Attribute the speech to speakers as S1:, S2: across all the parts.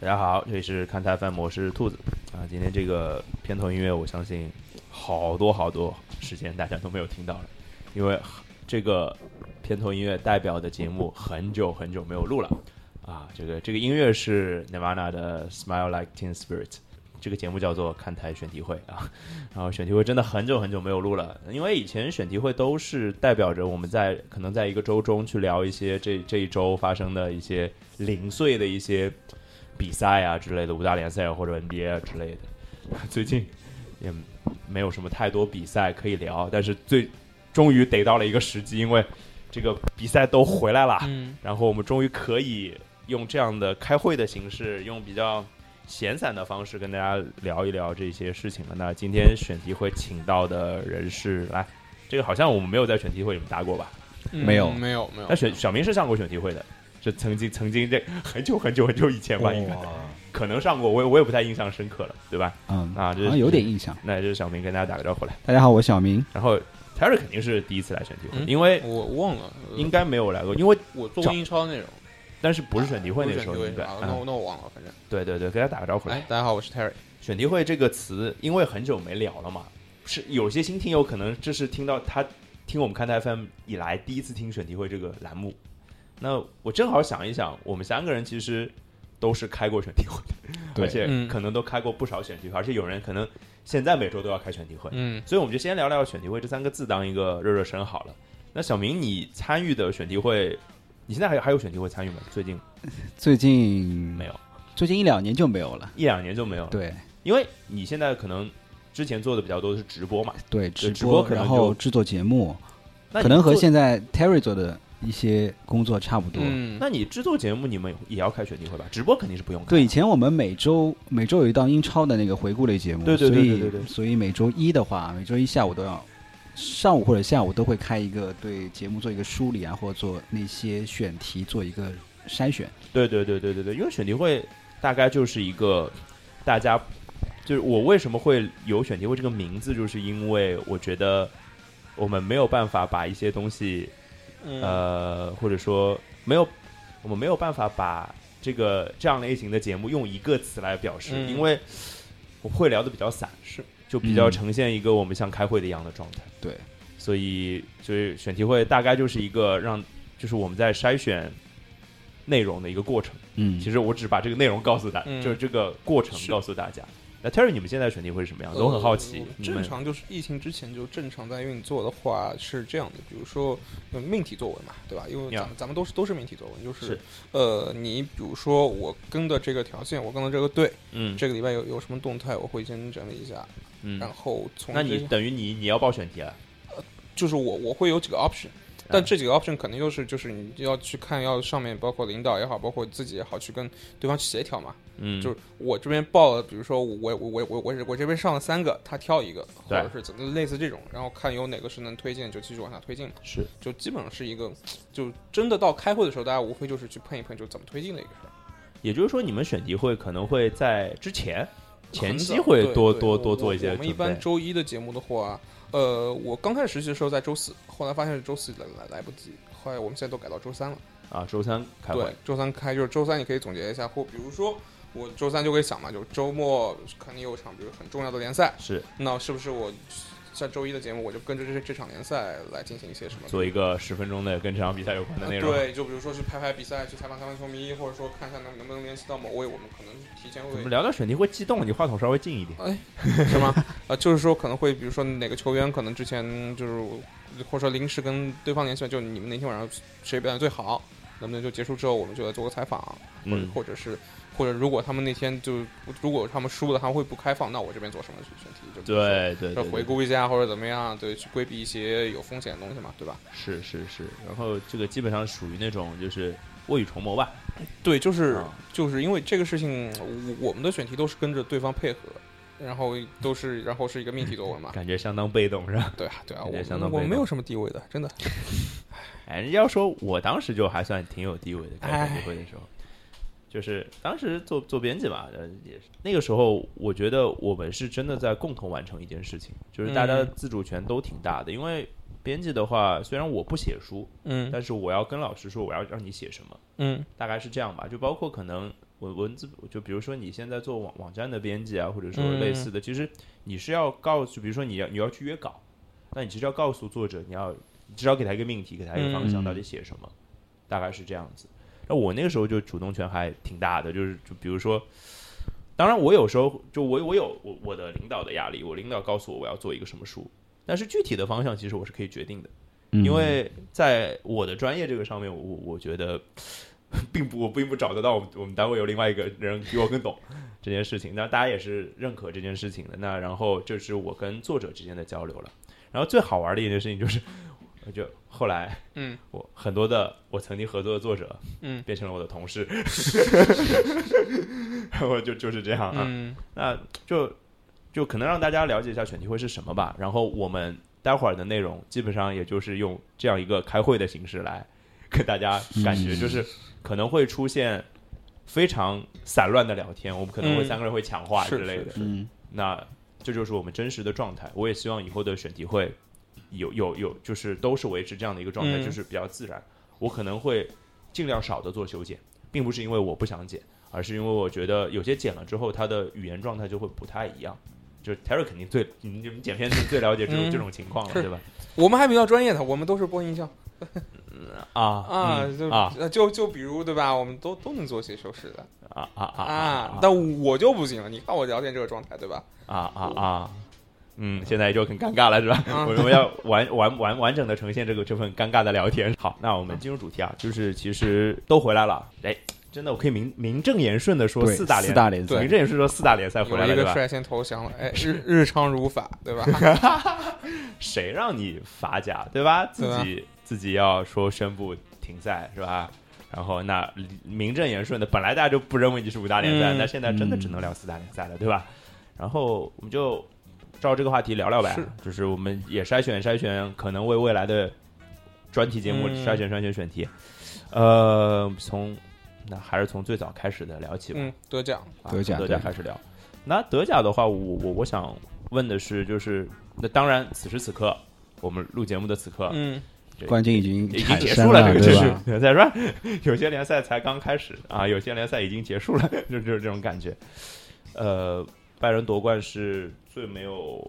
S1: 大家好，这里是看台 FM，我是兔子啊。今天这个片头音乐，我相信好多好多时间大家都没有听到了，因为这个片头音乐代表的节目很久很久没有录了啊。这个这个音乐是 Nirvana 的《Smile Like Teen Spirit》，这个节目叫做看台选题会啊。然后选题会真的很久很久没有录了，因为以前选题会都是代表着我们在可能在一个周中去聊一些这这一周发生的一些零碎的一些。比赛啊之类的，五大联赛或者 NBA 啊之类的， 最近也没有什么太多比赛可以聊，但是最终于逮到了一个时机，因为这个比赛都回来了，
S2: 嗯，
S1: 然后我们终于可以用这样的开会的形式，用比较闲散的方式跟大家聊一聊这些事情了。那今天选题会请到的人是来，这个好像我们没有在选题会里面答过吧？
S2: 嗯
S3: 没有
S2: 没有，没有。
S1: 那选小明是上过选题会的，是曾经曾经这很久很久很久以前吧，应该。可能上过，我也我也不太印象深刻了，对吧？
S3: 嗯，
S1: 啊，这
S3: 好像有点印象。
S1: 那就是小明跟大家打个招呼来。
S3: 大家好，我小明。
S1: 然后 Terry 肯定是第一次来选题会，
S2: 嗯
S1: 因为
S2: 我忘了，呃
S1: 应该没有来过，因为
S2: 我做过英超那种，
S1: 但是不是选题会
S2: 不是
S1: 那时
S2: 选
S1: 候
S2: 题会
S1: 应该。
S2: 啊
S1: 啊
S2: 那我那我忘了，反正。
S1: 对对对，给大家打个招呼
S2: 哎
S1: 来。，
S2: 大家好，我是 Terry。
S1: 选题会这个词，因为很久没聊了嘛，是有些新听友可能这是听到他听我们看台 FM 以来第一次听选题会这个栏目。那我正好想一想，我们三个人其实都是开过选题会的，
S3: 对
S1: 而且
S2: 嗯
S1: 可能都开过不少选题会，而且有人可能现在每周都要开选题会。
S2: 嗯，
S1: 所以我们就先聊聊选题会这三个字当一个热热身好了。那小明，你参与的选题会，你现在还有还有选题会参与吗？最近
S3: 最近
S1: 没
S3: 有，
S1: 有，嗯
S3: 最近一两年就没有了。
S1: 一两年就没有了。，
S3: 对
S1: 因为你现在可能之前做的比较多的是直播嘛，
S3: 对，直
S1: 直播可能
S3: 然
S1: 就
S3: 后制作节目，
S1: 那你
S3: 可能和
S1: 做
S3: 现在 Terry 做的一些工作差不多。
S2: 嗯，
S1: 那你制作节目你们也要开选题会吧？直播肯定是不用开。
S3: 对，以，前我们每周每周有一档英超的那个回顾类节目，
S1: 对对对对对
S3: 所
S1: 对
S3: 以所以每周一的话，每周一下午都要，上午或者下午都会开一个对节目做一个梳理啊，或者做那些选题做一个筛选。
S1: 对对对对对对，因为选题会大概就是一个大家。就是我为什么会有选题会这个名字，就是因为我觉得我们没有办法把一些东西
S2: 嗯
S1: 呃，或者说没有，我们没有办法把这个这样类型的节目用一个词来表示，
S2: 嗯
S1: 因为我会聊的比较散，
S2: 是
S1: 就比较
S3: 嗯
S1: 呈现一个我们像开会的一样的状态。
S3: 对，
S1: 所以所以选题会大概就是一个让，就是我们在筛选内容的一个过程。
S3: 嗯，
S1: 其实我只把这个内容告诉大家，
S2: 嗯
S1: 就是这个过程告诉大家。那 Terry，你们现在选题会是什么样子？我很好奇嗯
S2: 呃。
S1: 你
S2: 正
S1: 们
S2: 常就是疫情之前就正常在运作的话是这样的，比如说呃命题作文嘛，对吧？因为咱
S1: Yeah
S2: 们咱们都是都是命题作文，就是
S1: 是
S2: 呃，你比如说我跟的这个条线，我跟的这个队，
S1: 嗯
S2: 这个礼拜有有什么动态，我会先整理一下，
S1: 嗯，
S2: 然后从
S1: 那
S2: 这
S1: 你
S2: 些
S1: 等于你你要报选题了，
S2: 就是我我会有几个 option，但
S1: 嗯
S2: 这几个 option 肯定就是就是你要去看，要上面包括领导也好，包括自己也好，去跟对方去协调嘛。
S1: 嗯
S2: 就是我这边报了，比如说我我我我我我这边上了三个，他挑一个，或
S1: 对
S2: 者是怎么类似这种，然后看有哪个是能推荐，就继续往下推进嘛。
S1: 是
S2: 就基本上是一个，就真的到开会的时候，大家无非就是去碰一碰，就怎么推进的一个事儿。
S1: 也就是说，你们选题会可能会在之前前期
S2: 很早
S1: 会
S2: 对
S1: 多
S2: 对
S1: 多
S2: 我
S1: 多做一些
S2: 我
S1: 准
S2: 们
S1: 备。
S2: 一般周一的节目的话，呃，我刚开始实习的时候在周四，后来发现是周四来来来不及，后来我们现在都改到周三了。
S1: 啊，周三开会
S2: 对，，周三开就是周三，你可以总结一下，或比如说我周三就可以想嘛，就周末肯定有场比如很重要的联赛，
S1: 是
S2: 那是不是我在周一的节目我就跟着这这场联赛来进行一些什么？
S1: 做一个十分钟的跟这场比赛有关的内容。
S2: 对，就比如说去拍拍比赛，去采访采访球迷，或者说看一下能能不能联系到某位，我们可能提前
S1: 我
S2: 会
S1: 们聊到选题会激动，你话筒稍微近一点。
S2: 是吗？呃，就是说可能会，比如说哪个球员可能之前就是，或者说临时跟对方联系，就你们那天晚上谁表现最好，能不能就结束之后我们就来做个采访，或者
S1: 嗯
S2: 或者是或者如果他们那天就如果他们输了，他们会不开放，那我这边做什么选题？就比如说
S1: 对对
S2: 说
S1: 对，
S2: 回
S1: 对
S2: 顾一下或者怎么样，对，去规避一些有风险的东西嘛，对吧？
S1: 是是是。然后这个基本上属于那种就是未雨绸缪吧。
S2: 对，就是、
S1: 啊
S2: 就是因为这个事情，我我们的选题都是跟着对方配合，然后都是然后是一个命题作文嘛，
S1: 感觉相当被动是吧？
S2: 对啊，对啊，
S1: 有点
S2: 我
S1: 相当
S2: 们我
S1: 被
S2: 们没有
S1: 动
S2: 什么地位的， 真的。
S1: 哎，要说我当时就还算挺有地位的，开选
S2: 哎
S1: 题会的时候，就是当时做做编辑嘛，呃也是那个时候，我觉得我们是真的在共同完成一件事情，就是大家的
S2: 嗯
S1: 自主权都挺大的。因为编辑的话，虽然我不写书，
S2: 嗯
S1: 但是我要跟老师说我要让你写什么，
S2: 嗯
S1: 大概是这样吧。就包括可能文文字，就比如说你现在做网网站的编辑啊，或者说类似的，其实你是要告诉，比如说你要你要去约稿，那你其实要告诉作者，你要你至少给他一个命题，给他一个方向，
S3: 嗯
S1: 到底写什么，大概是这样子。那我那个时候就主动权还挺大的，就是就比如说，当然我有时候就我我有我我的领导的压力，我领导告诉我我要做一个什么书，但是具体的方向其实我是可以决定的。
S3: 嗯
S1: 因为在我的专业这个上面，我我我觉得 并不我并不找得到我们我们单位有另外一个人比我更懂这件事情，那大家也是认可这件事情的。那然后这是我跟作者之间的交流了。然后最好玩的一件事情就是， 我就后来
S2: 嗯
S1: 我很多的我曾经合作的作者，
S2: 嗯
S1: 变成了我的同事， 然后就就是这样啊。
S2: 嗯
S1: 那就就可能让大家了解一下选题会是什么吧。然后我们待会儿的内容基本上也就是用这样一个开会的形式来跟大家感觉，
S3: 嗯
S1: 就是可能会出现非常散乱的聊天，我们可能会
S2: 嗯
S1: 三个人会抢话之
S2: 是
S1: 类
S2: 是
S1: 的。
S3: 嗯
S1: 那这就是我们真实的状态。我也希望以后的选题会有有有，就是都是维持这样的一个状态，
S2: 嗯
S1: 就是比较自然。我可能会尽量少的做修剪，并不是因为我不想剪，而是因为我觉得有些剪了之后，它的语言状态就会不太一样。就是 Terry 肯定最你们你们剪片子最了解这种、
S2: 嗯
S1: 这种情况了，
S2: 是
S1: 对吧？
S2: 我们还比较专业的，我们都是播音效
S1: 啊
S2: 啊，
S1: 嗯
S2: 就
S1: 啊
S2: 呃就就比如对吧，我们都都能做些修饰的
S1: 啊啊啊
S2: 啊
S1: 啊，
S2: 但我就不行了，你看我聊天这个状态对吧？
S1: 啊啊啊！嗯，现在就很尴尬了，是吧？
S2: 啊
S1: 我们要完完完完整的呈现这个这份尴尬的聊天。好，那我们进入主题啊，就是其实都回来了，哎，真的我可以名名正言顺的说
S3: 对
S1: 四大联
S3: 四大联赛
S1: 名正言顺说四大联赛
S2: 有
S1: 回来了，
S2: 一
S1: 对吧？
S2: 个率先投 降了，哎，日日常如法对吧？
S1: 谁让你法甲对吧？自己自己要说宣布停赛是吧？然后那名正言顺的，本来大家就不认为你是五大联赛，
S2: 嗯
S1: 那现在真的只能聊四大联赛了，对吧？然后我们就照这个话题聊聊呗，
S2: 是
S1: 就是我们也筛选筛选，可能为未来的专题节目
S2: 嗯
S1: 筛选筛选选题。呃，从那还是从最早开始的聊起吧。
S2: 嗯，得奖，
S1: 啊
S3: 德甲
S1: 德甲
S3: 对
S1: 开始聊。那德甲的话，我我我想问的是，就是那当然，此时此刻我们录节目的此刻、
S2: 嗯，
S3: 冠军已经
S1: 已经
S3: 产
S1: 结
S3: 生
S1: 束这个
S3: 对
S1: 就
S3: 吧
S1: 是联赛是吧？有些联赛才刚开始啊，有些联赛已经结束了，就就是这种感觉。呃，拜仁夺冠是最没有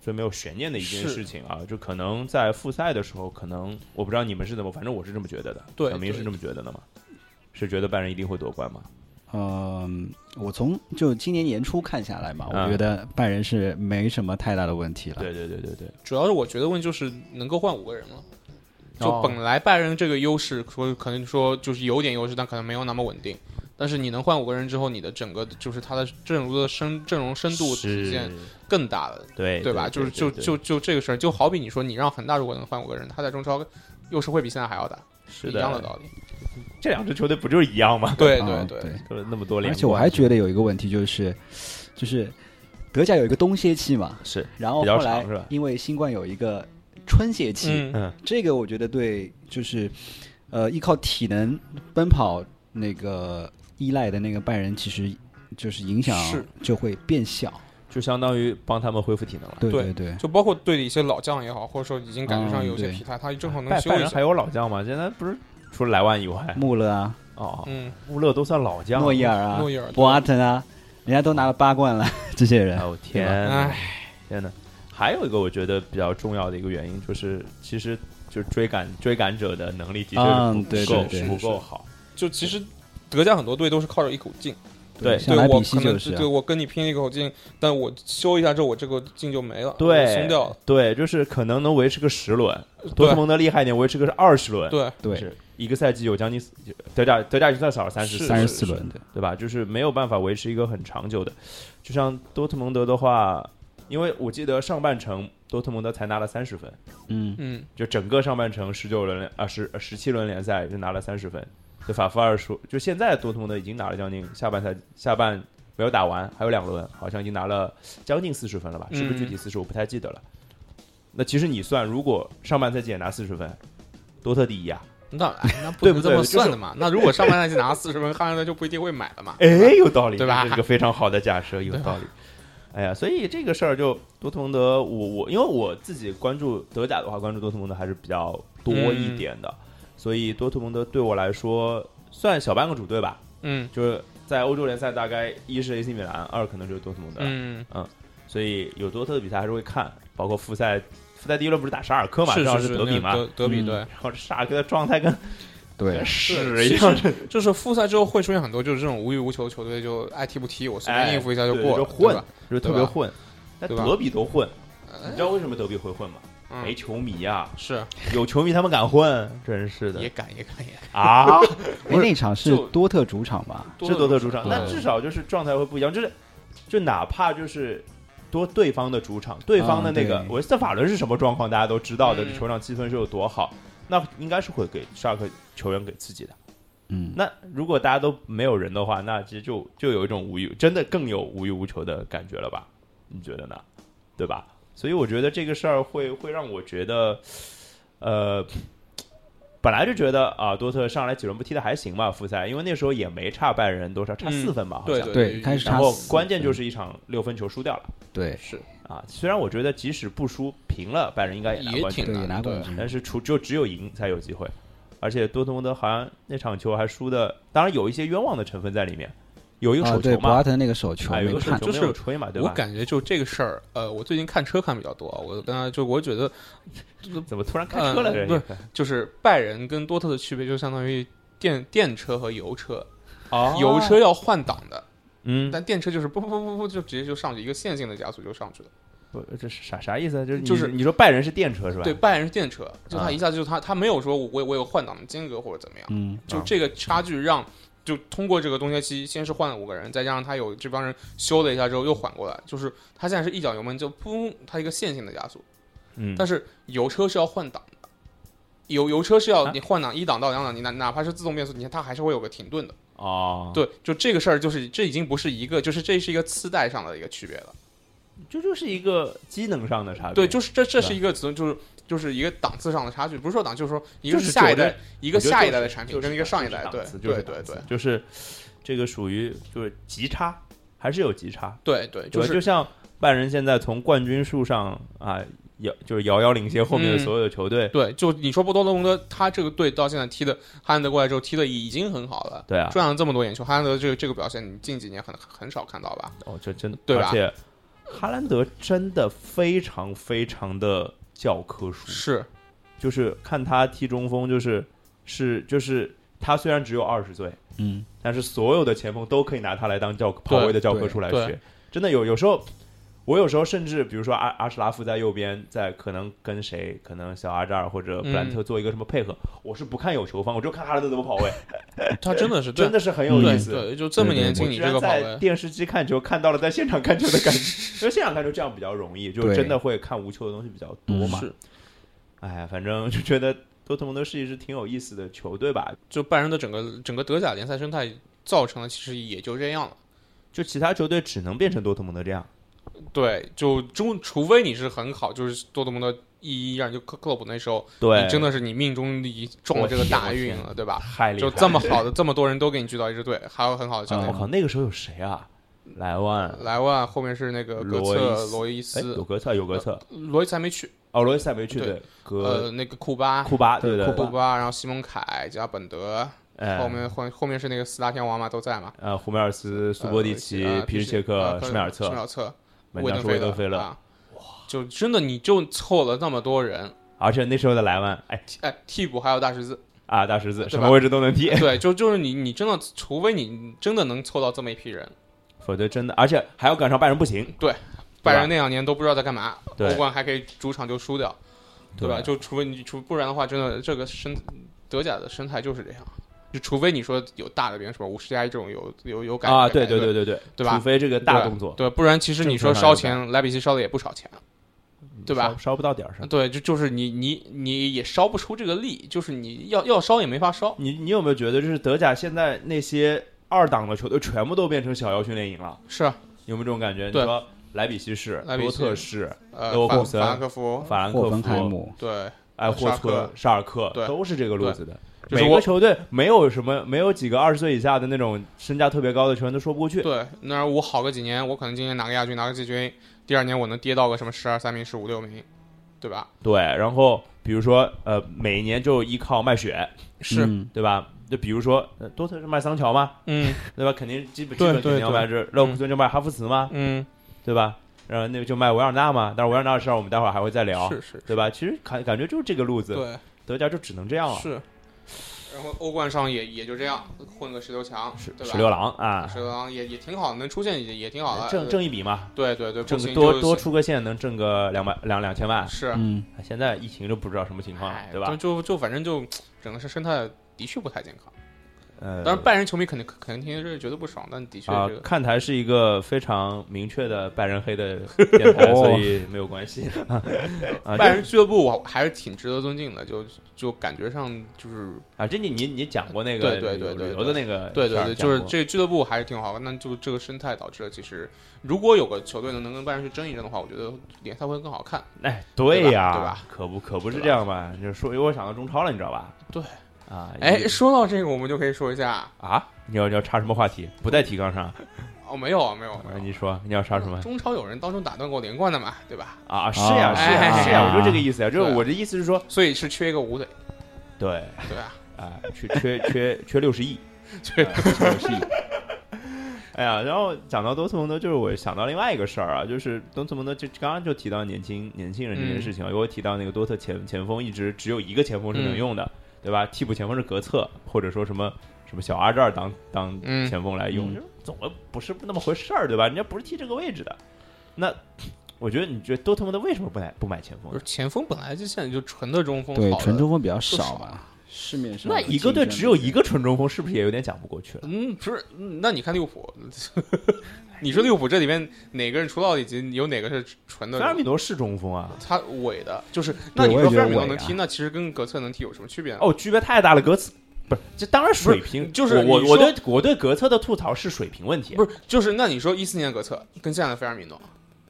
S1: 最没有悬念的一件
S2: 是
S1: 事情啊，就可能在复赛的时候，可能我不知道你们是怎么，反正我是这么觉得的。
S2: 对
S1: 小明
S2: 对
S1: 是这么觉得的吗？是觉得拜仁一定会夺冠吗？
S3: 嗯，我从就今年年初看下来嘛，
S1: 嗯
S3: 我觉得拜仁是没什么太大的问题了。
S1: 对对对对对，
S2: 主要是我觉得问题就是能够换五个人了。
S1: 哦
S2: 就本来拜仁这个优势，说可能说就是有点优势，但可能没有那么稳定。但是你能换五个人之后，你的整个就是他的阵容的深阵容深度体现
S1: 是
S2: 更大了，
S1: 对
S2: 对吧？就是就
S1: 对
S2: 就就这个事儿，就好比你说你让恒大如果能换五个人，他在中超优势会比现在还要大，
S1: 是
S2: 一样的道理。
S1: 这两支球队不就是一样吗？
S2: 对
S3: 啊
S2: 对
S3: 对
S2: 对，
S1: 都是那么多连
S3: 而
S1: 冠，
S3: 且我还觉得有一个问题就是，就是德甲有一个冬歇期嘛，
S1: 是
S3: 然后
S1: 比较
S3: 哦后
S1: 长
S3: 来
S1: 是吧
S3: 因为新冠有一个春歇期，
S2: 嗯，
S1: 嗯
S3: 这个我觉得对，就是呃依靠体能奔跑那个依赖的那个拜仁，其实就是影响
S2: 是
S3: 就会变小。
S1: 就相当于帮他们恢复体能了。
S3: 对
S2: 对
S3: 对对
S2: 就包括队里一些老将也好，或者说已经感觉上有些疲态，他正好能
S1: 嗯拜
S2: 嗯休
S1: 拜
S2: 一
S1: 仁还
S2: 下。
S1: 有老将吗？现在不是除了莱万以外，
S3: 穆勒啊，
S1: 哦，
S2: 嗯，
S1: 穆勒都算老将了。
S3: 诺伊尔啊
S2: 诺，伊尔，
S3: 博阿滕啊，人家都拿了八冠了， 这些人
S1: 哎，我天
S3: 对
S1: 哪，
S2: 哎，
S1: 天哪！还有一个我觉得比较重要的一个原因就是，其实就是追赶追赶者的能力的确
S3: 嗯
S1: 是
S3: 对
S1: 不够
S3: 对对
S1: 不够好。
S2: 就其实德甲很多队都是靠着一口劲。
S1: 对
S3: 像
S2: 对
S3: 莱
S2: 我
S3: 比锡
S2: 可
S3: 就
S2: 能
S3: 是啊
S2: 对我跟你拼一口劲，但我修一下之后，我这个劲就没了，
S1: 对
S2: 我就松掉了。
S1: 对，就是可能能维持个十轮，多特蒙德厉害一点，维持个二十轮。
S2: 对，
S3: 对
S1: 是一个赛季有将近四德甲德甲已经算少了三十
S2: 是
S3: 三十四轮的，
S1: 对吧？就是没有办法维持一个很长久的。就像多特蒙德的话，因为我记得上半程多特蒙德才拿了三十分，
S3: 嗯，
S2: 嗯，
S1: 就整个上半程十九轮啊十十七轮联赛就拿了三十分。就法夫尔说，就现在多特蒙德已经拿了将近下半赛下半没有打完，还有两轮，好像已经拿了将近四十分了吧？是不是具体四十？我不太记得了。那其实你算，如果上半赛季也拿四十分，多特第一啊。
S2: 那那不
S1: 对不
S2: 能这
S1: 对
S2: 么
S1: 就是
S2: 算的嘛。那如果上半赛季拿了四十分，下半赛季就不一定会买了嘛。
S1: 哎，有道理，
S2: 对吧
S1: 这是个非常好的假设，有道理。哎呀，所以这个事儿就多特蒙德，我我因为我自己关注德甲的话，关注多特蒙德还是比较多
S2: 嗯
S1: 一点的，所以多特蒙德对我来说算小半个主队吧，
S2: 嗯，
S1: 就是在欧洲联赛，大概一是 AC 米兰，二可能就是多特蒙德，
S2: 嗯，
S1: 所以有多特的比赛还是会看，包括复赛，复赛第一轮不是打沙尔克嘛，
S2: 是
S1: 正好
S2: 是
S1: 德比嘛，
S2: 德德比
S3: 嗯
S2: 对，
S1: 然后这沙尔克的状态跟哎
S3: 对，
S1: 屎一样，
S2: 就是复赛之后会出现很多就是这种无欲无求的球队，就爱踢不踢，我随便
S1: 哎
S2: 应付一下就
S1: 对
S2: 过
S1: 就
S2: 了，
S1: 混
S2: 对吧
S1: 就是特别混。但
S2: 对吧
S1: 德比都混，你
S2: 呃
S1: 知道为什么德比会混吗？
S2: 嗯
S1: 没球迷啊，
S2: 是
S1: 有球迷他们敢混，真是
S2: 也
S1: 的
S2: 敢也敢也敢，
S1: 啊！
S3: 哎，那场是
S1: 就
S3: 多特主场吧？
S1: 是多特主场，
S2: 对
S1: 那至少就是状态会不一样，就是就哪怕就是多对方的主场，对方的那个
S3: 啊对
S1: 维斯特法伦是什么状况，大家都知道的，
S2: 嗯
S1: 这球场气氛是有多好，那应该是会给沙尔克球员给刺激的。
S3: 嗯，
S1: 那如果大家都没有人的话，那其实就就有一种无欲，真的更有无欲无求的感觉了吧？你觉得呢？对吧？所以我觉得这个事儿会会让我觉得，呃，本来就觉得啊，多特上来几轮不踢的还行吧，复赛，因为那时候也没差拜仁多少，差四分吧，好
S2: 嗯对
S1: 像。
S3: 对，开始
S1: 然
S3: 差
S1: 后
S3: 四
S1: 关键就
S3: 分
S1: 是一场六分球输掉了
S3: 对
S2: 是
S1: 啊！虽然我觉得即使不输平了，拜仁应该也拿
S2: 也
S1: 冠军
S2: 挺
S3: 对也拿
S2: 难
S3: 冠
S2: 的，
S3: 军，
S1: 但是除就只有赢才有机会。而且多特蒙德好像那场球还输的，当然有一些冤枉的成分在里面，有一个
S3: 啊，
S1: 手
S3: 对，
S1: 球
S3: 博阿
S1: 嘛，哎
S3: 滕那个手球
S1: 还有一
S3: 没
S1: 个手
S3: 判，
S1: 球
S2: 就
S1: 没
S2: 是
S1: 有吹嘛，对
S2: 我
S1: 吧？
S2: 感觉就这个事儿，呃，我最近看车看比较多，我当然就我觉得
S1: 怎么突然开车了？
S2: 嗯
S1: 这
S2: 不是就是拜仁跟多特的区别，就相当于电电车和油车，
S1: 哦
S2: 油车要换挡的，
S1: 嗯，
S2: 但电车就是不不不不就直接就上去，一个线性的加速就上去了。
S1: 不这是啥啥意思啊？就是你
S2: 就是
S1: 你说拜仁是电车是吧？
S2: 对，，拜仁是电车，就
S1: 啊
S2: 他一下就他他没有说我我我有换挡的间隔或者怎么样，
S3: 嗯，
S2: 就这个差距让。就通过这个冬歇期，先是换了五个人，再加上他有这帮人修了一下之后又缓过来，就是他现在是一脚油门就砰，他一个线性的加速。
S1: 嗯，
S2: 但是油车是要换挡的，油油车是
S1: 啊
S2: 要你换挡一档到两档，你哪哪怕是自动变速，你看它还是会有个停顿的。
S1: 哦，，
S2: 对，就这个事儿，就是这已经不是一个，就是这是一个次带上的一个区别了。
S1: 这就是一个机能上的差别。
S2: 对，就是这这
S1: 啊对
S2: 是一个词，就是就是一个档次上的差距，不是说档，就是说一
S1: 就
S2: 个
S1: 是
S2: 下一
S1: 就
S2: 代
S1: 是
S2: 一个
S1: 我觉得
S2: 下
S1: 就
S2: 一代的
S1: 是
S2: 产品
S1: 就是
S2: 跟一个上一代，
S1: 档
S2: 对
S1: 次就是
S2: 对
S1: 档
S2: 对
S1: 次
S2: 对
S1: 就是这个属于就是极差，还是有极差。
S2: 对对，
S1: 对
S2: 就
S1: 吧，就是像拜仁现在从冠军数上啊，遥就是遥遥领先后面的
S2: 嗯
S1: 所有的球队。
S2: 对，就你说波多隆哥他这个队到现在踢的汉兰德过来之后踢的已经很好了。
S1: 对啊，
S2: 赚了这么多眼球，汉兰德这个这个表现，你近几年很很少看到吧？
S1: 哦，这真的，
S2: 对吧
S1: 而且哈兰德真的非常非常的教科书，
S2: 是，
S1: 就是看他踢中锋，就是是就是他虽然只有二十岁，
S3: 嗯，
S1: 但是所有的前锋都可以拿他来当教跑位的教科书来
S2: 对
S1: 学。真的有有时候，我有时候甚至比如说阿阿什拉夫在右边，在可能跟谁，可能小阿扎尔或者布兰特做一个什么配合，
S2: 嗯
S1: 我是不看有球方，我就看哈兰德怎么跑位，
S2: 他真的是对
S1: 真的是很有
S2: 对
S1: 意思。
S2: 对，就这么
S3: 对对
S2: 年轻，
S1: 我
S2: 你
S1: 居
S2: 这
S1: 然
S2: 个跑
S1: 在
S2: 位，
S1: 电视机看球看到了在现场看球的感觉， 因为现场看球这样比较容易，就
S3: 对
S1: 真的会看无球的东西比较多嘛。
S2: 是
S1: 哎呀，反正就觉得多特蒙德是一支挺有意思的球队吧，
S2: 就拜仁的整个整个德甲联赛生态造成了，其实也就这样了。
S1: 就其他球队只能变成多特蒙德这样。
S2: 对，就中，除非你是很好，就是多特蒙德一一让就克克洛普那时候，
S1: 对，
S2: 你真的是你命中你撞了这个大运了，对吧？
S1: 太厉害
S2: 就
S1: 了。
S2: 这么好的，这么多人都给你聚到一支队，还有很好的教
S3: 嗯
S1: 我
S2: 练。
S1: 靠，那个时候有谁啊？莱万、
S2: 莱万啊后面是那个格
S1: 嗯罗
S2: 策
S1: 伊、斯
S2: 罗伊
S1: 哎，
S2: 斯
S1: 有，格策，有格策，
S2: 罗伊斯还没去，
S1: 哦，罗伊斯还没去
S2: 呃对
S1: 对，格
S2: 呃，那个库巴，
S1: 库巴对对，
S3: 库
S2: 库巴，然后西蒙凯加本德，
S1: 哎
S2: 后面后后面是那个四大天王嘛，都在嘛。
S1: 呃，胡梅尔斯、苏波蒂奇
S2: 呃、
S1: 皮什切克
S2: 呃、
S1: 施梅尔
S2: 施梅
S1: 策，
S2: 尔策、
S1: 门将是
S2: 菲
S1: 维登菲勒，
S2: 啊，就真的你就凑了那么多人，
S1: 而且那时候的莱万，哎
S2: 哎，替补还有大十 字，
S1: 啊，大十字
S2: 对
S1: 什
S2: 吧
S1: 么位置都能踢，
S2: 对，就就是你你真的，除非你真的能凑到这么一批人，
S1: 否则真的，而且还要赶上拜仁不行，
S2: 拜仁那两年都不知道在干嘛，
S1: 对
S2: 欧冠还可以主场就输掉，对吧？就除非你除不然的话，真的这个生德甲的生态就是这样。就除非你说有大的比如什么五十加一这种有有有改
S1: 啊，
S2: 改
S1: 对
S2: 革
S1: 对对对对，
S2: 对吧
S1: 除非这个大动作，
S2: 对，不然其实你说
S1: 正常有
S2: 烧钱，莱比锡烧的也不少钱，对吧
S1: 烧烧不到点儿上。
S2: 对，就就是你你你也烧不出这个力，就是你要要烧也没法烧。
S1: 你你有没有觉得，就是德甲现在那些二档的球队全部都变成小妖训练营了？
S2: 是啊，
S1: 有没有这种感觉？你
S2: 对
S1: 说莱比锡是、
S2: 莱比
S1: 多
S2: 锡
S1: 特是、
S2: 呃，
S1: 勒沃库
S2: 法
S1: 森
S2: 法兰克福，
S1: 法兰克
S3: 霍芬海
S1: 福、
S3: 姆，
S2: 对，
S1: 哎，霍
S2: 沙
S1: 村
S2: 克、
S1: 沙尔克
S2: 对
S1: 都是这个路子的。
S2: 对就是
S1: 每
S2: 我
S1: 个球队没有什么，没有几个二十岁以下的那种身价特别高的球员都说不过去。
S2: 对，那我好个几年，我可能今年拿个亚军，拿个季军，第二年我能跌到个什么十二三名、十五六名，对吧？
S1: 对，然后比如说呃，每一年就依靠卖血，
S2: 是，
S3: 嗯
S1: 对吧？就比如说、呃多特是卖桑乔吗？
S2: 嗯
S1: 对吧？肯定基本基
S2: 对
S1: 本肯定
S2: 对
S1: 要卖这，勒沃库森就卖哈弗茨嘛，
S2: 嗯，
S1: 对吧？然后那个就卖维尔纳嘛，但是维尔纳的事儿我们待会儿还会再聊，
S2: 是是，
S1: 对吧？其实感感觉就是这个路子，
S2: 哎对，啊
S1: 德甲就只能这样了，
S2: 是。然后欧冠上也也就这样，混个十六哎强，
S1: 十
S2: 对吧？
S1: 十六郎啊，
S2: 十六郎也也挺好，能出现也也挺好的。
S1: 挣挣一笔嘛，
S2: 对对对，
S1: 挣
S2: 啊呃
S1: 个
S2: 不
S1: 多
S2: 行就
S1: 多出个线能挣个两百两两千万，哎
S2: 是，
S3: 嗯，
S1: 现在疫情就不知道什么情况了
S2: 哎，
S1: 啊对吧
S2: 就？就就反正就整个是生态的确不太健康。
S1: 呃，
S2: 当然，拜仁球迷肯定肯定是觉得不爽，但的确
S1: 啊
S2: 这，个
S1: 看台是一个非常明确的拜仁黑的电台，
S3: 哦
S1: 所以没有关系。 啊，
S2: 拜
S1: 这
S2: 仁俱乐部我还是挺值得尊敬的，就就感觉上就是
S1: 啊，这你你你讲过那个
S2: 对对
S1: 旅游
S2: 对对
S1: 旅游的那个
S2: 对对
S1: 呃事儿
S2: 对，
S1: 讲
S2: 就是
S1: 过
S2: 这个俱乐部还是挺好。那就这个生态导致了，其实如果有个球队能能跟拜仁去争一争的话，我觉得联赛会更好看。
S1: 哎，
S2: 对吧
S1: 呀，
S2: 对吧？
S1: 可不可不是
S2: 对吧
S1: 这样吧？就是说，因为我想到中超了，你知道吧？
S2: 对
S1: 啊，
S2: 哎，
S1: 一
S2: 说到这个，我们就可以说一下，
S1: 啊，你要你要插什么话题？不在提纲上，
S2: 哦，没有啊，没有啊，没有
S1: 啊你说你要插什么？
S2: 中超有人当中打断过连冠的嘛，对吧？
S1: 啊，是呀
S3: 啊
S1: 是呀
S2: 哎
S1: 是呀，我就这个
S3: 啊
S1: 意思呀，就是
S2: 对
S1: 我的意思是说，
S2: 所以是缺一个五队，
S1: 对
S2: 对吧？
S1: 啊，缺 缺缺缺六十亿，
S2: 缺
S1: 啊缺六十亿。哎呀，然后讲到多特蒙德，就是我想到另外一个事儿啊，就是多特蒙德就刚刚就提到年轻年轻人这件事情啊，因为我提到那个多特前前锋一直只有一个前锋是能用
S2: 嗯
S1: 的，对吧？替补前锋是格策，或者说什么什么小阿扎尔当当
S2: 嗯
S1: 前锋来用，
S3: 嗯
S1: 就是总归不是那么回事儿，对吧？人家不是踢这个位置的。那我觉得你觉得多特蒙德为什么不买不买前锋
S2: 不
S1: 呢
S2: 是？前锋本来就现在就纯的中锋，
S3: 对，
S2: 好的
S3: 纯中锋比较
S2: 就
S3: 少
S2: 少
S3: 嘛，市面上
S1: 那一个队只有一个纯中锋，是不是也有点讲不过去了？
S2: 嗯，不是，嗯那你看利物浦， 你说利物浦这里面哪个人除了奥里吉，有哪个是纯的
S1: 菲
S2: 中
S1: 尔
S2: 锋？
S1: 米诺是中锋啊！
S2: 他伪的，就是那你
S3: 我
S2: 说
S3: 也
S2: 菲
S3: 觉得
S2: 尔米诺
S3: 伪
S2: 能
S3: 啊
S2: 踢，那其实跟格策能踢有什么区别呢？
S1: 哦，区别太大了，格策不是这当然水平
S2: 就是
S1: 我我
S2: 你
S1: 我
S2: 说
S1: 对我对格策的吐槽是水平问题，
S2: 不
S1: 是
S2: 是，就是那你说一四年的格策跟现在的菲尔米诺，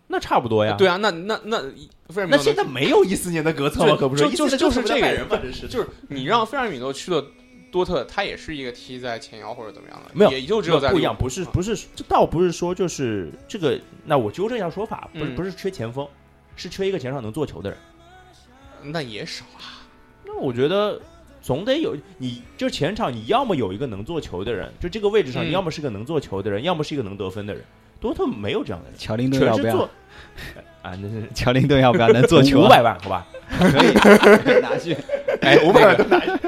S1: 那差不多呀。
S2: 对，啊，那那那菲尔米诺
S1: 那
S2: 能
S1: 现在没有一四年的格策了，
S2: 对
S1: 可不是
S2: 就就是就是这个
S1: 人吧，真是
S2: 就是你让菲尔米诺去了多特，他也是一个踢在前腰或者怎么样的，
S1: 没有啊
S2: 也就只有在
S1: 不一
S2: 利物
S1: 样，
S2: 浦
S1: 不是不是，这倒不是说就是这个，那我纠正一下说法，不是
S2: 嗯
S1: 不是缺前锋，是缺一个前场能做球的人。
S2: 那也少啊，
S1: 那我觉得总得有你，就前场你要么有一个能做球的人，就这个位置上
S2: 嗯
S1: 你要么是个能做球的人，要么是一个能得分的人。多特没有这样的人，
S3: 乔林顿
S1: 全
S3: 要不
S1: 是
S3: 要
S1: 做？啊，那是
S3: 乔林顿要不要能做球
S1: 五
S3: 啊？
S1: 百万，好吧？
S3: 可以可以 拿 去。
S2: 哎，
S1: 五
S2: 那
S1: 百
S2: 个
S1: 万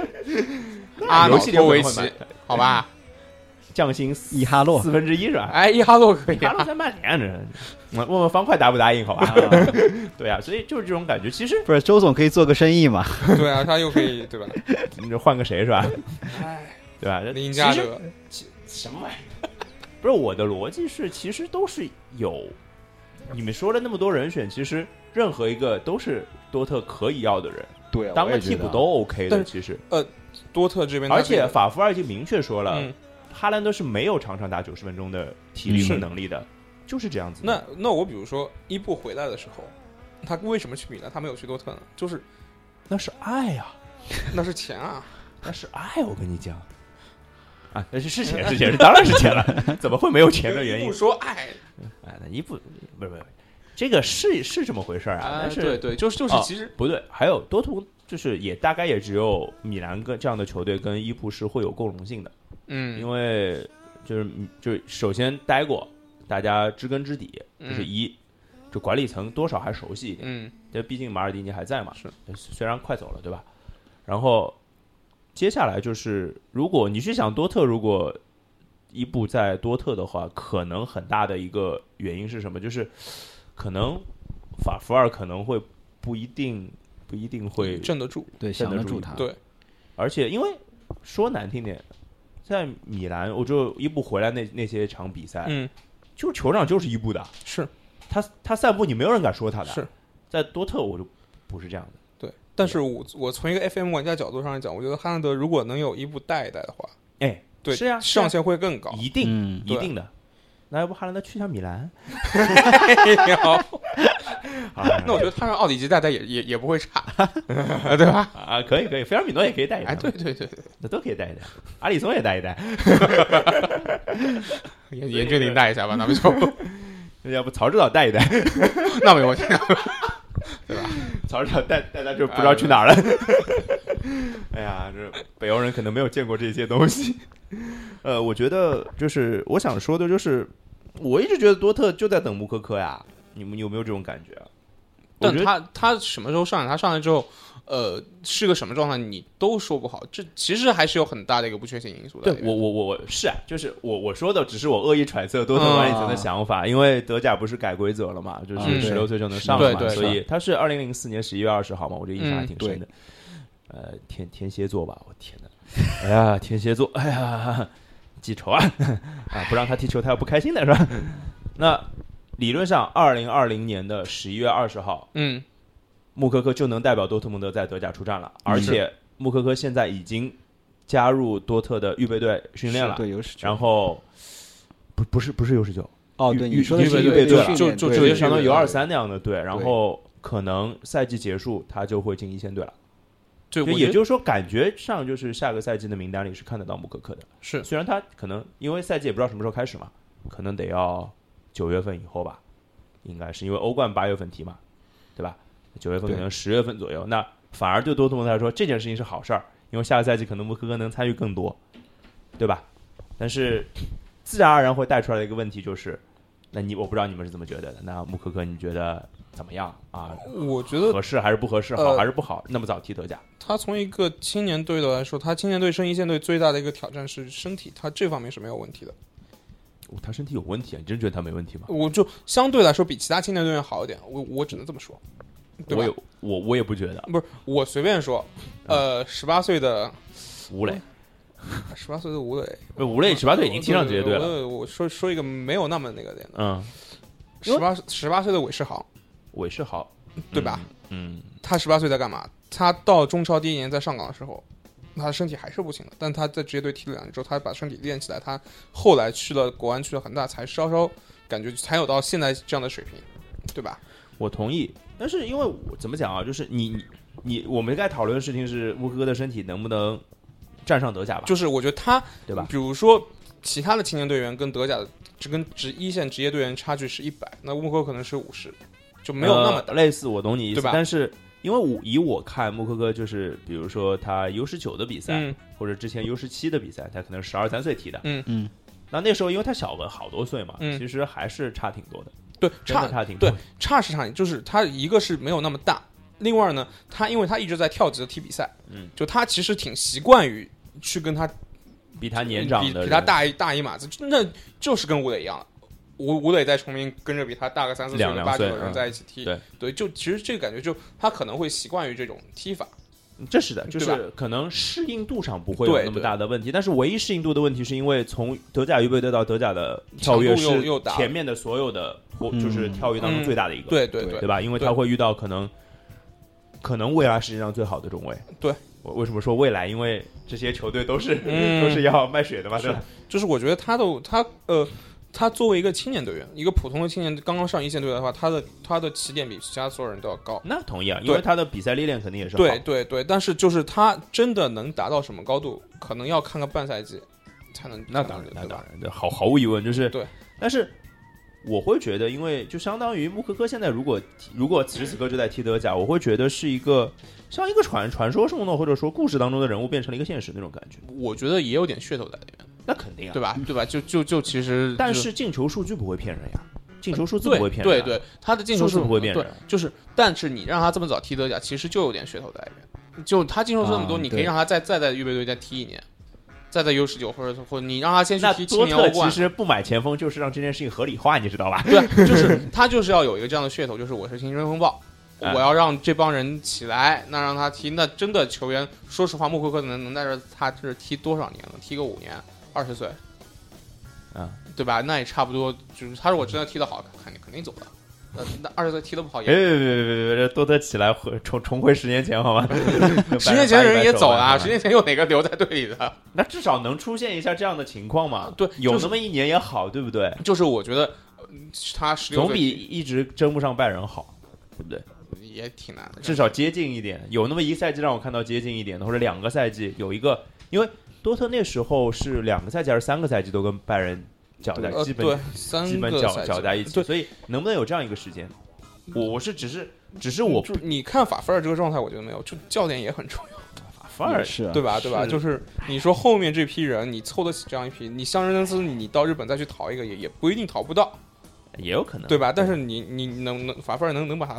S2: 阿
S1: 游
S2: 瑙
S1: 戏里
S2: 托维
S1: 面会
S2: 奇
S1: 买，
S2: 好 吧？
S1: 降薪四
S3: 伊哈洛
S1: 四分之一是吧？
S2: 哎，伊哈洛可以
S1: 打了
S2: 啊，
S1: 三半年，这嗯问问方块答不答应？好 吧？对啊，所以就是这种感觉。其实
S3: 不是周总可以做个生意嘛？
S2: 对啊，他又可以对吧？
S1: 你就换个谁是吧？
S2: 哎，
S1: 对吧？
S2: 林
S1: 呃其
S2: 加
S1: 实
S2: 德，
S1: 什么玩意儿？ 不是我的逻辑是，其实都是有。你们说了那么多人选，其实任何一个都是多特可以要的人，
S3: 对
S1: 当个替补都 OK
S2: 啊但
S1: 的。
S2: 是
S1: 其实，
S2: 多特这边他
S1: 而
S2: 可以，
S1: 且法夫尔已经明确说了，
S2: 嗯，
S1: 哈兰德是没有场场打九十分钟的体力和能力的，就是这样子。
S2: 那那我比如说伊布回来的时候，他为什么去米兰，他没有去多特呢？就是
S1: 那是爱呀、
S2: 那是钱啊，
S1: 那是爱，我跟你讲。啊，那是是 钱，是钱，是当然是钱了，怎么会没有钱的原
S2: 伊
S1: 因
S2: 布？说爱
S1: 哎，那一步，不是不是，这个是是这么回事儿啊，
S2: 啊，
S1: 但是、
S2: 对对，就是就是
S1: 啊
S2: 其实
S1: 不对，还有多图，就是也大概也只有米兰跟这样的球队跟伊布是会有共荣性的，
S2: 嗯
S1: 因为就是就是首先待过，大家知根知底，这、是
S2: 嗯
S1: 一，就管理层多少还熟悉一点。
S2: 嗯
S1: 这毕竟马尔蒂尼还在嘛，
S2: 是
S1: 虽然快走了，对吧？然后接下来就是，如果你去想多特，如果伊布在多特的话，可能很大的一个原因是什么？就是可能法夫尔可能会不一定不一定会，啊
S2: 镇得住，
S3: 对，
S1: 镇
S3: 降
S1: 得
S3: 得
S1: 住
S3: 住
S1: 伊
S3: 他。
S2: 对
S1: 而且因为说难听点，在米兰，我就伊布回来那那些场比赛，
S2: 嗯
S1: 就球场就是伊布的，
S2: 是
S1: 他他散步你没有人敢说他的，
S2: 是。
S1: 在多特我就不是这样的。
S2: 对，但是我我从一个 FM 玩家角度上来讲，我觉得哈兰德如果能有伊布带一带的话，
S1: 哎，
S2: 对，
S1: 是啊是啊
S2: 上限会更高。
S1: 一定
S3: 嗯
S1: 一
S2: 对
S1: 定的。那要不哈兰德去趟米兰？
S2: 好
S1: 啊，
S2: 那我觉得他让奥里吉带带也也也不会差，对吧？
S1: 啊，可以可以，菲尔米诺也可以带一带，
S2: 哎，对，对对，
S1: 那都可以带一带，阿里松也带一带，
S2: 严严俊林带一下吧，咱们 就
S1: 要不曹指导带一带，
S2: 那没问题。
S1: 槽到大大家就不知道去哪儿了。 哎呀，这北欧人可能没有见过这些东西。 呃，我觉得就是我想说的，就是我一直觉得多特就在等穆科科呀，你们有没有这种感觉啊？我
S2: 但
S1: 觉得
S2: 他他什么时候上来？他上来之后，呃，是个什么状态，你都说不好。这其实还是有很大的一个不确定因素的。
S1: 对我我我我是啊，就是我我说的只是我恶意揣测多特管理层的想法，因为德甲不是改规则了嘛，就
S3: 嗯
S1: 是十六岁就能上了嘛，
S2: 对对
S1: 所以他是二零零四年十一月二十号嘛，我这印象还挺深的。呃，天天蝎座吧，我天哪！哎呀，天蝎座，哎呀，记仇啊！啊，不让他踢球，他要不开心的是吧？ 那理论上，二零二零年的十一月二十号，
S2: 嗯，
S1: 穆科科就能代表多特蒙德在德甲出战了，而且穆科科现在已经加入多特的预备队训练了。
S3: 对，有十九
S1: 然后不不是不是 U 十九，
S3: 哦，
S1: 预
S3: 对，
S1: 预
S3: 你说的
S1: 预
S3: 是
S1: 备
S3: 预
S1: 队
S3: 队
S1: 对
S3: 训
S2: 就
S3: 练
S2: 就
S3: 对
S2: 直
S1: 就
S2: 接
S1: 是
S3: 对
S1: 相当于
S3: 对
S1: U 二
S3: 对
S1: 三那样的队，然后可能赛季结束他就会进一线队了。
S2: 对，
S1: 就
S2: 我
S1: 也
S2: 觉得
S1: 就是说，感觉上就是下个赛季的名单里是看得到姆可可的，
S2: 是
S1: 虽然他可能因为赛季也不知道什么时候开始嘛，可能得要九月份以后吧，应该是因为欧冠八月份踢嘛，对吧？九月份
S3: 对
S1: 可能十月份左右，那反而对多特蒙德来说这件事情是好事儿，因为下个赛季可能姆可可能参与更多，对吧？但是自然而然会带出来的一个问题就是，那你我不知道你们是怎么觉得的，那姆可可你觉得怎么样啊？
S2: 我觉得
S1: 合适还是不合适？好
S2: 呃
S1: 还是不好？那么早踢德甲？
S2: 他从一个青年队的来说，他青年队升一线队最大的一个挑战是身体，他这方面是没有问题的。
S1: 哦他身体有问题啊？你真觉得他没问题吗？
S2: 我就相对来说比其他青年队员好一点，我我只能这么说，
S1: 我
S2: 对吧
S1: 有？我我也不觉得。
S2: 不是我随便说，呃，十八岁的
S1: 吴磊，
S2: 十八岁的吴磊，
S1: 不是吴呃磊十八岁已经踢上职业队了。
S2: 我我说说一个没有那么那个点的，
S1: 嗯，
S2: 十八十八岁的韦世豪，
S1: 韦世豪，
S2: 对吧？
S1: 嗯？
S2: 他十八岁在干嘛？他到中超第一年在上港的时候，他的身体还是不行的，但他在职业队踢了两年之后，他把身体练起来，他后来去了国安，去了恒大，才稍稍感觉才有到现在这样的水平，对吧？
S1: 嗯，我同意。但是因为我怎么讲啊？就是你你你，我们在讨论的事情是乌哥的身体能不能站上德甲吧？
S2: 就是我觉得他，
S1: 对吧？
S2: 比如说其他的青年队员跟德甲的，这跟职一线职业队员差距是一百，那乌克可能是五十，就没有那么
S1: 呃
S2: 大。
S1: 类似，我懂你意思
S2: 对。吧
S1: 但是因为我以我看，穆科科就是比如说他 U 十九的比赛，
S2: 嗯
S1: 或者之前 U 十七的比赛，他可能十二三岁踢的。
S2: 嗯
S3: 嗯。
S1: 那那时候因为他小个好多岁嘛，
S2: 嗯
S1: 其实还是差挺多的，
S2: 对，
S1: 真的
S2: 差
S1: 差挺多的。
S2: 对差是差，就是他一个是没有那么大，另外呢，他因为他一直在跳级的踢比赛，
S1: 嗯，
S2: 就他其实挺习惯于去跟他
S1: 比他年长的
S2: 比
S1: 人
S2: 比他大一大一码子，那就是跟吴磊一样了。吴吴磊在崇明跟着比他大个三四岁
S1: 两
S2: 的
S1: 两
S2: 八九
S1: 岁
S2: 的人
S1: 嗯
S2: 在一起踢，
S1: 对
S2: 就其实这个感觉就他可能会习惯于这种踢法，
S1: 这是的，就
S2: 对吧
S1: 是可能适应度上不会有
S2: 对
S1: 那么
S2: 对
S1: 大的问题，但是唯一适应度的问题是因为从德甲预备队到德甲的跳跃
S2: 强度又
S1: 是
S2: 又大了
S1: 前面的所有的活
S3: 嗯
S1: 就是跳跃当中最大的一个，
S2: 对对
S3: 对
S2: 对
S1: 对吧？因为他
S2: 对
S1: 会遇到可能可能未来世界上最好的中卫，
S2: 对。
S1: 我为什么说未来？因为这些球队都是、
S2: 嗯
S1: 都是要卖血的嘛，对吧？
S2: 就是我觉得他的他呃，他作为一个青年队员，一个普通的青年刚刚上一线队的话，他的他的起点比其他所有人都要高。
S1: 那同意啊，
S2: 对
S1: 因为他的比赛历练肯定也是好
S2: 对对对，但是就是他真的能达到什么高度，可能要看个半赛季才能。
S1: 那当然，
S2: 才
S1: 那
S2: 能对吧
S1: 当然，这毫毫无疑问就是
S2: 对。
S1: 但是我会觉得，因为就相当于穆科科现在如果如果此时此刻就在踢德甲，我会觉得是一个像一个传传说中的或者说故事当中的人物变成了一个现实那种感觉。
S2: 我觉得也有点噱头在里面，
S1: 那肯定啊，
S2: 对吧？对吧？就就就其实，
S1: 但是进球数据不会骗人呀，进球数字
S2: 对
S1: 不会骗人啊
S2: 对
S1: 呀，
S2: 对，他的进球
S1: 数字
S2: 数呃
S1: 不会变
S2: 对
S1: 人，啊
S2: 就是，但是你让他这么早踢德甲，其实就有点噱头在里面。就他进球数那么多，
S3: 啊
S2: 你可以
S3: 对
S2: 让他再再在预备队再踢一年，再在 U 十九或者或者你让他先去
S1: 那
S2: 踢青
S1: 多
S2: 年欧
S1: 特
S2: 冠
S1: 其。实不买前锋，就是让这件事情合理化，你知道 吧？
S2: 对，就是他就是要有一个这样的噱头，就是我是青春风暴，
S1: 哎
S2: 我要让这帮人起来，那让他踢，那真的球员，说实话，穆科科能能在这他这踢多少年了？踢个五年，二十岁，
S1: 啊，
S2: 对吧？那也差不多，就是他如果真的踢得好，肯定肯定走了。那那二十岁踢得不好
S1: 别
S2: 也，
S1: 别别别别别，多特起来回重重回十年前好吗？
S2: 十年前人也走了啊，
S1: 了，
S2: 十年前有哪个留在队里的？
S1: 那至少能出现一下这样的情况嘛？
S2: 呃对
S1: 有
S2: 就是
S1: 那么一年也好，对不对？
S2: 就是我觉得嗯他十六
S1: 总
S2: 岁
S1: 比一直争不上拜仁好，对不对？
S2: 也挺难的，
S1: 至少接近一点，有那么一个赛季让我看到接近一点的，或者两个赛季有一个，因为多特那时候是两个赛季还是三个赛季都跟拜仁搅在，
S2: 呃
S1: 基
S2: 对
S1: 本
S2: 三
S1: 基本
S2: 个
S1: 搅
S2: 赛季
S1: 搅在一起，
S2: 对
S1: 所以能不能有这样一个时间？我我是只是只是我
S2: 就你看法菲尔这个状态，我觉得没有，就教练也很重要，
S1: 反而
S3: 是啊，
S2: 对吧？对吧？
S1: 是
S2: 就是你说后面这批人，你凑得起这样一批，你像热斯，你到日本再去淘一个，也也不一定淘不到，
S1: 也有可能
S2: 对吧？但是你你能能法菲尔能能把他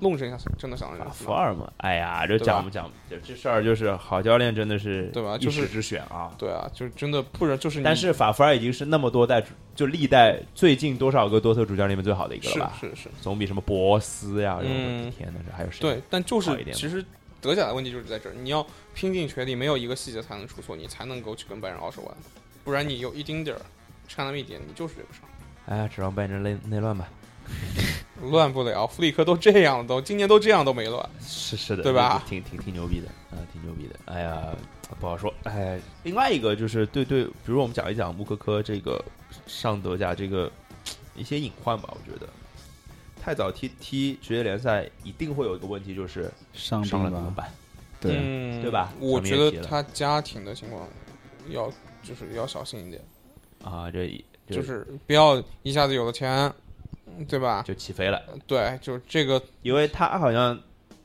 S2: 弄成像真的像热
S1: 法
S2: 斯
S1: 福
S2: 吗？
S1: 尔嘛，哎呀，这
S2: 对吧
S1: 讲不讲？这这事儿就是好教练真的是
S2: 对吧
S1: 一
S2: 就
S1: 时
S2: 是
S1: 之选啊。
S2: 对啊，就是真的不然就是你
S1: 但是法弗尔已经是那么多代就历代最近多少个多特主教练里面最好的一个了
S2: 是
S1: 吧？
S2: 是是，
S1: 总比什么博斯呀，
S2: 嗯
S1: 我的天哪，这还有谁？啊
S2: 对，但就
S1: 好
S2: 是
S1: 一点吧
S2: 其实德甲的问题就是在这儿，你要拼尽全力，没有一个细节才能出错，你才能够去跟拜仁熬手腕，不然你有一丁点儿差那么一点，你就是这个伤。
S1: 哎呀，只让拜仁内内乱吧。
S2: 乱不了，弗里克都这样了，都今年都这样都没乱。
S1: 是是的，
S2: 对吧
S1: 挺挺挺牛逼的啊、挺牛逼的。哎呀，不好说。哎，另外一个就是对对，比如我们讲一讲穆科科这个上德甲这个一些隐患吧，我觉得。太早踢踢职业联赛一定会有一个问题，就是
S3: 伤
S1: 上了
S3: 病
S1: 怎么
S3: 吧，
S1: 办？
S3: 对，
S2: 嗯
S1: 对吧
S2: 我
S1: 咱们也
S2: 觉得
S1: 提了
S2: 他家庭的情况要就是要小心一点，
S1: 啊，这这
S2: 就是不要一下子有了钱，嗯对吧？
S1: 就起飞了，
S2: 对，就是这个
S1: 因为他好像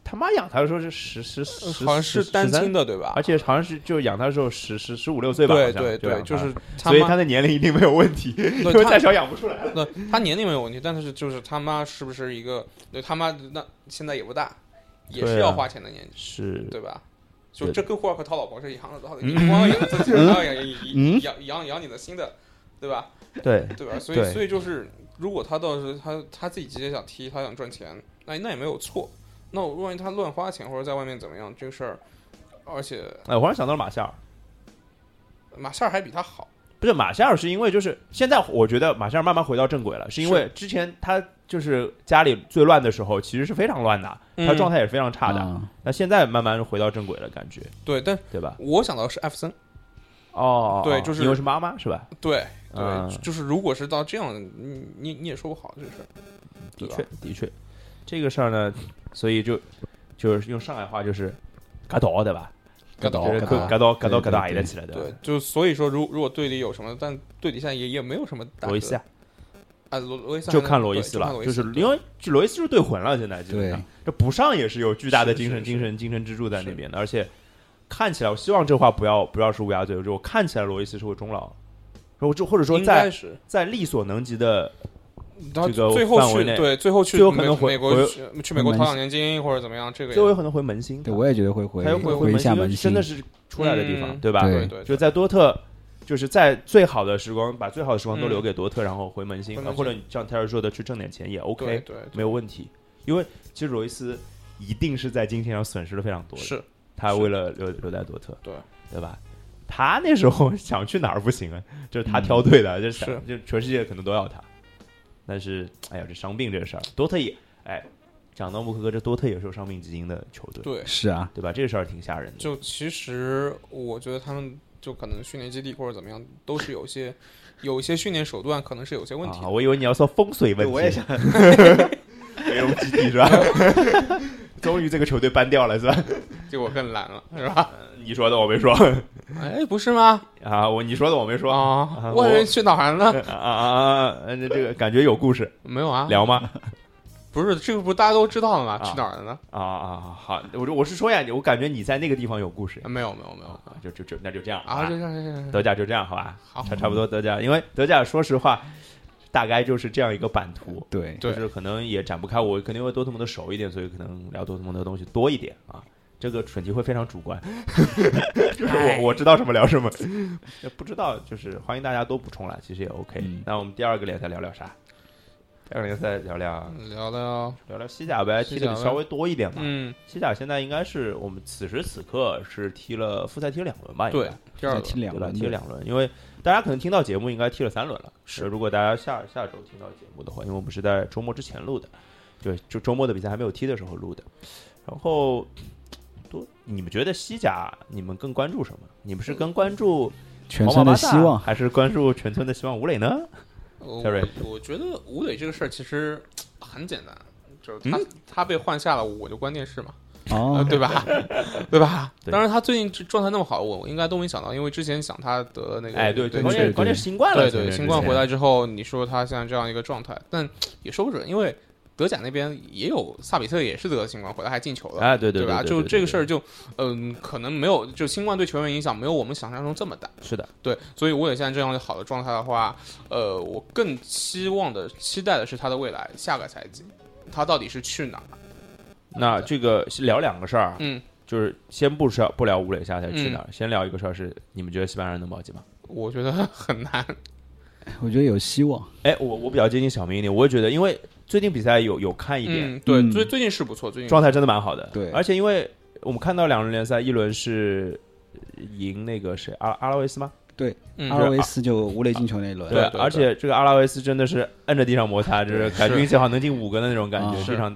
S1: 他妈养他的时候是十十十，
S2: 呃好像是单
S1: 13
S2: 亲，的，对吧？
S1: 而且好像是就养他的时候十十十五六岁吧，
S2: 对
S1: 好像
S2: 对对，
S1: 养他
S2: 就是他
S1: 啊所以他
S2: 妈，
S1: 的年龄一定没有问题，因
S2: 对
S1: 为再
S2: 他
S1: 小养不出来了。
S2: 对他年龄没有问题，但是就是他妈是不是一个对他妈那现在也不大，也
S1: 对
S2: 是
S1: 啊
S2: 要花钱的年纪。
S1: 是
S2: 对吧？就
S1: 对
S2: 这跟霍尔和他老婆是一样 的，道理。你光要养自己，还要养
S3: 嗯
S2: 养养养养你的新的，对吧？
S1: 对，
S2: 对吧？所
S1: 对
S2: 以所以就是，如果他到时他他自己直接想踢，他想赚钱，那那也没有错。那我万一他乱花钱或者在外面怎么样，这个事儿，而且
S1: 哎，我忽然想到了马夏尔，
S2: 马夏尔还比他好，
S1: 不是马夏尔，是因为就是现在我觉得马夏尔慢慢回到正轨了，是因为之前他就是家里最乱的时候，其实是非常乱的，他
S2: 嗯
S1: 状态也是非常差的。
S3: 啊
S1: 那现在慢慢回到正轨了，感觉
S2: 对。但
S1: 对吧？
S2: 我想到的是艾弗森，
S1: 哦，
S2: 对
S1: 哦
S2: 就是
S1: 因为是妈妈是吧？
S2: 对
S1: 嗯
S2: 对，就是如果是到这样，你你你也说不好这个事儿，
S1: 的
S2: 对吧
S1: 确，的确，这个事儿呢，所以就就是用上海话就是“嘎倒”对吧？
S3: 嘎倒
S1: 就是
S3: 嘎
S1: 嘎
S3: 倒
S1: 嘎倒嘎倒嘎
S3: 对对
S1: 倒挨得
S3: 对
S1: 起来对
S2: 对
S1: 吧？，
S2: 就所以说，如如果队里有什么，但队底下也也没有什么大
S1: 罗伊
S2: 的
S1: 斯啊
S2: 啊，罗罗伊斯
S1: 就
S2: 还能
S1: 看罗伊
S2: 对
S1: 斯
S2: 看
S1: 了，
S2: 罗伊
S1: 就是
S2: 斯
S1: 因为就罗伊斯就是队魂了，现在基本上
S3: 对
S1: 这不上也是有巨大的
S2: 是
S1: 精神
S2: 是
S1: 精神精神支柱在那
S2: 是
S1: 边的，而且看起来我希望这话不要不要是乌鸦嘴，就我看起来罗伊斯是会终老，然后就或者说
S2: 应该
S1: 在
S2: 是
S1: 在力所能及的
S2: 他
S1: 这个
S2: 最后
S1: 范围
S2: 去
S1: 内
S2: 对最后去
S1: 最后可
S2: 美
S1: 能回
S2: 美
S1: 回
S2: 国去去美国讨两年金或者怎么样，这个也
S1: 最后有可能回门兴，
S3: 对我也觉得会回
S1: 他又
S2: 会
S1: 回
S3: 一下
S1: 兴，因
S3: 门
S1: 为真
S3: 兴
S1: 的，是出来的地方，
S2: 嗯
S1: 对吧？
S2: 对
S3: 对
S2: 对
S1: 就在多特，就是在最好的时光，把最好的时光都留给多特，然后回门兴啊
S2: 嗯回，门兴
S1: 或者你像泰尔说的去挣点钱也
S2: 对
S1: OK，
S2: 对
S1: 没有问题。因为其实罗伊斯一定是在金钱上损失了非常多的，
S2: 是
S1: 他为了留留在多特，
S2: 对
S1: 对吧？他那时候 想去哪儿不行啊，就是他
S2: 嗯
S1: 挑对的，就是
S2: 是
S1: 想就全世界可能都要他。但是，哎呀，这伤病这个事儿，多特也，哎，讲到穆科科，这多特也是有伤病基因的球队，
S2: 对，
S3: 是啊，
S1: 对吧？这个事儿挺吓人的。
S2: 就其实我觉得他们就可能训练基地或者怎么样，都是有一些有一些训练手段可能是有些问题
S1: 啊，
S2: 的。
S1: 我以为你要说风水问题，
S3: 对我也想，
S1: 北龙基地是吧？ 终于这个球队搬掉了是吧？
S2: 结果更懒了，是吧？
S1: 你说的我没说
S2: 哎，不是吗？
S1: 啊，我你说的我没说啊
S2: 啊，
S1: 我
S2: 我以为去哪儿呢？
S1: 啊啊啊！呃这个感觉有故事
S2: 没有啊，
S1: 聊吗？
S2: 不是这个不是大家都知道了吗？
S1: 啊
S2: 去哪儿了呢？
S1: 啊啊好，我就我是说呀，我感觉你在那个地方有故事
S2: 啊没有没有没有
S1: 啊，就就就那就这样
S2: 啊，这这这这
S1: 德甲就这样好吧？
S2: 好，
S1: 差差不多德甲，因为德甲说实话，大概就是这样一个版图。
S3: 对，
S2: 对
S1: 就是可能也展不开，我肯定会多特蒙德熟一点，所以可能聊多特蒙德的东西多一点啊。这个选题会非常主观， 就是我我知道什么聊什么，呃不知道就是欢迎大家多补充啦，其实也 OK、
S3: 嗯
S1: 那我们第二个联赛聊聊啥？第二个联赛聊聊
S2: 聊聊，
S1: 聊聊西甲呗，踢
S2: 西
S1: 的
S2: 甲呗
S1: 比稍微多一点嘛。
S2: 嗯，
S1: 西甲现在应该是我们此时此刻是踢了复赛踢了两轮吧？应该
S2: 对，第二
S3: 再
S2: 个
S3: 踢两
S1: 对吧？
S3: 轮
S1: 踢了，两轮，因为大家可能听到节目应该踢了三轮了。是，如果大家下下周听到节目的话，因为我们是在周末之前录的，对，就周末的比赛还没有踢的时候录的。然后，多你们觉得西甲你们更关注什么？你们是更关注
S3: 全
S1: 皇马
S3: 村的
S1: 巴萨
S3: 希望，
S1: 还是关注全村的希望？吴磊呢？
S2: 我
S1: Terry
S2: 呃我觉得吴磊这个事儿其实很简单，就是
S1: 嗯
S2: 他、他被换下了，我就关电视嘛，呃
S3: 哦，
S2: 对吧？ 对吧？
S1: 对
S2: 当然他最近这状态那么好，我我应该都没想到，因为之前想他得了那个
S1: 哎，对对，
S3: 对
S1: 关
S3: 对
S1: 键
S3: 对
S1: 关键是新冠了，
S2: 对对，
S1: 前面
S2: 新冠
S1: 之前
S2: 回来之后，你说他现在这样一个状态，但也说不准，因为德甲那边也有萨比特也是这个情况，回来还进球了，
S1: 哎对对
S2: 对
S1: 对
S2: 吧？
S1: 对对
S2: 就
S1: 对
S2: 这个
S1: 对
S2: 事儿就，嗯，可能没有，就新冠对球员影响没有我们想象中这么大。
S1: 是的，
S2: 对，所以我也现在这样的好的状态的话，呃，我更期望的、期待的是他的未来，下个赛季他到底是去哪儿？
S1: 那这个聊两个事儿啊，
S2: 嗯，
S1: 就是先不说不聊吴磊下赛去哪儿，先聊一个事儿是，你们觉得西班牙人能保级吗？
S2: 我觉得 很难。
S3: 我觉得有希望。
S1: 哎，我我比较接近小明一点，我也觉得，因为最近比赛有有看一点，
S2: 嗯，对，
S3: 嗯
S2: 最最近是不错，最近
S1: 状态真的蛮好的，
S3: 对
S1: 而且因为我们看到两轮联赛，一轮是赢那个谁阿阿拉维斯吗？
S2: 嗯
S3: 阿拉维斯就无雷进球那一轮，
S2: 对
S1: 而且这个阿拉维斯真的是摁着地上摩擦，就是感觉
S2: 是
S1: 运气好能进五个的那种感觉
S3: 啊，
S1: 非常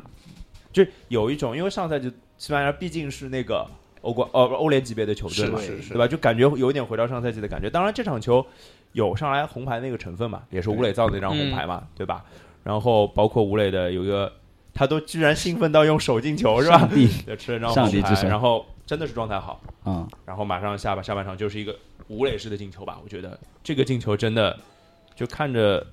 S1: 就有一种，因为上赛季西班牙毕竟是那个欧冠呃欧联级别的球队
S2: 是
S1: 嘛，
S2: 是是
S1: 对吧？就感觉有点回到上赛季的感觉。当然这场球有上来红牌那个成分嘛，也是吴磊造的那张红牌
S2: 嗯
S1: 嘛，对吧？然后包括吴磊的有一个，他都居然兴奋到用手进球是吧
S3: 上？帝
S1: 就吃了张
S3: 上
S1: 红
S3: 帝之
S1: 牌，
S3: 手
S1: 然后真的是状态好。
S3: 啊，
S1: 然后马上下半下半场就是一个吴磊式的进球吧，我觉得这个进球真的就看着，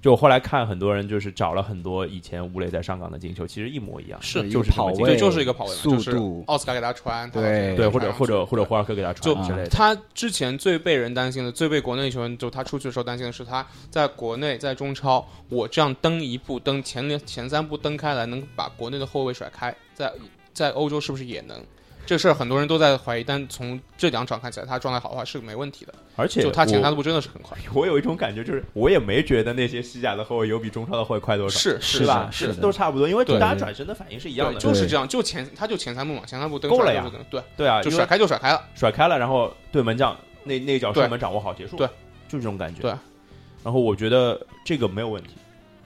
S1: 就我后来看很多人就是找了很多以前吴磊在上港的进球，其实一模一样，
S2: 是
S1: 就是
S3: 跑
S1: 这么
S3: 位，
S1: 进
S2: 对，就是一个跑位嘛，就
S3: 速
S2: 是
S3: 度，
S2: 奥斯卡给他传，他
S3: 对
S1: 对，或者或者或者
S2: 对
S1: 霍尔克给他
S2: 就
S1: 传之类的，
S2: 他之前最被人担心的、最被国内球员就他出去的时候担心的是他在国内在中超，我这样蹬一步蹬前两前三步蹬开来，能把国内的后卫甩开，在在欧洲是不是也能？这事儿很多人都在怀疑，但从这两场看起来，他状态好的话是没问题的。
S1: 而且
S2: 就他前
S1: 我
S2: 三步真的是很快，
S1: 我有一种感觉，就是我也没觉得那些西甲的后卫有比中超的后卫快多少，
S2: 是
S1: 是
S3: 是
S1: 吧？
S3: 的是的
S1: 都差不多，因为
S2: 对
S1: 大家转身的反应是一样的，
S2: 对，就
S1: 对
S2: 是这样，就前他就前三步嘛，前三步蹬
S1: 够了
S2: 甩
S1: 呀
S2: 就蹬对，
S1: 对啊，
S2: 就
S1: 因
S2: 甩
S1: 为
S2: 开就甩开了。
S1: 甩开了，然后对门将那那脚射
S2: 对
S1: 门掌握好结束，
S2: 对，
S1: 就这种感觉，
S2: 对。
S1: 然后我觉得这个没有问题，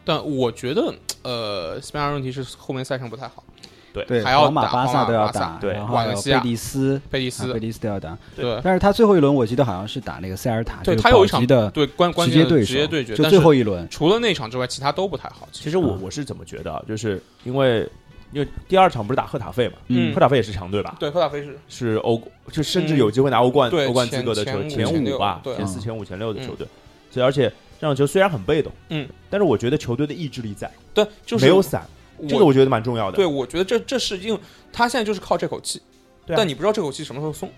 S2: 但我觉得，呃，西班牙人问题是后面赛程不太好，
S3: 对，
S2: 还要
S3: 皇马、
S2: 打
S3: 巴
S2: 皇
S3: 萨
S2: 马
S3: 都要
S2: 巴萨
S3: 打，
S1: 对
S3: 然后
S2: 瓦
S3: 还
S2: 伦
S3: 有
S2: 西亚
S3: 贝蒂斯，
S2: 贝蒂
S3: 啊
S2: 斯
S3: 贝，蒂斯都要打。
S2: 对
S3: 但是他最后一轮我记得好像是打那个塞尔塔，
S2: 对
S3: 就是
S2: 他有一
S3: 保
S2: 场
S3: 级的
S2: 对关关
S3: 直
S2: 键
S3: 接
S2: 的
S3: 对
S2: 直接
S3: 手，
S2: 对决，
S3: 就
S2: 但
S3: 最
S2: 是
S3: 后一轮，
S2: 除了那场之外，其他都不太好。其
S1: 其
S2: 实
S1: 实我
S3: 嗯
S1: 我是怎么觉得啊，就是因为因为第二场不是打赫塔费嘛，
S2: 嗯
S1: 赫塔费也是强队吧，
S2: 对，科塔菲是
S1: 是欧就甚至有机会拿欧冠
S2: 嗯对
S1: 欧冠资格的球
S2: 前前五
S1: 五吧
S2: 前六，对啊
S1: 前四
S3: 嗯
S1: 前五前六的球队，所以而且这场球虽然很被动，
S2: 嗯，
S1: 但是我觉得球队的意志力在，
S2: 对，就是
S1: 没有散，
S2: 我
S1: 这个我觉得蛮重要的，
S2: 对，我觉得这这是因为他现在就是靠这口气，
S1: 对啊
S2: 但你不知道这口气什么时候松。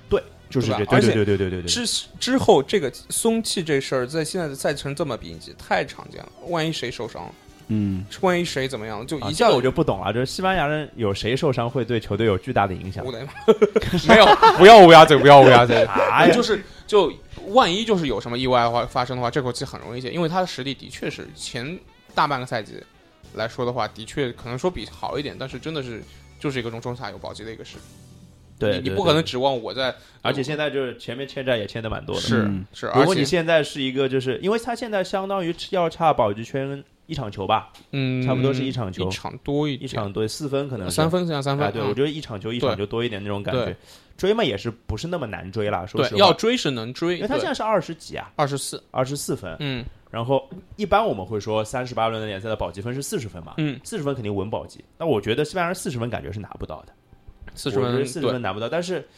S1: 就是
S2: 对吧
S1: 这，对对
S2: 而且
S1: 对对对对对，
S2: 之之后这个松气这事儿，在现在的赛程这么密集，太常见了。万一谁受伤了，
S3: 嗯，
S2: 万一谁怎么样了，就
S1: 啊
S2: 一
S1: 这
S2: 下
S1: 个
S2: 子
S1: 我就不懂了，就是西班牙人有谁受伤会对球队有巨大的影响
S2: 乌？雷嘛， 没 有，不要乌鸦嘴，不要乌鸦嘴。
S1: 啥哎呀
S2: 就？是就万一就是有什么意外的话发生的话，这口气很容易解，因为他的实力的确是前大半个赛季来说的话，的确可能说比好一点，但是真的是就是一个中中下游保级的一个事，
S1: 对，
S2: 你你
S1: 对
S2: 不可，能
S1: 对
S2: 指望我在，
S1: 而且现在就是前面欠债也欠的蛮多的，
S2: 是
S3: 嗯
S2: 是，
S1: 如
S2: 而
S1: 果你
S2: 且
S1: 现在是一个，就是因为他现在相当于要差保级圈一场球吧，
S2: 嗯，
S1: 差不多是一场球
S2: 一场多一点
S1: 一场对四分可能是
S2: 三分，像三分，
S1: 哎，对
S2: 嗯
S1: 我觉得一场球一场球多一点那种感觉
S2: 对。
S1: 追嘛也是不是那么难追啦，说实
S2: 对
S1: 话，
S2: 要追是能追，
S1: 因为他现在是二十几啊，
S2: 二十四，
S1: 二十四分。
S2: 嗯
S1: 然后一般我们会说三十八轮的联赛的保级分是四十分嘛，
S2: 嗯，
S1: 四十分肯定稳保级。那我觉得西班牙人四十分感觉是拿不到的，
S2: 四十
S1: 我觉
S2: 分
S1: 得四十
S2: 对，
S1: 分拿不到，但是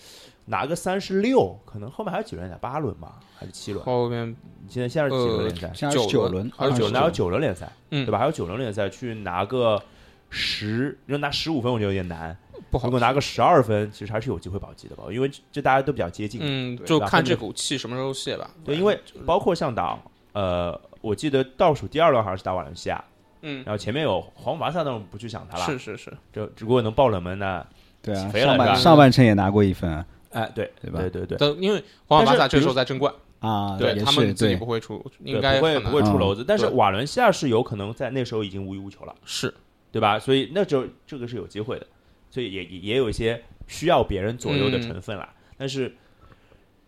S1: 拿个三十六，可能后面还有几轮联赛，八轮嘛，还是七轮？
S2: 后面
S1: 你现在现在是几
S2: 呃
S1: 轮联赛？
S3: 现在是
S2: 九
S3: 九
S2: 轮
S3: 轮，
S2: 还啊是
S1: 九
S2: 九
S1: 拿有九轮联赛，
S2: 嗯
S1: 对吧？还有九轮联赛去拿个十，要拿十五分我觉得有点难。
S2: 不好
S1: 如果，拿个十二分，其实还是有机会保级的吧，因为这这大家都比较接近。
S2: 嗯，
S1: 对
S2: 就
S1: 吧
S2: 看
S1: 后面
S2: 这口气什么时候泄吧，
S1: 对，因为包括像打呃，我记得倒数第二轮好像是打瓦伦西亚，
S2: 嗯
S1: 然后前面有皇马萨，但我们不去想他了。
S2: 是，是是，
S1: 就如果能爆冷门呢，
S3: 对啊，
S1: 肥了
S3: 上
S1: 是吧
S3: 半上半程也拿过一分啊
S1: 哎，对，
S3: 对吧
S1: 对对对，
S2: 但因为皇
S1: 但
S2: 马巴
S1: 是
S2: 萨这时
S1: 比
S2: 候
S1: 如
S2: 在争冠。
S3: 啊，
S2: 对
S3: 也
S2: 他们
S3: 是
S2: 自己
S3: 对
S2: 不，会出，
S1: 对
S2: 应该
S1: 不会
S2: 很
S1: 不
S2: 难
S1: 会出
S3: 嗯
S1: 篓子，但是
S2: 对
S1: 瓦伦西亚是有可能在那时候已经无欲无求了。
S2: 是
S1: 对吧？所以那就这个是有机会的，所以也也也有一些需要别人左右
S2: 嗯
S1: 的成分啦。但是，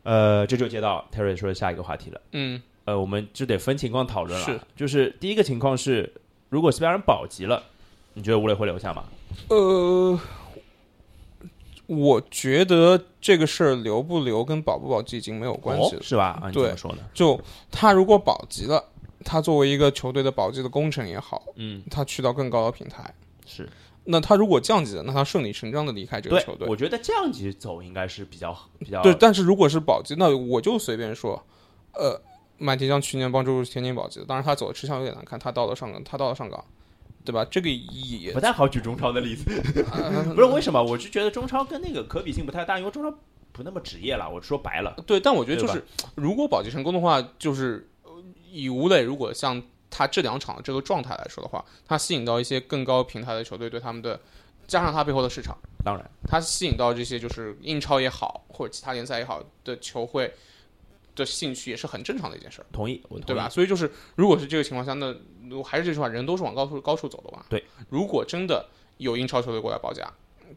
S1: 呃，这就接到 Terry 说的下一个话题了。
S2: 嗯
S1: 呃，我们就得分情况讨论了。
S2: 是，
S1: 就是第一个情况是，如果西班牙人保级了，你觉得吴磊会留下吗？
S2: 呃，我觉得这个事儿留不留跟保不保级已经没有关系
S1: 哦
S2: 了。
S1: 是吧？啊，你怎
S2: 对
S1: 么说呢？
S2: 就他如果保级了，他作为一个球队的保级的功臣也好，
S1: 嗯，
S2: 他去到更高的平台。
S1: 是
S2: 那他如果降级了，那他顺理成章的离开这个
S1: 对
S2: 球，队
S1: 我。觉得这样子走应该是比较比较
S2: 对，但是如果是保级，那我就随便说，呃，满铁匠去年帮助天津保级的，当然他走的吃相有点难看，他到了上港，他到了上港，对吧？这个也
S1: 不太好举中超的例 子。不是为什么？我是觉得中超跟那个可比性不太大，因为中超不那么职业了。我说白了，
S2: 对，但我觉得就
S1: 对吧
S2: 是，如果保级成功的话，就是呃以吴磊如果像他这两场的这个状态来说的话，他吸引到一些更高平台的球队对他们的，加上他背后的市场，
S1: 当然
S2: 他吸引到这些就是英超也好，或者其他联赛也好的球会的兴趣也是很正常的一件事儿，
S1: 同意，我同意
S2: 对吧？？所以就是，如果是这个情况下，那我还是这句话，人都是往高处高处走的嘛。
S1: 对，
S2: 如果真的有英超球队过来报价，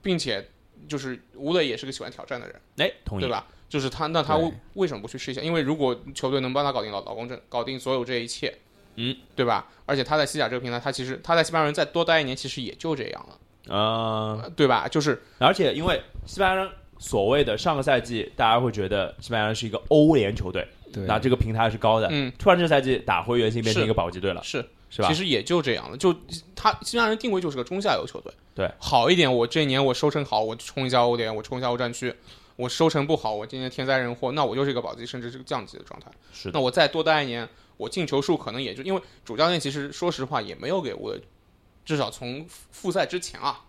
S2: 并且就是吴磊也是个喜欢挑战的人。
S1: 哎，同意，
S2: 对吧？就是他，那他
S3: 对
S2: 为为什么不去试一下？因为如果球队能帮他搞定老老公证，搞定所有这一切，
S1: 嗯，
S2: 对吧？而且他在西甲这个平台，他其实他在西班牙人再多待一年，其实也就这样了，
S1: 嗯，
S2: 呃对吧？就是
S1: 而且因为西班牙人所谓的上个赛季，大家会觉得西班牙人是一个欧联球队，
S3: 对，
S1: 那这个平台是高的。
S2: 嗯，
S1: 突然这赛季打回原形，变成
S2: 是
S1: 一个保级队了，
S2: 是
S1: 是吧？
S2: 其实也就这样了。就他西班牙人定位就是个中下游球队，
S1: 对，
S2: 好一点，我这一年我收成好，我冲一下欧联，我冲一下欧战区。我收成不好，我今年天灾人祸，那我就是一个保级甚至是个降级的状态。
S1: 是
S2: 那
S1: 的，
S2: 我再多待一年，我进球数可能也就因为主教练其实说实话也没有给我，至少从复赛之前啊，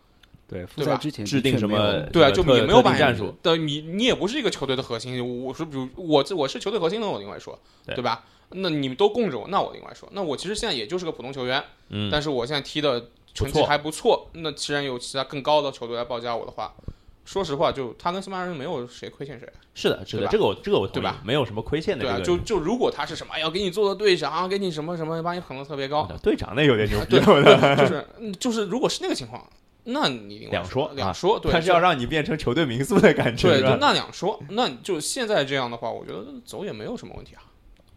S3: 对复
S2: 对
S3: 赛
S2: 吧
S3: 之前
S1: 制定
S3: 的确
S1: 什
S3: 没
S1: 么
S3: 有
S2: 对啊，
S1: 这
S2: 就
S1: 个
S2: 也
S1: 特
S2: 没有
S1: 特
S2: 把
S1: 定
S2: 你
S1: 战术，
S2: 对，你你也不是一个球队的核心。我是比如我这我是球队核心的，我另外说，
S1: 对
S2: 对吧？那你们都供着我，那我另外说。那我其实现在也就是个普通球员，
S1: 嗯，
S2: 但是我现在踢的成绩
S1: 错
S2: 还不错。那既然有其他更高的球队来报价我的话，说实话，就他跟西班牙人没有谁亏欠谁。
S1: 是的，是
S2: 对
S1: 的，
S2: 吧
S1: 这个我这个我同
S2: 对
S1: 意
S2: 吧，
S1: 没有什么亏欠的
S2: 对
S1: 这
S2: 啊，
S1: 个
S2: 就就如果他是什么，哎呀，给你做个队长，给你什么什么，把你捧得特别高，
S1: 队长那有点牛
S2: 啊
S1: 逼
S2: 对，
S1: 了，我觉得
S2: 对就是嗯就是，如果是那个情况，那你另外
S1: 两说啊
S2: 两说，对，
S1: 他是要让你变成球队民宿的感觉，
S2: 对，
S1: 是
S2: 就
S1: 吧
S2: 那两说，那你就现在这样的话，我觉得走也没有什么问题啊，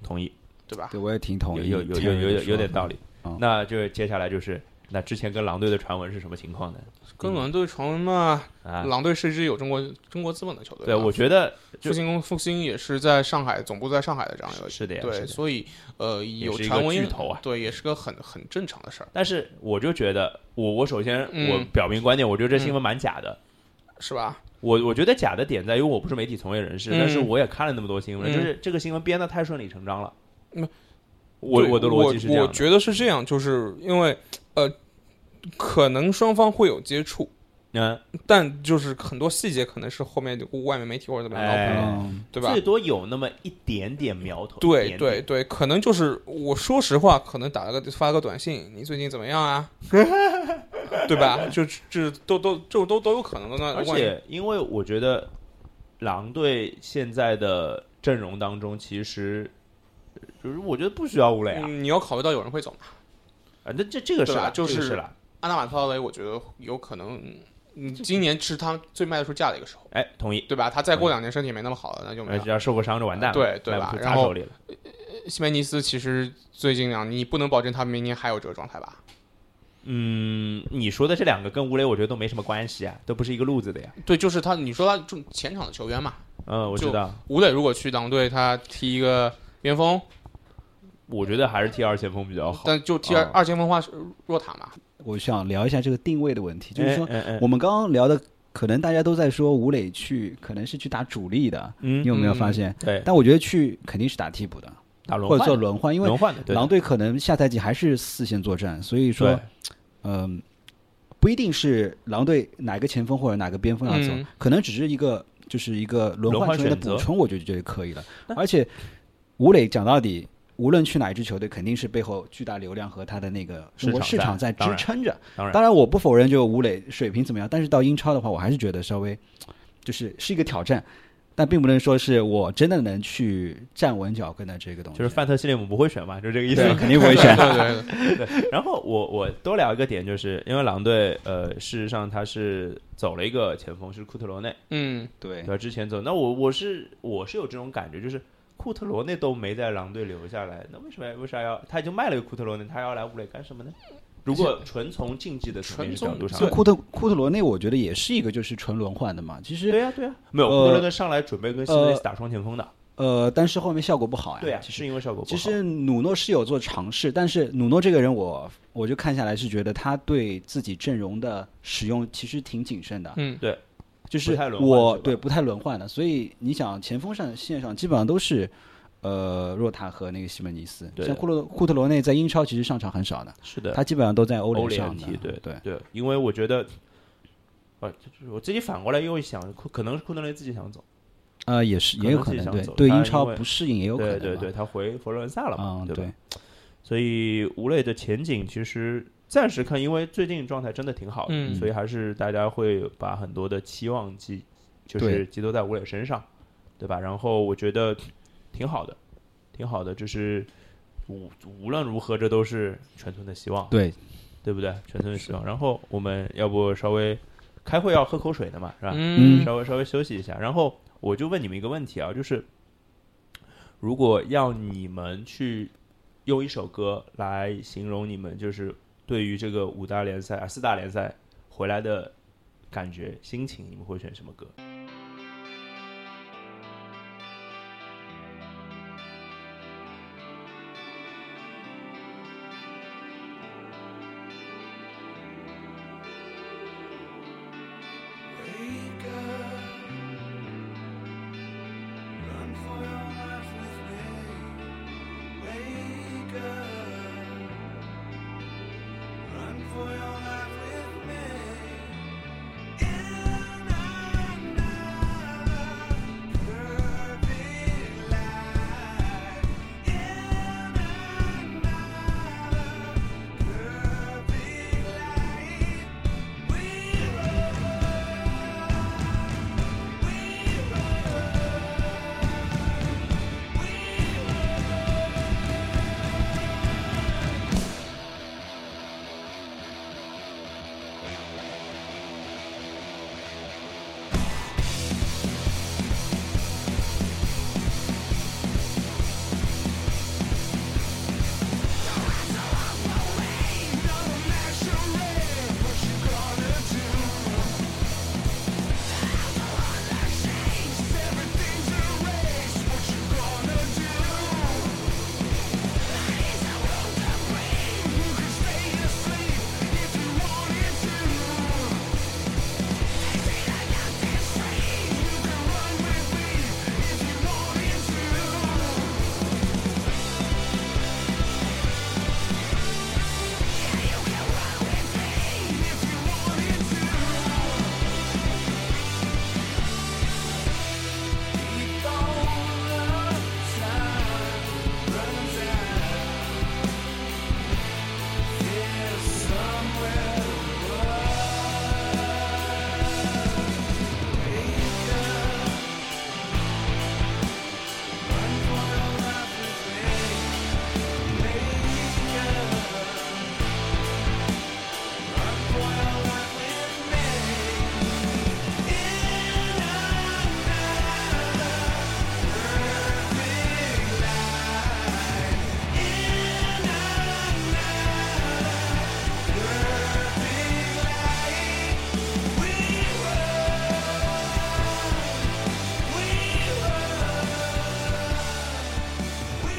S1: 同意，
S2: 对吧？
S3: 对我也挺同
S1: 有
S3: 意，
S1: 有有有有有有点道
S3: 理。
S1: 理
S3: 嗯。
S1: 那就接下来就是那之前跟狼队的传闻是什么情况呢？
S2: 跟狼队传闻嘛，
S1: 啊，
S2: 狼队是一支有中国中国资本的球队啊，
S1: 对，我觉得就
S2: 复兴公复兴也是在上海总部在上海的这样一个
S1: 是的呀，是
S2: 对，
S1: 的呀
S2: 所以呃有
S1: 是一个
S2: 传闻
S1: 巨头啊
S2: 对，也是个很很正常的事儿，
S1: 但是我就觉得，我我首先
S2: 嗯
S1: 我表明观点，我觉得这新闻蛮假的。
S2: 是吧？
S1: 我我觉得假的点在于我不是媒体从业人士，
S2: 嗯
S1: 但是我也看了那么多新闻，
S2: 嗯
S1: 就是这个新闻编的太顺理成章了。
S2: 嗯
S1: 我
S2: 对我
S1: 的逻辑是这
S2: 我
S1: 样的，
S2: 觉得是这样，就是因为呃，可能双方会有接触，
S1: 嗯，
S2: 但就是很多细节可能是后面就外面媒体或者怎么样
S1: 哎
S2: 捞出来的，
S3: 嗯，
S2: 对吧
S1: 最？多有那么一点点苗头。一
S2: 对
S1: 点
S2: 对
S1: 点，
S2: 对，可能就是我说实话，可能打了个发了个短信，你最近怎么样啊？ 对吧？就这都都这都都有可能的。那
S1: 而且因为我觉得狼队现在的阵容当中，其实呃就是我觉得不需要吴磊啊，
S2: 嗯你要考虑到有人会走嘛？
S1: 啊，那这这个是
S2: 对吧
S1: 啦，
S2: 就
S1: 这个
S2: 是
S1: 是啦，
S2: 安达马特劳雷，我觉得有可能，嗯，今年是他最卖得出价的一个时候，
S1: 哎，同意。
S2: 对吧？他再过两年身体没那么好了，那就没
S1: 呃，
S2: 了
S1: 只。要受过伤就完蛋了，
S2: 对对
S1: 卖
S2: 吧
S1: 不出
S2: 然
S1: 他
S2: 后
S1: 手里了。
S2: 西梅尼斯其实最近两，你不能保证他明年还有这个状态吧？
S1: 嗯，你说的这两个跟吴磊，我觉得都没什么关系啊，都不是一个路子的呀。
S2: 对，就是他，你说他中前场的球员嘛，
S1: 嗯，我知
S2: 就
S1: 道，
S2: 吴磊如果去狼队，他踢一个边锋，
S1: 我觉得还是踢二前锋比较好。
S2: 但就踢二、
S1: 哦
S2: 二前锋的话是若塔嘛，
S3: 我想聊一下这个定位的问题，就是说
S1: 哎，哎哎
S3: 我们刚刚聊的，可能大家都在说吴磊去，可能是去打主力的，你
S1: 嗯，
S3: 有没有
S2: 嗯
S3: 发现？
S1: 对，
S3: 但我觉得去肯定是打替补的，
S1: 打轮
S3: 或者做
S1: 换的，
S3: 轮换，因为
S1: 轮换的，对的
S3: 狼队可能下赛季还是四线作战，所以说
S1: 对，
S3: 嗯，不一定是狼队哪个前锋或者哪个边锋要走
S2: 嗯，
S3: 可能只是一个就是一个轮
S1: 轮换
S3: 换球员的
S1: 选择
S3: 补充，我就觉得可以了。而且吴磊讲到底，无论去哪一支球队，肯定是背后巨大流量和他的那个中国
S1: 市
S3: 市
S1: 场
S3: 场
S1: 在
S3: 在支撑着。
S1: 当然
S3: 当然，我不否认就吴磊水平怎么样，但是到英超的话，我还是觉得稍微就是是一个挑战，但并不能说是我真的能去站稳脚跟的这个东西。
S1: 就是范特西利姆不会选嘛，就是这个意
S3: 对
S1: 思。
S3: 肯定不会选。
S2: 对对对，
S1: 然后我我多聊一个点，就是因为狼队呃，事实上他是走了一个前锋，是库特罗内，
S2: 嗯，
S3: 对
S1: 对，吧？之前走，那我我是我是有这种感觉，就是库特罗内都没在狼队留下来，那为什么为啥要他已经卖了一个库特罗内，他要来吴磊干什么呢？如果纯从竞技的层面
S2: 纯
S1: 角
S2: 从
S1: 度上
S3: 就
S1: 来
S2: 对，
S3: 库特库特罗内，我觉得也是一个就是纯轮换的嘛。其实
S1: 对呀、对呀、没有
S3: 呃
S1: 库特罗内上来准备跟西维斯打双前锋的，
S3: 呃，但是后面效果不好呀。
S1: 对呀、
S3: 其实
S1: 是因为效果不好。
S3: 其实努诺是有做尝试，但是努诺这个人我我就看下来是觉得他对自己阵容的使用其实挺谨慎的，
S2: 嗯
S3: 就
S1: 不
S3: 是
S1: 太轮换
S3: 我
S1: 是吧
S3: 对不太轮换的，所以你想前锋上线上基本上都是呃若塔和那个西门尼斯。
S1: 对
S3: 像库洛库特罗内在英超其实上场很少的，
S1: 是的，
S3: 他基本上都在欧
S1: 欧
S3: 联
S1: 联
S3: 上
S1: 踢
S3: 的。，
S1: 对
S3: 对，
S1: 对，因为我觉得，呃，就是我自己反过来又一想，库可能是库德雷自己想走，
S3: 呃，也是
S1: 可
S3: 也有
S1: 能
S3: 可
S1: 自己
S3: 能
S1: 想
S3: 对
S1: 走
S3: 对
S1: 他
S3: 英
S1: 因
S3: 超
S1: 为
S3: 不适应也有可能
S1: 对
S3: 吧。
S1: 对对，他回佛罗伦萨了嘛，
S3: 嗯，
S1: 对吧？
S3: 对，
S1: 所以吴磊的前景其实暂时看，因为最近状态真的挺好的，
S2: 嗯
S1: 所以还是大家会把很多的期望寄，就是
S3: 对
S1: 寄托在吴磊身上，对吧？然后我觉得挺好的，挺好的，就是无无论如何，这都是全村的希望，
S3: 对
S1: 对不对？全村的希望。然后我们要不稍微开会要喝口水的嘛，是吧？
S3: 嗯
S1: 稍微稍微休息一下。然后我就问你们一个问题啊，就是如果要你们去用一首歌来形容你们就是对于这个五大联赛啊四大联赛回来的感觉心情，你们会选什么歌？
S4: Wake up, run for your life with me. Wake up, run for your life with me. In another perfect life, in another perfect life, we roll. We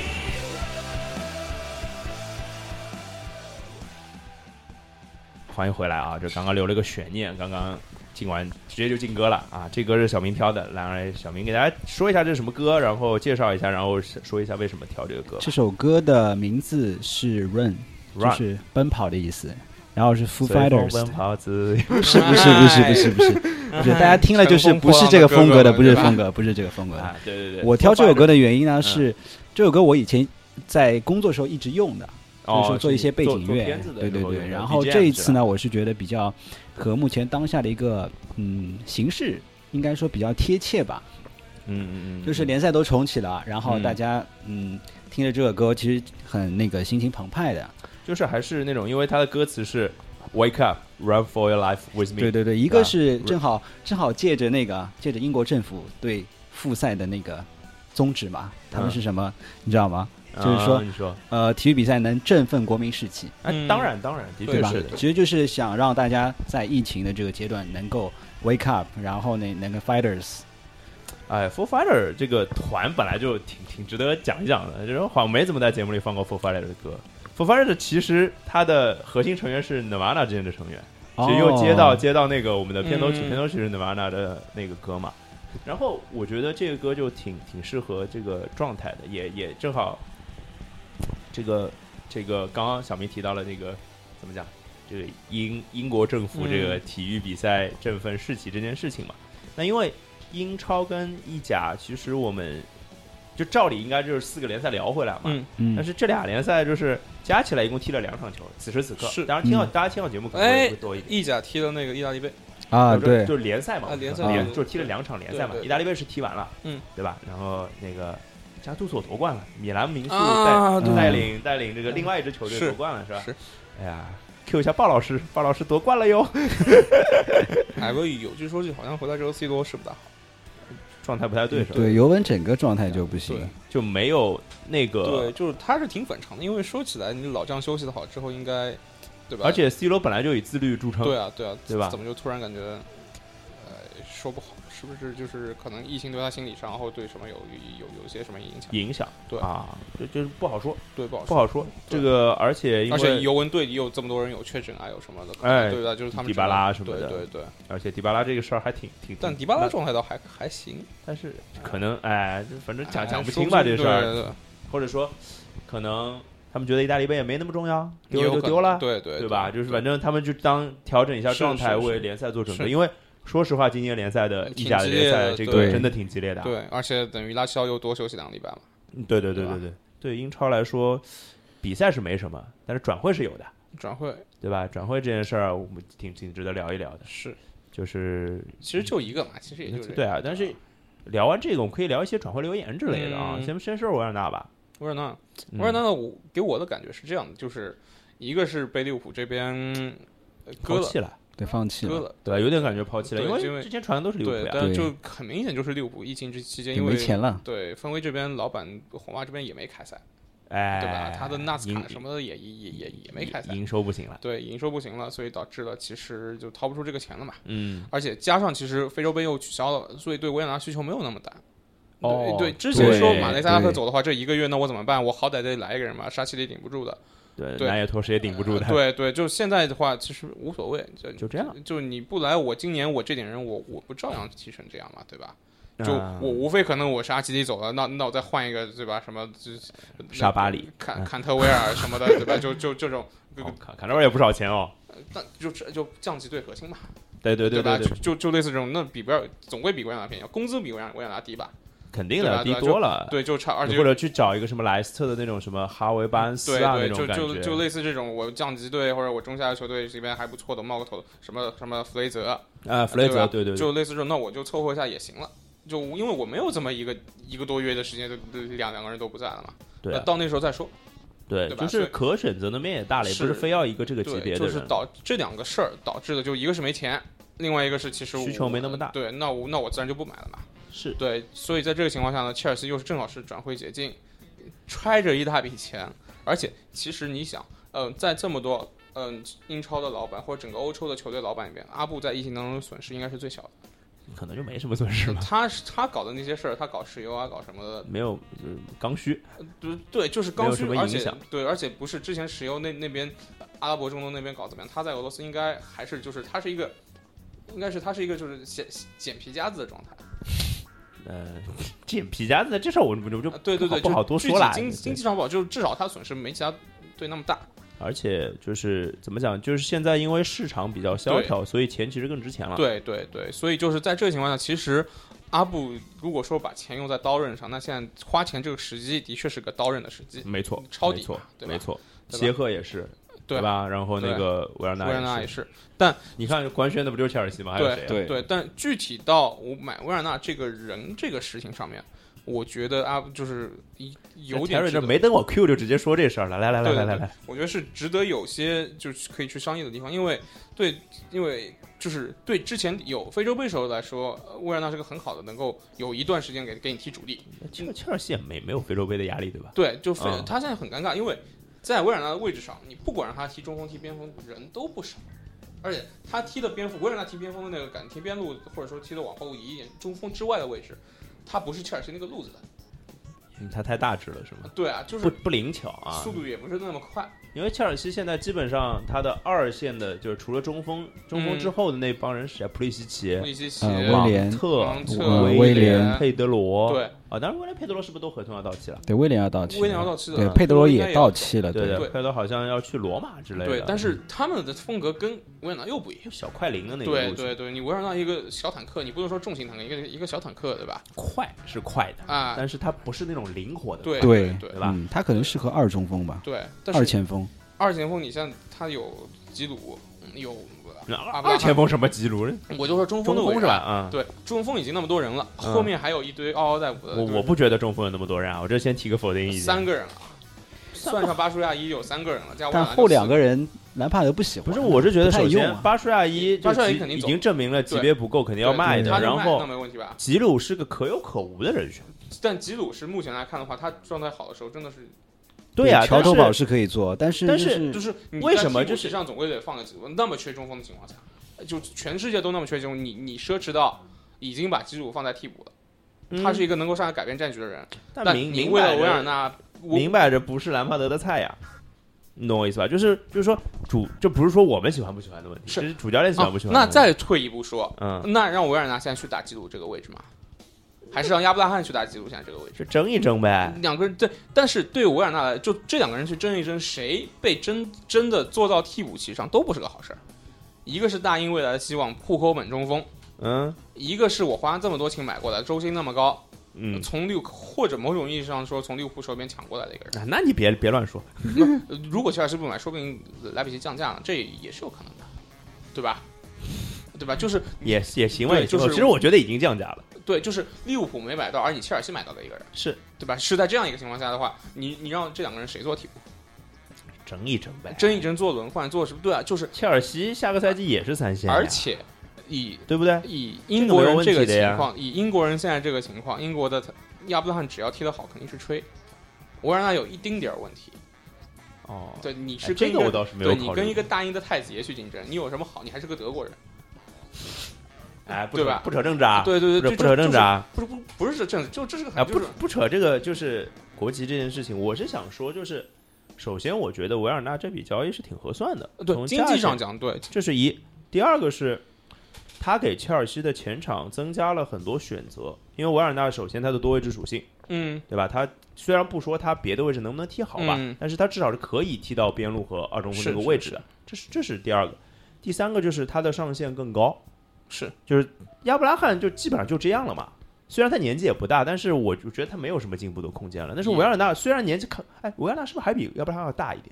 S1: 欢迎回来啊！就刚刚留了个悬念，刚刚进完直接就进歌了啊！这歌是小明挑的，来，小明给大家说一下这是什么歌，然后介绍一下，然后说一下为什么挑这个歌吧。
S3: 这首歌的名字是 Run，就
S1: Run
S3: 是奔跑的意思。然后是 Foo
S1: 随风
S3: Fighters，
S1: 奔
S3: 的
S1: 跑自
S3: 不是不是不是不是不是不是，大家听了就是不是这个风格的，不是风
S2: 格。
S3: 格，不是这个风格 的
S1: 啊。！对对对，
S3: 我挑这首歌
S1: 的
S3: 的原因呢是，这首歌我以前在工作时候一直用的，就
S1: 哦
S3: 是，说做一些背景
S1: 做
S3: 乐
S1: 片子，的
S3: 对对
S1: 时候
S3: 对。
S1: 用
S3: 然后
S1: BGM
S3: 这一次
S1: 是吧，
S3: 呢，我是觉得比较和目前当下的一个嗯形式，应该说比较贴切吧。
S1: 嗯嗯嗯，
S3: 就是联赛都重启了，然后
S1: 嗯
S3: 大家嗯听着这个歌，其实很那个心情澎湃的。
S1: 就是还是那种，因为它的歌词是 “Wake up, run for your life with me”，
S3: 对对对，一
S1: 对
S3: 个
S1: 吧
S3: 是正好正好借着那个借着英国政府对复赛的那个宗旨嘛，他
S1: 嗯
S3: 们是什么、你知道吗？
S1: 啊
S3: 就是说
S1: 你说，
S3: 呃，体育比赛能振奋国民士气，
S1: 哎，
S2: 嗯
S1: 当然当然，的
S2: 对
S1: 确
S3: 吧
S1: 是的？，
S3: 其实就是想让大家在疫情的这个阶段能够 wake up，然后呢能够 fighters，
S1: 哎 f o r Fighter 这个团本来就挺挺值得讲一讲的，就是好像没怎么在节目里放过 f o r Fighter 的歌。f o r Fighter 其实它的核心成员是 Nirvana 之间的成员，其实又接到
S3: 哦
S1: 接到那个我们的片头曲，
S2: 嗯
S1: 片头曲是 Nirvana 的那个歌嘛。然后我觉得这个歌就挺挺适合这个状态的，也也正好，这个这个刚刚小明提到了那个怎么讲，这个英英国政府这
S2: 嗯
S1: 个体育比赛振奋士气这件事情嘛。那因为英超跟意甲，其实我们就照理应该就是四个联赛聊回来嘛，
S2: 嗯，
S3: 嗯，
S1: 但是这俩联赛就是加起来一共踢了两场球，此时此刻，
S2: 是
S1: 当然听到、
S3: 嗯
S1: 大家听到节目可能会
S2: 哎
S1: 会多一点。
S2: 意甲踢了那个意大利杯，
S3: 啊，
S1: 就
S3: 对，
S1: 就是联赛嘛，
S2: 啊联赛
S1: 联
S3: 对
S1: 就是踢了两场联赛嘛
S2: 对，对
S1: 意大利杯是踢完了，
S2: 嗯，
S1: 对吧？然后那个加杜索夺冠了，米兰名宿带
S2: 啊
S3: 对
S1: 带领带领这个另外一支球队
S2: 是
S1: 夺冠了，是吧？
S2: 是，
S1: 哎呀，Q 一下鲍老师，鲍老师夺冠了哟，
S2: 哎，我有据说是好像回来之后 C 罗是不大好，
S1: 状态不太对，是吧？
S3: 嗯对，尤文整个状态就不行。
S1: 就没有那
S2: 对，
S1: 个，
S2: 就是他是挺反常的，因为说起来你老将休息的好之后，应该对吧？
S1: 而且 C 罗本来就以自律著称，
S2: 对啊，对啊，
S1: 对吧
S2: 怎么就突然感觉，呃，说不好，是不是就是可能疫情对他心理上，然后对什么有有有有些什么影响？
S1: 影响，
S2: 对
S1: 啊，就就是不好说，
S2: 对，不好
S1: 不
S2: 说。嗯
S1: 好说。这
S2: 对
S1: 个而且因
S2: 而且
S1: 为
S2: 尤文队里有这么多人有确诊啊，有什么的，可
S1: 哎
S2: 能对吧？就是他们
S1: 迪巴拉什么的
S2: 对对对。
S1: 而且迪巴拉这个事儿还挺挺，
S2: 但
S1: 挺
S2: 迪巴拉
S1: 那
S2: 状态倒还还行，啊
S1: 但是可能哎，就反正讲
S2: 哎
S1: 讲不
S2: 说
S1: 清吧这
S2: 定
S1: 事儿
S2: 对，对对
S1: 或者说可能他们觉得意大利杯也没那么重要，丢
S2: 也
S1: 了
S2: 有
S1: 就
S2: 可
S1: 丢
S2: 能
S1: 了，
S2: 对对
S1: 对吧？就是反正他们就当调整一下
S2: 是
S1: 状态，
S2: 是是
S1: 为联赛做准备。
S2: 是
S1: 因为说实话，今年联赛的
S2: 挺
S1: 意甲的
S2: 激
S1: 联
S2: 烈
S1: 赛，
S2: 的
S1: 这个
S2: 对
S1: 真的挺激烈的啊。
S2: 对，而且等于拉齐奥又多休息两个礼拜嘛。
S1: 嗯对对对
S2: 对吧
S1: 对对对，英超来说，比赛是没什么，但是转会是有的，
S2: 转会
S1: 对吧？转会这件事儿，我们挺挺值得聊一聊的，
S2: 是，
S1: 就是
S2: 其实就一个嘛，其实也就这个
S1: 对啊，但是。聊完这个，我们可以聊一些转会留言之类的啊。
S2: 嗯
S1: 先先说维尔纳吧，
S2: 维尔纳，
S1: 嗯
S2: 维尔纳呢，我给我的感觉是这样的，就是一个是被利物浦这边呃割
S1: 抛
S2: 了
S1: 弃了，
S3: 对，放弃
S2: 割
S3: 了，
S2: 了，
S1: 对吧？有点感觉抛弃了，
S2: 对
S1: 因
S2: 因
S1: 为
S2: 为
S1: 之前传的都是利物浦
S2: 对，
S1: 呀。
S2: 但
S3: 对
S2: 就很明显就是利物浦疫情这期间
S3: 也
S2: 因
S3: 没
S2: 为
S3: 钱了。
S2: 对分威这边老板红袜这边也没开赛，
S1: 哎，
S2: 对吧？他的纳斯
S1: 营
S2: 卡什么的也也也也也没开赛，
S1: 营收不行了。
S2: 对营收不行了，所以导致了其实就掏不出这个钱了嘛。
S1: 嗯，
S2: 而且加上其实非洲杯又取消了，所以对维也纳需求没有那么大。
S1: 哦
S2: 对对，之前说
S1: 对
S2: 马内萨拉赫
S3: 对
S2: 走的话，这一个月那我怎么办？我好歹得来一个人吧，沙奇里顶不住的。
S1: 对，
S2: 对呃
S1: 南野拓实也顶不住的。，
S2: 对对，就现在的话，其实无所谓，就
S1: 就这样。
S2: 就你不来，我今年我这点人我，我不照样踢成这样嘛，对吧？就
S1: 啊
S2: 我无非可能我是阿基里走了，那那我再换一个，对吧？什么就是
S1: 沙巴里、
S2: 坎
S1: 嗯
S2: 坎特维尔什么的，对吧？就就这种，
S1: 哦卡卡纳尔也不少钱哦。
S2: 那就就降级最核心嘛，
S1: 对对
S2: 吧？
S1: 对
S2: 就，就就类似这种，那比不要总归比维也纳便宜，工资比维也纳维也纳低吧？
S1: 肯定
S2: 对
S1: 的，
S2: 吧
S1: 低
S2: 对吧
S1: 多了。
S2: 对，就差，而且
S1: 或者去找一个什么莱斯特的那种什么哈维巴恩斯
S2: 对
S1: 啊那
S2: 对，
S1: 种
S2: 就
S1: 感
S2: 就就
S1: 觉。
S2: 类似这种，我降级队或者我中下游球队这边还不错的，冒个头，什么什么弗雷泽，
S1: 啊，弗雷泽，
S2: 吧
S1: 对对对，
S2: 就类似这种，那我就凑合一下也行了。就因为我没有这么一个一个多月的时间，就两两个人都不在了嘛。
S1: 对
S2: 那
S1: 啊
S2: 到那时候再说。
S1: 对，
S2: 呃对吧
S1: 就是可选择的面也大了，也不是
S2: 是
S1: 非要一个这个级
S2: 对，
S1: 别
S2: 就
S1: 的
S2: 是
S1: 人。
S2: 导这两个事儿导致的，就一个是没钱，另外一个是其实我
S1: 需求没那么大
S2: 对，那我那我自然就不买了嘛。
S1: 是
S2: 对，所以在这个情况下呢，切尔西又是正好是转会捷径，揣着一大笔钱，而且其实你想，嗯、在这么多嗯、英超的老板或者整个欧洲的球队老板里面，阿布在疫情当中的损失应该是最小的。
S1: 可能就没什么损失吧，
S2: 他是他搞的那些事儿，他搞石油啊，搞什么的，
S1: 没有就是刚需。
S2: 对对，就是
S1: 没
S2: 刚
S1: 有
S2: 需
S1: 什么，
S2: 而
S1: 影
S2: 且
S1: 响
S2: 对，而且不是之前石油那那边阿拉伯中东那边搞怎么样，他在俄罗斯应该还是就是他是一个。应该是他是一个就是捡捡皮夹子的状态，
S1: 呃， 捡皮夹子这事儿我我就
S2: 啊对对对，
S1: 不好
S2: 就
S1: 多
S2: 具
S1: 说
S2: 体
S1: 了。
S2: 经
S1: 对
S2: 经济上不好，就是至少他损失没其他队那么大。
S1: 而且就是怎么讲，就是现在因为市场比较萧条，所以钱其实更值钱了。，
S2: 对对对，所以就是在这个情况下，其实阿布如果说把钱用在刀刃上，那现在花钱这个时机的确是个刀刃的时机。
S1: 没错，
S2: 抄底
S1: 没错
S2: 嘛，对吧
S1: 没错。
S2: 对吧
S1: 切赫也是，
S2: 对
S1: 吧？然后那个维尔
S2: 维尔
S1: 纳
S2: 纳
S1: 也
S2: 也
S1: 是，
S2: 是，
S1: 你看官宣的不就是切尔西吗？还有谁啊？
S3: 对
S2: 对，但具体到我买维尔纳这个人这个事情上面，我觉得啊，就是一有点
S1: 那 Terry
S2: 值
S1: 这
S2: 得
S1: 没等我 Q 就直接说这事儿了。来来来
S2: 对
S1: 来
S2: 对
S1: 来
S2: 对
S1: 来，
S2: 我觉得是值得有些就是可以去商议的地方，因为对，因为就是对之前有非洲杯时候来说，呃维尔纳是个很好的，能够有一段时间给给你踢主力。
S1: 切切尔西也没没有非洲杯的压力，对吧？
S2: 对，就非、
S1: 嗯
S2: 他现在很尴尬，因为在维尔纳的位置上，你不管让他踢中锋、踢边锋，人都不少。而且他踢的边锋，维尔纳踢边锋的那个敢踢边路，或者说踢的往后移一点，中锋之外的位置，他不是切尔西那个路子的。
S1: 嗯他太大只了是吗？
S2: 对啊，就
S1: 不
S2: 是
S1: 不灵巧啊，
S2: 速度也不是那么快。
S1: 因为切尔西现在基本上他的二线的，就是除了中锋，中
S2: 嗯
S1: 锋之后的那帮人是谁？普利西奇、
S2: 一些鞋，
S3: 呃威
S1: 朗
S3: 廉
S1: 特、
S2: 朗特
S3: 呃
S1: 啊威
S3: 威
S2: 廉
S1: 佩德罗。
S2: 对
S1: 啊，当然威廉、佩德罗是不是都合同要到期了？
S3: 对，威廉要到期了，
S2: 威廉要到期了
S3: 对
S2: 啊，
S3: 佩德罗
S2: 威廉
S3: 也
S2: 也
S3: 到期了，
S1: 对
S3: 对，
S2: 呃对
S1: 佩德罗好像要去罗马之类的。
S2: 对，但是他们的风格跟维也纳又不一样。
S1: 小快灵的那个
S2: 对
S1: 路线
S2: 对对，你维也纳一个小坦克，你不能说重型坦克，一个一个小坦克，对吧？
S1: 快是快的，
S2: 啊
S1: 但是它不是那种灵活的，
S2: 对
S3: 对
S2: 对
S1: 对吧？
S3: 嗯，他可能适合二中锋吧，
S2: 对，但
S3: 二
S2: 是
S3: 前锋，
S2: 二前锋，你像他有基鲁，嗯有
S1: 那二
S2: 阿布拉
S1: 二
S2: 罕
S1: 前锋什么吉鲁？
S2: 我就说中锋
S1: 嗯中
S2: 的
S1: 锋
S2: 维
S1: 是吧？
S2: 也纳？
S1: 啊，
S2: 对，中锋已经那么多人了，
S1: 嗯
S2: 后面还有一堆嗷嗷待哺的。
S1: 我
S2: 对
S1: 我不觉得中锋有那么多人啊，我这先提个否定意见。
S2: 三个人了，算上巴舒亚伊有三个人了，加
S3: 但后两个人兰帕德不喜欢，
S1: 不是，我是觉得
S3: 不太
S1: 首
S3: 用
S1: 先
S3: 啊
S1: 巴舒亚伊就
S2: 巴舒亚伊
S1: 级
S2: 肯定
S1: 已
S2: 走
S1: 经证明了级别不够，肯定要卖的。
S2: 他
S1: 然
S2: 那
S1: 后
S2: 没问题吧？
S1: 吉鲁是个可有可无的人选，
S2: 但吉鲁是目前来看的话，他状态好的时候真的是，
S1: 对呀、
S3: 桥
S1: 但
S3: 头堡
S1: 是
S3: 是可以做，但是
S1: 但
S3: 就是
S2: 就是你
S1: 嗯为
S2: 在
S1: 什么
S2: 替补
S1: 就是
S2: 席上总归得放个吉鲁，那么缺中锋的情况下，就全世界都那么缺中，锋，你你奢侈到已经把基鲁放在替补了，他是一个能够上来改变战局的人，
S1: 但
S2: 但
S1: 嗯明
S2: 你
S1: 明
S2: 为
S1: 摆
S2: 了维尔
S1: 着
S2: 纳，我
S1: 明摆着不是兰帕德的菜呀。你懂我意思吧？就是就是说主，这不是说我们喜欢不喜欢的问题，
S2: 是
S1: 这是主教练喜
S2: 啊
S1: 欢不喜欢的
S2: 那
S1: 问题、
S2: 再退一步说，
S1: 嗯，
S2: 那让维尔纳现在去打基鲁这个位置吗？还是让亚布拉罕去打基鲁现在这个位置？
S1: 就争一争呗。
S2: 两个人对，但是对维尔纳来，就这两个人去争一争，谁被真真的做到替补席上都不是个好事儿。一个是大英未来的希望，户口本中锋；
S1: 嗯
S2: 一个是我花这么多钱买过来，周薪那么高，
S1: 嗯，
S2: 从利物或者某种意义上说从利物浦手边抢过来的一个人。
S1: 啊那你别别乱说。
S2: 呃如果切尔西不买，说不定莱比锡降价了，这也是有可能的，对吧？对吧？就是
S1: 也也行吧，
S2: 对
S1: 也行吧。
S2: 就是
S1: 其实我觉得已经降价了，
S2: 对，就是利物浦没买到，而你切尔西买到的一个人，
S1: 是
S2: 对吧？是在这样一个情况下的话，你你让这两个人谁做替补？
S1: 哎争一争呗。
S2: 争一争，做轮换，做什么？对啊，就是
S1: 切尔西下个赛季也是三线呀，
S2: 而且以
S1: 对不对？
S2: 以英国人这个
S1: 这个没有问题的呀
S2: 情况，以英国人现在这个情况，英国的亚布拉罕只要踢得好，肯定是吹。我让他有一丁点儿问题，
S1: 哦，
S2: 对，你
S1: 哎
S2: 是跟
S1: 这
S2: 一
S1: 个我倒是没有
S2: 对你
S1: 考虑
S2: 跟一个大英的太子爷去竞争，你有什么好？你还是个德国人，
S1: 哎，不
S2: 对
S1: 扯
S2: 吧
S1: 不扯政治啊，
S2: 对对
S1: 不扯
S2: 对，这
S1: 不扯政治，啊，
S2: 这就是不是不不是这政治，就这是个
S1: 啊，
S2: 很
S1: 不
S2: 就是
S1: 不扯这个就是国籍这件事情，我是想说，就是首先我觉得维尔纳这笔交易是挺合算的，
S2: 对
S1: 从
S2: 经
S1: 价
S2: 济
S1: 钱
S2: 上讲，对
S1: 这是一。第二个是，他给切尔西的前场增加了很多选择，因为维尔纳首先他的多位置属性，
S2: 嗯，
S1: 对吧？他虽然不说他别的位置能不能踢好吧，
S2: 嗯
S1: 但是他至少是可以踢到边路和二中锋
S2: 是
S1: 这个
S2: 是
S1: 位置
S2: 是
S1: 的，这是这是第二个。第三个就是他的上限更高，
S2: 是
S1: 就是亚布拉罕就基本上就这样了嘛。虽然他年纪也不大，但是我就觉得他没有什么进步的空间了。但
S2: 嗯
S1: 是维尔纳虽然年纪看，哎，维尔纳是不是还比亚布拉罕要大一点？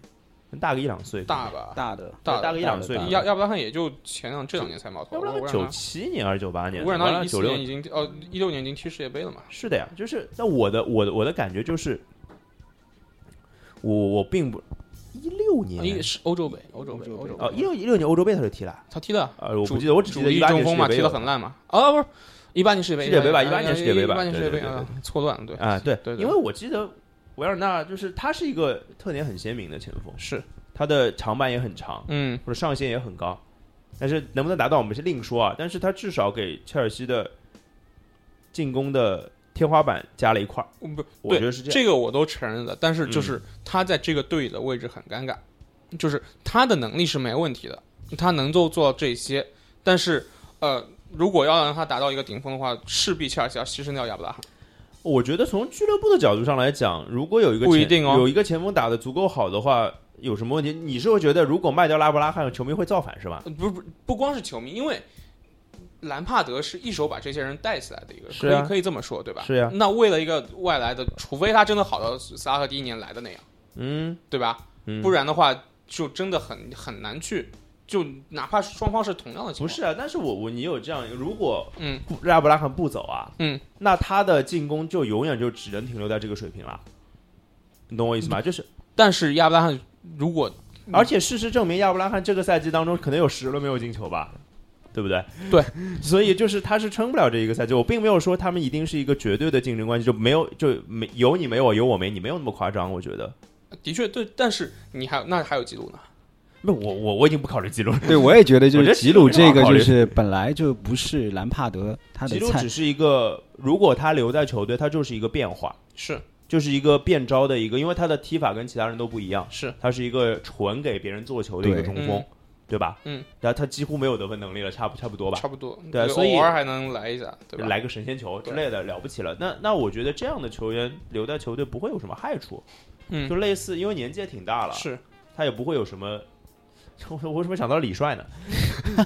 S1: 能大个一两岁？
S2: 大吧，
S3: 大的
S1: 对，
S2: 大
S1: 大个一两岁。
S3: 大
S1: 亚
S2: 亚亚布拉罕也就前两这两年才冒头，
S1: 布拉
S2: 我
S1: 罕
S2: 让
S1: 九
S2: 他
S1: 七年还是九八年？
S2: 我让
S1: 维尔纳
S2: 他一四
S1: 九六
S2: 年已经哦一六年已经踢世界杯了嘛，
S1: 是的呀，就是那我的我的我的感觉就是，我我并不一六
S2: 一
S1: 年
S2: 是欧洲杯，欧洲杯，
S3: 欧洲
S2: 欧
S3: 杯
S2: 洲
S1: 哦
S2: 杯，
S1: 一六一六年欧洲杯他就踢了，
S2: 他踢的啊。
S1: 呃，我不
S2: 主
S1: 记得，我只记
S2: 主
S1: 得
S2: 力
S1: 一八
S2: 中
S1: 年
S2: 锋嘛，踢
S1: 世界
S2: 得
S1: 杯
S2: 很烂嘛。啊，不是，一八年世界杯，
S1: 世界杯吧
S2: 18
S1: 18年世界杯吧
S2: 一八年世界
S1: 对
S2: 杯
S1: 对对
S2: 啊，错乱了，对
S1: 有啊，对
S2: 对对
S1: 因为我记得维尔纳就是他是一个特点很鲜明的前锋，
S2: 是，
S1: 他的长板也很长，
S2: 嗯，
S1: 或者上限也很高，但是能不能达到我们是另说啊，但是他至少给切尔西的进攻的天花板加了一块儿，
S2: 嗯不，
S1: 我
S2: 对
S1: 觉得是这样嗯
S2: 这个我都承认的，但是就是他在这个队的位置很尴尬，就是他的能力是没问题的，他能够做到这些，但是呃，如果要让他达到一个顶峰的话，势必切尔西要牺牲掉亚布拉罕。
S1: 我觉得从俱乐部的角度上来讲，如果有一个
S2: 不
S1: 前
S2: 一定哦
S1: 有一个前锋打的足够好的话，有什么问题？你是会觉得如果卖掉拉布拉罕，球迷会造反是吧？
S2: 呃不不不光是球迷，因为兰帕德是一手把这些人带起来的一个，
S1: 是啊
S2: 可以可以这么说，对吧？
S1: 是啊
S2: 那为了一个外来的，除非他真的好到萨拉赫第一年来的那样，
S1: 嗯，
S2: 对吧？
S1: 嗯
S2: 不然的话，就真的很很难去，就哪怕双方是同样的情
S1: 不
S2: 况，
S1: 是啊。但是我我你有这样，如果
S2: 嗯
S1: 不拉布拉罕不走啊，
S2: 嗯，
S1: 那他的进攻就永远就只能停留在这个水平了。你懂我意思吗？就是，
S2: 但是亚布拉罕如果
S1: 而且事实证明，亚布拉罕这个赛季当中可能有十轮没有进球吧，对不对？
S2: 对，
S1: 所以就是他是撑不了这一个赛季。我并没有说他们一定是一个绝对的竞争关系，就没有就没有你没我有我没你，没有那么夸张，我觉得。
S2: 的确对，但是你还有那还有记录呢，
S1: 那我我我已经不考虑记录了，
S3: 对，我也觉得就
S1: 我觉得
S3: 是吉鲁这个
S1: 考虑
S3: 就是本来就不是兰帕德他
S1: 记
S3: 的
S1: 录
S3: 菜
S1: 只，是一个，如果他留在球队，他就是一个变化，
S2: 是
S1: 就是一个变招的一个，因为他的踢法跟其他人都不一样，
S2: 是
S1: 他是一个纯给别人做球的一个
S3: 对
S1: 中锋，
S2: 嗯
S1: 对吧？
S2: 嗯，
S1: 但他几乎没有得分能力了，差不差不多吧？
S2: 差不多。
S1: 对
S2: 就
S1: 所以
S2: 偶尔还能来一下，对吧？
S1: 来个神仙球之类的，了不起了。那那我觉得这样的球员留在球队不会有什么害处，
S2: 嗯
S1: 就类似，因为年纪也挺大了，
S2: 是
S1: 他也不会有什么。 我我为什么想到李帅呢？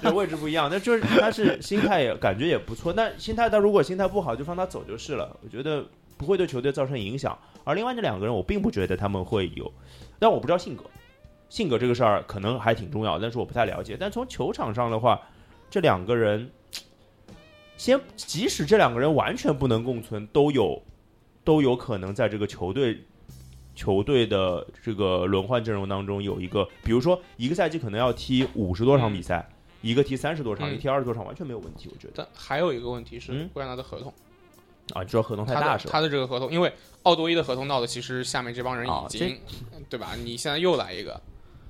S1: 这位置不一样，那就是他是心态也感觉也不错。那心态他如果心态不好，就放他走就是了。我觉得不会对球队造成影响。而另外那两个人，我并不觉得他们会有，但我不知道性格，性格这个事儿可能还挺重要，但是我不太了解。但从球场上的话，这两个人，先即使这两个人完全不能共存，都有都有可能在这个球队球队的这个轮换阵容当中有一个，比如说一个赛季可能要踢五十多场比赛，一个踢三十多场，
S2: 嗯
S1: 一个踢二十多场，完全没有问题。我觉得
S2: 但还有一个问题是，
S1: 嗯
S2: 布兰纳的合同，
S1: 啊，你说合同太
S2: 他
S1: 大
S2: 的
S1: 是吧？
S2: 他的这个合同，因为奥多伊的合同闹的，其实下面这帮人
S1: 哦
S2: 已经，对吧？你现在又来一个，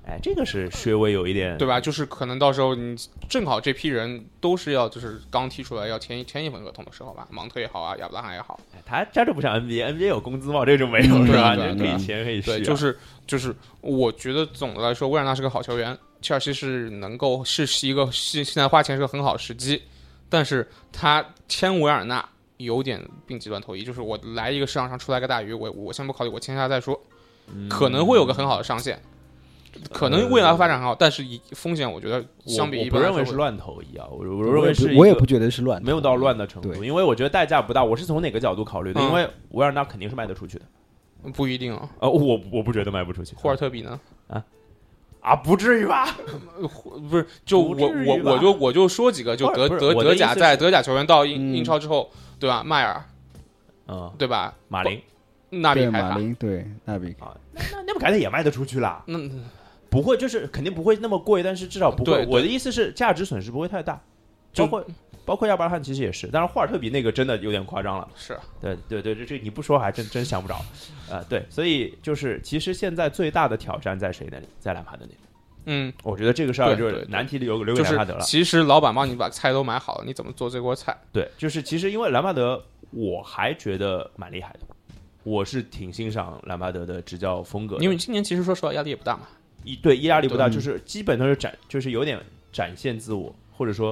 S1: 哎，这个是稍微有一点
S2: 对吧？就是可能到时候你正好这批人都是要就是刚踢出来要签一签一份合同的时候吧，芒特也好啊，亚布拉罕也好，
S1: 哎他他这不像 NBA，NBA 有工资帽，这就没有是吧？
S2: 对啊
S1: 你可
S3: 对啊
S1: 以签可以续啊，
S2: 对，就是就是，我觉得总的来说，维尔纳是个好球员，切尔西是能够是是一个是现在花钱是个很好的时机，但是他签维尔纳有点病急乱投医，就是我来一个市场上出来个大鱼，我我先不考虑，我签下再说，
S1: 嗯
S2: 可能会有个很好的上限，可能未来发展很好，但是以风险我觉得相比
S1: 嗯我
S2: 一
S1: 我不
S2: 般来
S1: 认
S2: 说
S1: 为是
S2: 会，
S1: 乱投医啊，我我
S3: 我
S1: 认为
S3: 也不
S1: 是一
S3: 我也
S1: 个
S3: 不觉得是乱的，
S1: 没有到乱的程度，
S3: 对
S1: 因为我觉得代价不大。我是从哪个角度考虑的？
S2: 嗯
S1: 因为维尔纳肯定是卖得出去的，
S2: 不一定啊。
S1: 呃，我我不觉得卖不出去。
S2: 霍尔特比呢？
S1: 啊，不至于
S2: 嗯
S1: 吧？
S2: 不是，就
S1: 不
S2: 我
S1: 至于
S2: 我
S1: 吧
S2: 我就我就说几个，就
S1: 不是
S2: 德
S1: 不是
S2: 德
S1: 我的
S2: 德
S1: 意
S2: 甲
S1: 思
S2: 在
S1: 是
S2: 德甲球员到英
S3: 嗯
S2: 英超之后，对吧？迈尔
S1: 嗯，
S2: 对吧？
S1: 马林
S2: 纳比
S3: 对
S2: 凯
S3: 马
S2: 塔，
S3: 林对那比
S1: 啊，那那那不凯特也卖得出去啦？
S2: 那
S1: 不会，就是肯定不会那么贵，但是至少不
S2: 对
S1: 会。
S2: 对
S1: 我的意思是，价值损失不会太大，
S2: 就
S1: 包括包括亚伯拉罕其实也是，但是霍尔特比那个真的有点夸张了。
S2: 是
S1: 对对对，这这你不说还真真想不着，呃，对，所以就是其实现在最大的挑战在谁那里？在兰帕德那里。
S2: 嗯，
S1: 我觉得这个事儿
S2: 对
S1: 就
S2: 对
S1: 是
S2: 对
S1: 难题留留给
S2: 就
S1: 兰帕德
S2: 是
S1: 了。
S2: 其实老板帮你把菜都买好了，你怎么做这锅菜？
S1: 对，就是其实因为兰帕德，我还觉得蛮厉害的，我是挺欣赏兰帕德的执教风格的，
S2: 因为今年其实说实话压力也不大嘛，
S1: 一对伊拉里不大，
S3: 对
S1: 就是基本都是展，就是有点展现自我，或者说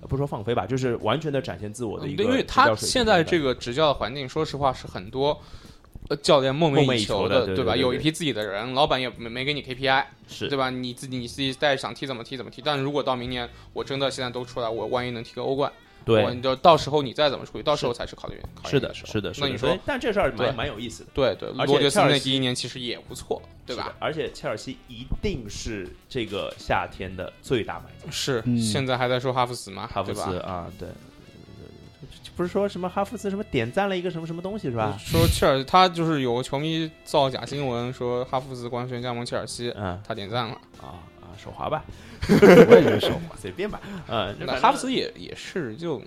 S1: 呃不说放飞吧，就是完全的展现自我的
S2: 嗯
S1: 一
S2: 对，
S1: 个。
S2: 因为他现在这
S1: 个，
S2: 个执教的环境，说实话是很多。呃，教练梦
S1: 梦
S2: 寐
S1: 寐以
S2: 求
S1: 求的对
S2: 对吧？
S1: 对对
S2: 有一
S1: 对
S2: 批自己的人，老板也没没给你 KPI，
S1: 是
S2: 对吧？你自己你自己带想踢怎么踢怎么踢。但如果到明年，我真的现在都出来，我万一能踢个欧冠，我
S1: 对，
S2: 你就到时候你再怎么处理，到时候才是考虑考虑
S1: 是的，
S2: 时候
S1: 是的，是
S2: 那
S1: 的。
S2: 你
S1: 所
S2: 说
S1: 以，但这事儿
S2: 对
S1: 蛮蛮有意思的，
S2: 对对，
S1: 而且
S2: 罗杰斯
S1: 切尔
S2: 那
S1: 西
S2: 第一年其实也不错，对
S1: 是
S2: 吧
S1: 的？？而且切尔西一定是这个夏天的最大买家，
S2: 是，
S3: 嗯
S2: 现在还在说哈弗茨嘛，
S1: 哈弗
S2: 对吧
S1: 茨啊，对。不是说什么哈弗茨什么点赞了一个什么什么东西是吧？
S2: 说切尔他就是有个球迷造假新闻，说哈弗茨官宣加盟切尔西，
S1: 嗯
S2: 他点赞了。
S1: 啊啊，手滑 吧，
S3: 我也觉得是，
S1: 随便吧。呃，
S2: 那哈弗茨也也是就。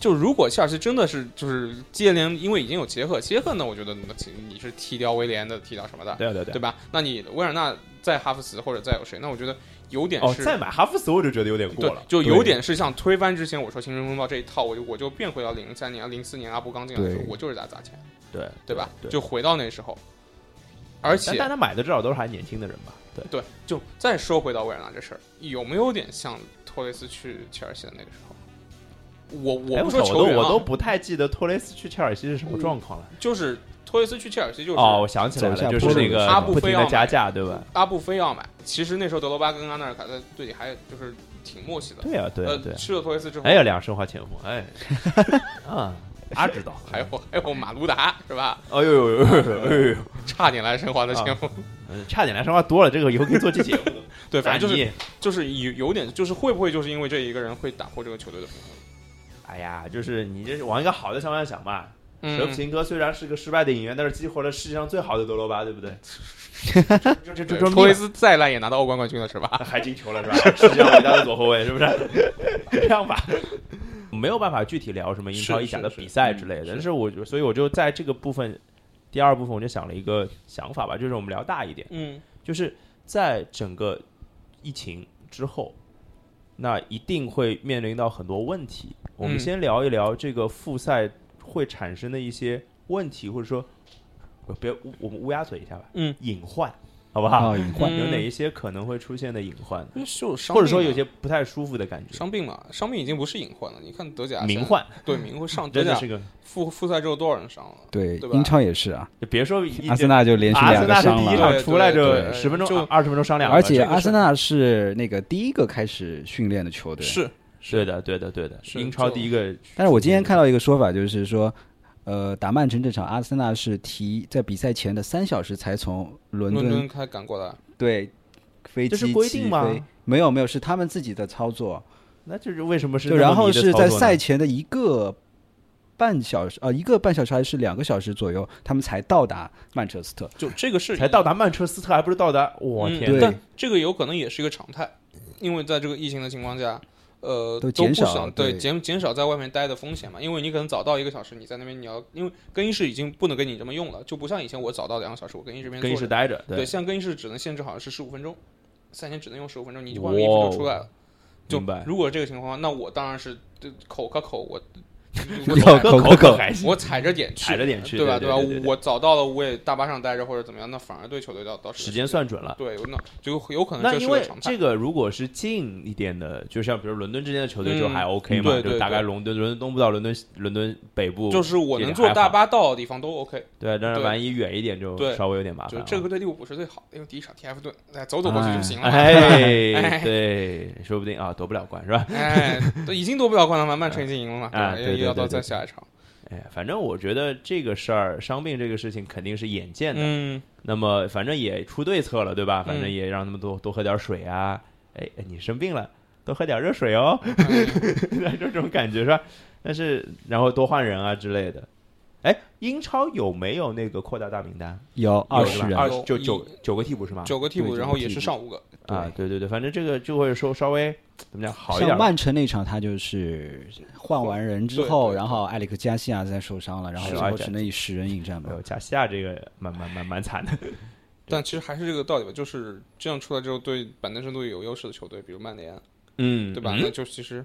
S2: 就如果切尔西真的是就是接连，因为已经有杰克，杰克呢，我觉得那其你是踢掉威廉的，踢掉什么的，
S1: 对对对
S2: 对吧？那你维尔纳在哈弗茨或者再有谁，那我觉得有点
S1: 哦，
S2: 是、
S1: 再买哈弗茨我就觉得有点过
S2: 对
S1: 了，。
S2: 就有点是像推翻之前我说《青春风暴》这一套，我就我就变回到零三年、零四年阿布刚进来的时候，
S3: 对
S2: 我就是在砸钱，
S1: 对
S2: 对吧？
S1: 对，
S2: 就回到那时候，而且
S1: 但但他买的至少都是还年轻的人吧？对，
S2: 对，就再说回到维尔纳这事儿，有没有点像托雷斯去切尔西的那个时候？我
S1: 哎
S2: 我不
S1: 我
S2: 说球员、
S1: 都
S2: 啊
S1: 我都不太记得托雷斯去切尔西是什么状况了。
S2: 就是托雷斯去切尔西，就是
S1: 哦，我想起来
S3: 走下
S1: 了，
S3: 坡
S1: 就
S3: 路
S1: 是那个
S2: 阿布
S1: 不
S2: 菲
S1: 停
S2: 奥
S1: 的
S2: 买
S1: 加价，对吧？
S2: 阿布非要买。其实那时候德罗巴跟阿纳尔卡在队里还就是挺默契的。
S1: 对啊，对啊，对
S2: 呃，
S1: 啊。
S2: 去了托雷斯之后，
S1: 哎呀，两申花前锋，哎，啊，阿指导，
S2: 还有还有马卢达是吧？
S1: 哎呦呦呦呦呦呦，
S2: 差点来申花的前锋。
S1: 呃差点来申花多了，这个以后可以做期节目。
S2: 对，反正就是
S1: 纳尼
S2: 就是有有点，就是会不会就是因为这一个人会打破这个球队的平衡？
S1: 哎呀，就是你这是往一个好的方向想嘛。舍甫
S2: 嗯，
S1: 琴科虽然是个失败的演员，但是激活了世界上最好的德罗巴，对不对？这这这
S2: 对
S1: 这
S2: 托雷斯再烂也拿到欧冠冠军了是吧？
S1: 还进球了是吧？ 世界上伟大的左后卫是不是？ 这样吧，没有办法具体聊什么英超、
S2: 是
S1: 意甲
S2: 是
S1: 的
S2: 是
S1: 比赛之类的，
S2: 嗯
S1: 但
S2: 是
S1: 是我就所以我就在这个部分，第二部分我就想了一个想法吧，就是我们聊大一点，
S2: 嗯，
S1: 就是在整个疫情之后，那一定会面临到很多问题。我们
S2: 嗯
S1: 先聊一聊这个复赛会产生的一些问题，或者说别我们乌鸦嘴一下吧，
S2: 嗯，
S1: 隐患，好不好？
S3: 哦隐患
S1: 有哪
S2: 嗯
S1: 一些可能会出现的隐患，
S2: 因为就伤
S1: 或者说
S2: 病
S1: 有
S2: 嘛
S1: 些不太舒服的感觉？
S2: 伤病嘛，伤病已经不是隐患了。你看德甲
S1: 名
S2: 现在，
S1: 患
S2: 对名会上德
S1: 真的
S2: 甲
S1: 是个，
S2: 复复赛之后多少人伤了？
S3: 对
S2: 对吧
S3: 英超也是啊，
S1: 就别说一
S3: 阿森纳就连续
S1: 阿
S3: 两
S1: 森
S3: 个
S1: 纳是
S3: 伤
S1: 第一
S3: 了，啊
S1: 场
S2: 对
S1: 出来
S2: 对
S1: 就
S2: 对
S1: 十分
S2: 就
S1: 钟、二十分钟伤两个，
S3: 而且
S1: 这个
S3: 阿森纳是那个第一个开始训练的球队，
S2: 是
S1: 对的，对的，对的，
S2: 是
S1: 英超第一个。
S3: 但是我今天看到一个说法，就是说，呃，打曼城这场，阿森纳是提在比赛前的三小时才从伦
S2: 伦
S3: 敦
S2: 敦开赶过来，
S3: 对飞
S1: 这
S3: 机
S1: 是规定吗
S3: 起飞没有没有，是他们自己的操作。
S1: 那就是为什么是
S3: 就
S1: 那么
S3: 然后
S1: 迷的
S3: 是
S1: 操
S3: 在
S1: 作呢
S3: 赛前的一个半小时，呃，一个半小时还是两个小时左右，他们才到达曼彻斯特。
S2: 就这个是
S1: 才到达曼彻斯特，还不是到达我
S2: 嗯
S1: 天
S3: 对
S1: 哪！
S2: 但这个有可能也是一个常态，因为在这个疫情的情况下，呃，都
S3: 都减
S2: 不
S3: 少
S2: 想
S3: 对
S2: 减减少在外面待的风险嘛，因为你可能早到一个小时，你在那边你要因为更衣室已经不能跟你这么用了，就不像以前我早到两个小时，我更衣室边
S1: 更衣室
S2: 坐着，
S1: 待着，
S2: 对，现在更衣室只能限制好像是十五分钟，赛前只能用十五分钟，你换个衣服就出来了。
S1: 哦
S2: 就
S1: 明白
S2: 如果是这个情况，那我当然是对口可口， 我我
S3: 要
S2: 踩
S3: 口
S1: 口
S3: 口
S1: 还行，
S2: 我踩着点去，
S1: 踩着点去，
S2: 对吧？
S1: 对
S2: 吧？
S1: 对对
S2: 我早到了，我也大巴上待着或者怎么样，那反而对球队到到
S1: 时间算准了。
S2: 对，那就有可能
S1: 那
S2: 这是
S1: 因
S2: 个
S1: 为
S2: 常态
S1: 这个如果是近一点的，就像比如伦敦之间的球队就还
S2: 嗯
S1: OK 嘛，
S2: 对对
S1: 就大概
S2: 对
S1: 伦敦伦敦东部到伦敦伦敦北部，
S2: 就是我
S1: 也
S2: 能
S1: 还
S2: 坐
S1: 好
S2: 大巴到的地方都 OK，
S1: 对，但是
S2: 对
S1: 万一远一点就
S2: 对
S1: 稍微有点麻烦
S2: 就是
S1: 了。
S2: 这个对利物浦是最好的，因为第一场踢埃弗顿，哎，走走过去就行了。
S1: 哎，
S2: 哎
S1: 对，说不定啊夺不了冠是吧？
S2: 哎，都已经夺不了冠了嘛，曼城已经赢了嘛，
S1: 啊
S2: 吧？
S1: 对对
S2: 也要到
S1: 对对
S2: 再
S1: 对
S2: 下一场。
S1: 哎，反正我觉得这个事儿伤病这个事情肯定是眼见的，
S2: 嗯，
S1: 那么反正也出对策了，对吧？反正
S2: 嗯
S1: 也让他们多多喝点水啊。哎，哎你生病了，多喝点热水哦，
S2: 嗯
S1: 就这种感觉是吧？但是然后多换人啊之类的。哎，英超有没有那个扩大大名单？
S3: 有二
S1: 有
S3: 十
S1: 是吧
S3: 人，
S1: 二
S2: 有
S1: 十就
S2: 一
S1: 九九啊个替补是吗？
S2: 九个替
S3: 对
S2: 补，
S3: 九
S2: 然
S3: 个
S2: 后
S3: 替
S2: 也是
S3: 补
S2: 上五个，
S1: 啊，对对对，反正这个就会说稍微怎么讲好一点
S3: 像
S1: 吧。
S3: 曼城那场，他就是换完人之
S2: 对
S3: 后，
S2: 对
S3: 然后埃里克加西亚再受伤了，然后
S1: 是
S3: 最
S1: 而
S3: 后
S1: 且
S3: 只能以十人应战
S1: 哎
S3: 吧
S1: 呦，。加西亚这个蛮蛮蛮蛮 惨的。
S2: 但其实还是这个道理吧，就是这样出来之后，对板凳深度有优势的球队，比如曼联，
S1: 嗯
S2: 对吧？那就其实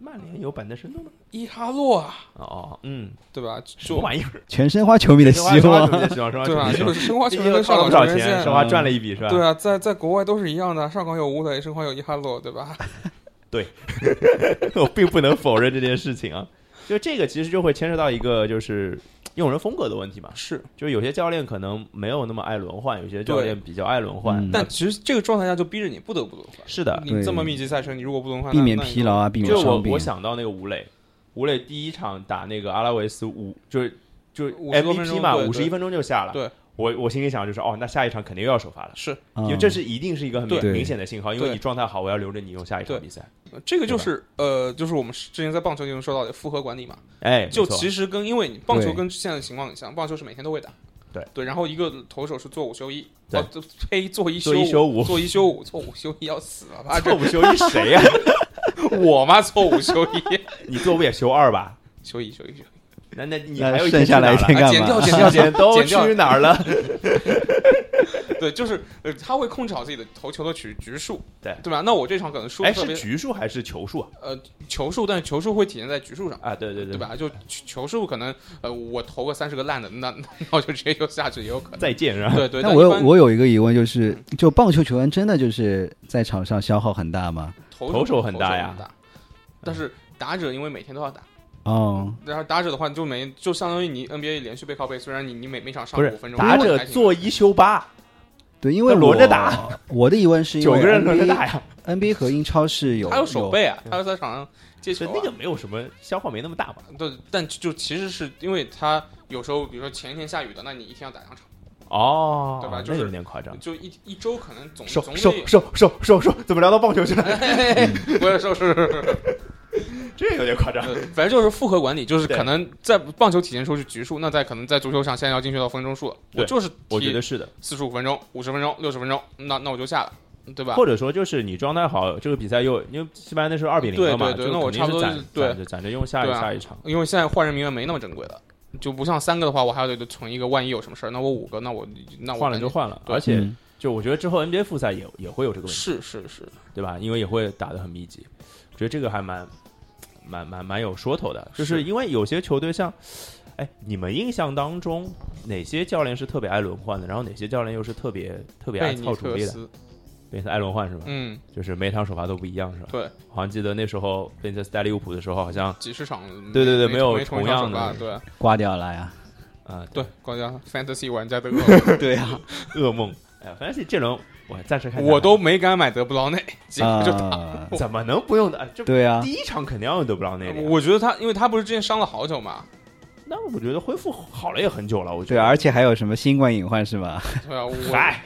S1: 曼联有板凳深度吗？
S2: 伊哈洛啊，
S1: 哦，嗯，
S2: 对吧？
S1: 什
S2: 就
S1: 么玩意儿？
S3: 全申花球迷的希望，
S1: 希望，
S2: 对吧？就是申花球员
S1: 又
S2: 跟
S1: 赚
S2: 上
S1: 了
S2: 港
S1: 不少
S2: 球员现
S1: 钱，
S2: 在
S1: 申花赚了一笔是吧？
S2: 对啊，在在国外都是一样的，上港有吴磊，申花有伊哈洛，对吧？
S1: 嗯我并不能否认这件事情啊。就这个其实就会牵涉到一个就是用人风格的问题嘛，
S2: 是，
S1: 就有些教练可能没有那么爱轮换，有些教
S2: 对
S1: 练比较爱轮换
S3: 嗯。
S2: 但其实这个状态下就逼着你不得不轮换。
S1: 是的，
S2: 你这么密集赛程，你如果不轮换，
S3: 避
S2: 那
S3: 免
S2: 那你
S3: 疲劳啊，避免
S1: 就我
S3: 伤病
S1: 我。想到那个吴磊，吴磊第一场打那个阿拉维斯五就是就是
S2: 50多分
S1: MVP
S2: 钟
S1: 嘛，
S2: 对
S1: 五十
S2: 对
S1: 一分钟就下了。
S2: 对，
S1: 我我心里想就是哦，那下一场肯定又要首发了。
S2: 是
S3: 啊
S1: 因为这是一定是一个很明
S3: 嗯对
S1: 明显的信号，因为
S2: 对
S1: 你状态好，我要留着你用下一场
S2: 对
S1: 比赛。
S2: 呃这个就是呃，就是我们之前在棒球里面说到的复合管理嘛，
S1: 哎，
S2: 就
S1: 没错
S2: 其实跟因为你棒球
S3: 对
S2: 跟现在的情况很像，棒球是每天都会打。
S1: 对
S2: 对，然后一个投手是做五休一，
S1: 对
S2: 哦，呸，做一
S1: 做一休
S2: 五，
S1: 五
S2: 做一休五，做五休一要死了吧？
S1: 错
S2: 这
S1: 不休一谁呀？
S2: 我嘛，做五休一，
S1: 你做不也休二吧？
S2: 休一休一休一，
S1: 那那你
S3: 那
S1: 还有
S3: 剩下来
S1: 一
S3: 一
S1: 天
S3: 天
S1: 去
S2: 啊
S3: 干
S2: 剪
S1: 哪
S2: 掉
S3: 嘛
S2: 剪
S1: 儿了
S2: 掉
S1: 剪都
S2: 剪掉
S1: 去哪儿了？
S2: 对，就是呃，他会控制好自己的投球的局局数，
S1: 对
S2: 对吧？那我这场可能输得
S1: 哎，
S2: 特
S1: 是
S2: 别
S1: 局数还是球数啊？
S2: 呃球数，但是球数会体现在局数上。
S1: 啊，对对
S2: 对？吧？就球球数可能，呃，我投个三十个烂的，那那那我就直接就下去也有可 能。
S1: 再见，然后
S2: 对对，
S3: 但
S2: 但
S3: 我
S2: 一
S3: 有
S2: 般
S3: 我有一个疑问，就是就棒球球员真的就是在场上消耗很大吗？
S2: 投
S1: 投手
S2: 手
S1: 很
S2: 投
S1: 大
S2: 手
S1: 呀嗯
S2: 很但是打者因为每天都要打，
S3: 哦，
S2: 然后打者的话，你就每就相当于你 NBA 连续背靠背，虽然你你每每场上
S1: 不是
S2: 五分钟，
S1: 打
S2: 但是你
S1: 者
S2: 还行
S1: 做一休八，
S3: 对，因为
S1: 那轮着
S3: 我
S1: 打。
S3: 我的疑问是因
S1: 九
S3: 为
S1: 个人轮着打呀，
S3: NBA NBA 和英超是有嗯
S2: 还有手背啊，还有在场上接球
S1: 所
S2: 啊
S1: 以那个没有什么消耗没那么大吧？
S2: 对，但就其实是因为他有时候，比如说前一天下雨的，那你一天要打两场，
S1: 哦，
S2: 对吧就
S1: 那
S2: 是
S1: 有点夸张。
S2: 就一一周可能总
S1: 手
S2: 总
S1: 手
S2: 得，
S1: 手手手手，怎么聊到棒球去了？ 嗯
S2: 不是收拾，
S1: 这有点夸 张。
S2: 呃反正就是复合管理，就是
S1: 对
S2: 可能在棒球体现出去局数，那在可能在足球上现在要进去到分钟数了，我
S1: 对
S2: 就是
S1: 我觉
S2: 踢
S1: 得是的，
S2: 四十五分钟、五十分钟、六十分钟，那那我就下了，对吧？
S1: 或者说就是你状态好，这个比赛又因为西班牙那时候二比零了嘛，
S2: 对对对
S1: 就
S2: 那我
S1: 肯定
S2: 差不多
S1: 攒
S2: 就是对
S1: 攒着攒着用下一
S2: 对啊
S1: 下一场。
S2: 因为现在换人名额没那么珍贵了，就不像三个的话，我还要得存一个，万一有什么事儿，那我五个，那我那我
S1: 换了就换了，而且
S3: 嗯
S1: 就我觉得之后 NBA 复赛也也会有这个问题，
S2: 是是是，
S1: 对吧？因为也会打得很密集，我觉得这个还蛮蛮蛮蛮有说头的，就是
S2: 是
S1: 因为有些球队像哎，你们印象当中哪些教练是特别爱轮换的？然后哪些教练又是特别特别爱
S2: 贝尼
S1: 操主
S2: 特
S1: 力的？
S2: 斯，
S1: 贝斯爱轮换是吧？
S2: 嗯，
S1: 就是每场首发都不一样是吧？
S2: 对，
S1: 好像记得那时候贝尼特斯带利物浦的时候，好像
S2: 几十场，
S1: 对对对没
S2: 没
S1: 有
S2: 没同一
S1: 同样
S2: 场首发
S1: 的
S2: 对
S3: 挂掉了呀。
S1: 啊、
S2: 对，光加 fantasy 玩家的恶，
S3: 对呀，
S1: 噩梦。哎呀，反正这轮我暂时看
S2: 我都没敢买德布 劳内，结果就打。
S3: 啊，
S1: 怎么能不用的？哎这
S3: 对啊呀
S1: 第，一场肯定要用德布劳内的呀。
S2: 啊我觉得他，因为他不是之前伤了好久嘛，
S1: 那我觉得恢复好了也很久了，我觉
S3: 对，啊
S1: 得。
S2: 啊
S3: 而且还有什么新冠隐患是吧？
S2: 对啊，我
S1: 嗨，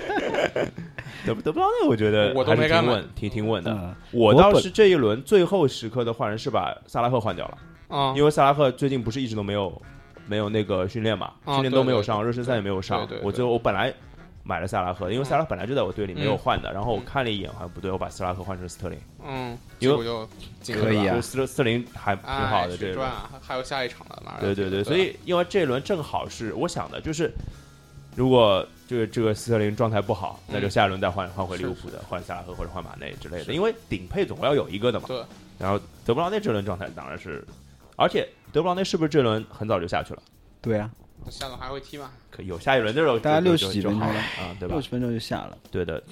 S1: 德布德布劳内，我觉得
S2: 我都
S1: 还是
S2: 没敢
S1: 挺
S2: 买
S1: 稳，挺挺稳的。
S3: 嗯，
S1: 我
S3: 我
S1: 倒
S3: 本
S1: 是这一轮最后时刻的换人是把萨拉赫换掉了，
S2: 啊，
S1: 因为萨拉赫最近不是一直都没有没有那个训练嘛，
S2: 啊
S1: 训练
S2: 对
S1: 都没有
S2: 对
S1: 上，热身赛也没有上
S2: 对对。对
S1: 我就我本来买了萨拉赫，因为萨拉赫本来就在我队里没有
S2: 嗯
S1: 换的，然后我看了一眼好像不对，我把萨拉赫换成斯特林，
S2: 嗯，
S1: 因
S2: 结
S1: 为
S2: 果就进
S3: 可以啊
S1: 就是斯特斯特林还挺
S2: 哎，
S1: 好的这
S2: 水
S1: 一
S2: 赚
S1: 轮。
S2: 啊，还还有下一场了，马上
S1: 对对对，所以因为这一轮正好是我想的，就是如果这个这个斯特林状态不好，那就下一轮再换换回利物浦的，换萨拉赫或者换马内之类的，
S2: 是
S1: 因为顶配总要有一个的嘛。
S2: 对。
S1: 然后德布劳内这轮状态当然是，而且德布劳内是不是这轮很早就下去了？
S3: 对啊呀，
S2: 下轮还会踢吗？
S1: 可有下一轮的时候就，
S3: 大概
S1: 就
S3: 60几
S1: 就
S3: 分
S1: 就
S3: 钟
S1: 好
S3: 了
S1: 啊，对吧
S3: 六？十分钟就下了
S1: 对的。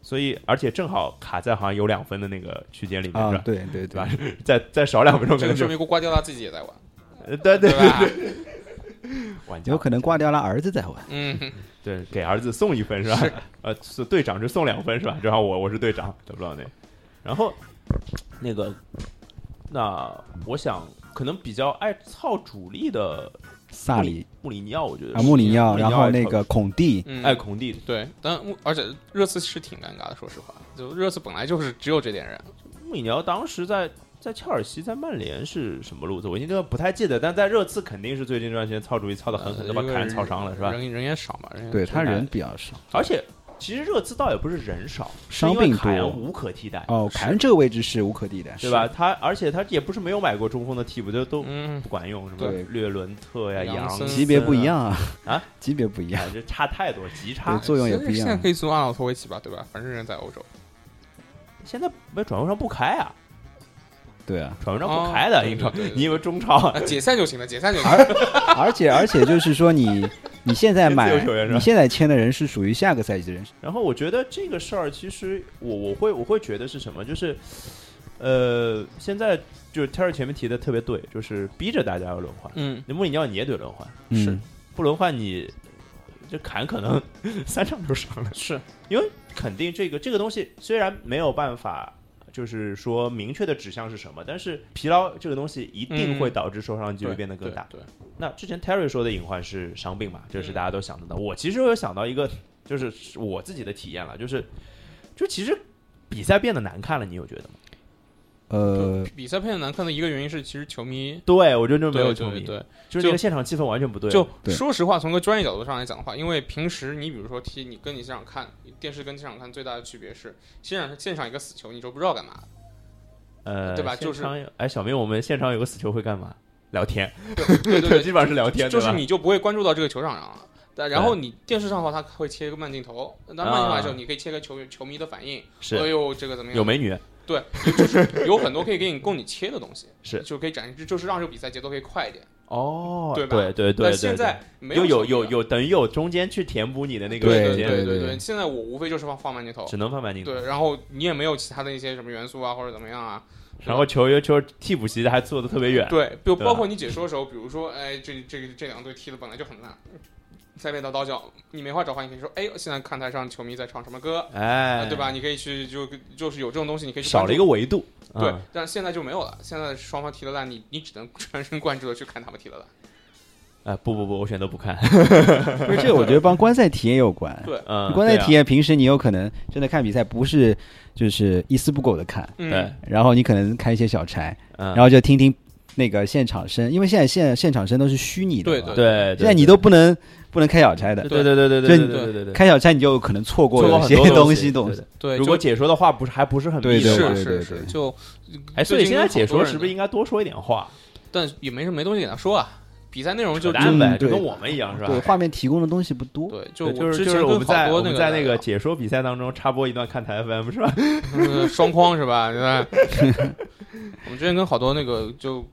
S1: 所以，而且正好卡在好像有两分的那个区间里面，
S3: 啊
S1: 是，吧？
S3: 对
S1: 对
S3: 对对
S1: 吧，？再再少两分 钟可
S2: 这
S1: 能
S2: 个
S1: 就
S2: 说明瓜迪奥拉自己也在玩，
S1: 呃对对
S2: 吧？
S1: 玩家
S3: 有可能挂掉了儿子在玩。
S2: 嗯，
S1: 对，给儿子送一分是吧？ 呃，是队长是送两分是吧？正好我我是队长，得不到那。然后那个，那我想可能比较爱操主力的
S3: 萨里
S1: 穆里尼奥，我觉得
S3: 啊，
S1: 是
S3: 穆里尼奥，
S1: 穆
S3: 然后
S1: 爱
S3: 那
S1: 操
S3: 个孔蒂，
S2: 嗯
S1: 爱孔蒂，
S2: 对，但而且热刺是挺尴尬的，说实话，就热刺本来就是只有这点人，
S1: 穆里尼奥当时在在切尔西在曼联是什么路子？我已经不太记得，但在热刺肯定是最近这段时间操主力操的狠狠的，把
S2: 呃因为
S1: 凯恩操伤了是吧？
S2: 人人也少嘛，人也
S3: 对他
S1: 嗯是
S3: 人比较少。
S1: 而且其实热刺倒也不是人少，是
S3: 伤
S1: 因为
S3: 病
S1: 凯恩
S3: 多
S1: 无可替代。
S3: 哦，凯恩这个位置是无可替代，
S1: 对吧？？他而且他也不是没有买过中锋的替补，就都
S2: 嗯
S1: 不管用，什么
S3: 对
S1: 略伦特呀、
S2: 杨
S1: 杨
S2: 森
S1: 森
S3: 级别不一样啊，
S1: 啊，
S3: 级别不一
S1: 啊，
S3: 样。
S1: 哎这差太多，极
S3: 对
S1: 差。
S3: 作用也不一
S2: 现在
S3: 样
S2: 可，以租阿瑙托维奇吧，对吧？反正人在 欧洲，
S1: 现在没转会上不开啊，
S3: 对 啊，
S1: 转会上不开的英超
S2: 哦对对，对
S1: 你以为中超啊
S2: 啊，？解散就行了，解散就行。
S3: 而且而且就是说你你现在
S1: 自
S3: 买
S1: 由球员是吧
S3: 你现在签的人是属于下个赛季的人，
S1: 然后我觉得这个事儿，其实我我会我会觉得是什么，就是呃，现在就是 Terry 前面提的特别对，就是逼着大家要轮换。
S2: 嗯，
S1: 那穆里尼奥你也得轮换，
S3: 嗯
S2: 是
S1: 不轮换你这坎可能 三场就上了。
S2: 是
S1: 因为肯定这个这个东西虽然没有办法，就是说明确的指向是什么，但是疲劳这个东西一定会导致受伤几率
S2: 对
S1: 变得更大。
S2: 嗯对，对
S1: 那之前 Terry 说的隐患是伤病嘛，这是大家都想得到。我其实有想到一个，就是我自己的体验了，就是就其实比赛变得难看了，你有觉得吗？
S3: 呃，
S2: 比赛变得难看的一个原因是，其实球迷
S1: 对，我觉得就没有
S2: 对
S1: 球
S2: 对
S1: 迷，
S2: 对，
S1: 就是这个现场气氛完全不对。
S2: 就
S3: 对
S2: 说实话，从个专业角度上来讲的话，因为平时你比如说踢，你跟你现场看电视跟现场看最大的区别是，现场现场一个死球，你就不知道干嘛，
S1: 呃，
S2: 对吧
S1: 现
S2: 就是
S1: 场有哎，小明，我们现场有个死球会干嘛？聊天，
S2: 对对 对
S1: 基本上是聊天，
S2: 就是
S1: 对吧
S2: 你就不会关注到这个球场上了。但然后你电视上的话，它会切一个慢镜头，那慢镜头的时候，你可以切个球球迷的反应，哎
S1: 啊是
S2: 呦这个怎么样？
S1: 有美女，
S2: 有很多可以给你供你切的东西，
S1: 是
S2: 就可以展示，就是让这个比赛节奏可以快一点。
S1: 哦，
S2: 对吧
S1: 对对对，
S2: 但现在没
S1: 又有
S2: 球迷
S1: 有
S2: 了
S1: 有等于有中间去填补你的那个
S2: 对
S1: 时
S2: 对
S1: 间，
S2: 对
S3: 对对
S2: 对，现在我无非就是放放慢镜头，
S1: 只能放慢镜头。
S2: 对，然后你也没有其他的一些什么元素啊或者怎么样啊，
S1: 然后球员球替补席还坐的特别远，
S2: 对，就
S1: 对
S2: 包
S1: 吧
S2: 括你解说的时候，比如说，哎，这这这两队踢的本来就很烂，塞边到刀角，你没话找话，你可以说，哎，现在看台上球迷在唱什么歌，
S1: 哎
S2: 啊，对吧？？你可以去就就是有这种东西，你可以去
S1: 少了一个
S2: 关
S1: 维度，
S2: 注。对
S1: 嗯，
S2: 但现在就没有了。现在双方踢的烂，你你只能 全神贯注的去看他们踢的烂。
S1: 哎，不不不，我选择不看。
S3: 不是这个我觉得帮观赛体验 有关。
S2: 对
S1: 嗯，
S3: 观赛体
S1: 验，
S3: 验，平时你有可能真的看比赛不是就是一丝不苟的看，
S1: 对啊嗯
S2: 嗯，，
S3: 然后你可能开一些小柴，
S1: 然
S3: 然后就听听那个现场声，因为现在现现场声都是虚拟的
S2: 对对
S3: 嘛，
S1: 对，
S3: 现在你都不能不能开小柴的，
S1: 对对对对对
S3: 就
S1: 对
S3: 你
S1: 对对对对，
S3: 开小差你就可能错过
S1: 错过
S3: 有
S1: 很
S3: 些
S1: 多
S3: 东
S1: 西。
S3: 懂
S1: 对对
S2: 对
S1: 如果解说的话，不是还不是很
S3: 对
S1: 密
S3: 对
S1: 实
S3: 对
S1: 嘛
S2: 是
S3: 对
S2: 是
S3: 对
S2: 是，就
S1: 哎，所以现在解说是
S2: 是
S1: 不是应该多说一点话？
S2: 但也没什么没东西给他说啊，比赛内容就
S1: 扯淡呗，
S3: 嗯
S1: 就
S3: 对
S1: 跟我们一样是吧？
S3: 对，画面提供的东西不多。
S2: 对，就
S1: 对就
S2: 我
S1: 是
S2: 之
S1: 就
S2: 前
S1: 是
S2: 跟
S1: 我们
S2: 好
S1: 在
S2: 多
S1: 我
S2: 那
S1: 们
S2: 个
S1: 在那个解说比赛当中插播一段看台 FM 是吧？
S2: 呃双框是吧？对吧我们之前跟好多那个就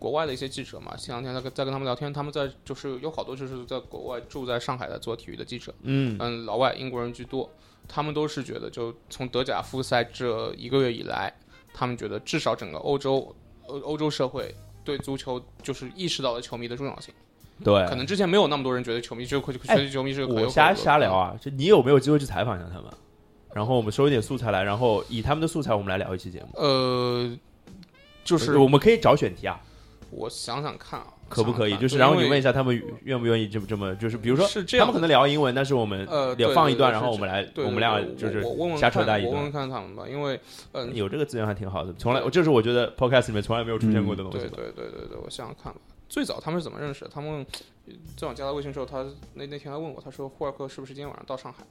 S2: 国外的一些记者嘛，前两天在跟在跟他们聊天，他们在就是有好多就是在国外住在上海的做体育的记者，
S1: 嗯
S2: 嗯，老外英国人居多，他们都是觉得就从德甲复赛这一个月以来，他们觉得至少整个欧洲欧欧洲社会对足球就是意识到了球迷的重要性，
S1: 对，
S2: 可能之前没有那么多人觉得球迷就会
S1: 哎
S2: 全球迷是个可
S1: 我
S2: 有可
S1: 瞎
S2: 无的
S1: 瞎聊，啊，就你有没有机会去采访一下他们？然后我们收一点素材来，然后以他们的素材，我们来聊一期节目。
S2: 呃，就
S1: 不
S2: 是
S1: 我们可以找选题啊，
S2: 我想想看啊，
S1: 可不可以？
S2: 想想看
S1: 就是然后
S2: 因
S1: 你
S2: 为
S1: 问一下他们愿不愿意这么这么，就是比如说
S2: 是这
S1: 他
S2: 样
S1: 们可
S2: 的
S1: 能聊英文，但是我们
S2: 呃对
S1: 聊放一段，
S2: 对对
S1: 然后我们来
S2: 对，
S1: 我们
S2: 对
S1: 俩
S2: 对
S1: 就是
S2: 我我问问
S1: 瞎扯
S2: 看
S1: 淡一
S2: 我问
S1: 段
S2: 问。看他们吧，因为嗯，
S1: 有这个资源还挺好的，从来这是我觉得 podcast 里面从来没有出现过的东西
S2: 嗯对。对对对对，我想想看吧。最早他们是怎么认识的？他们呃最早加他微信之后，他那那天还问我，他说霍尔克是不是今天晚上到上海？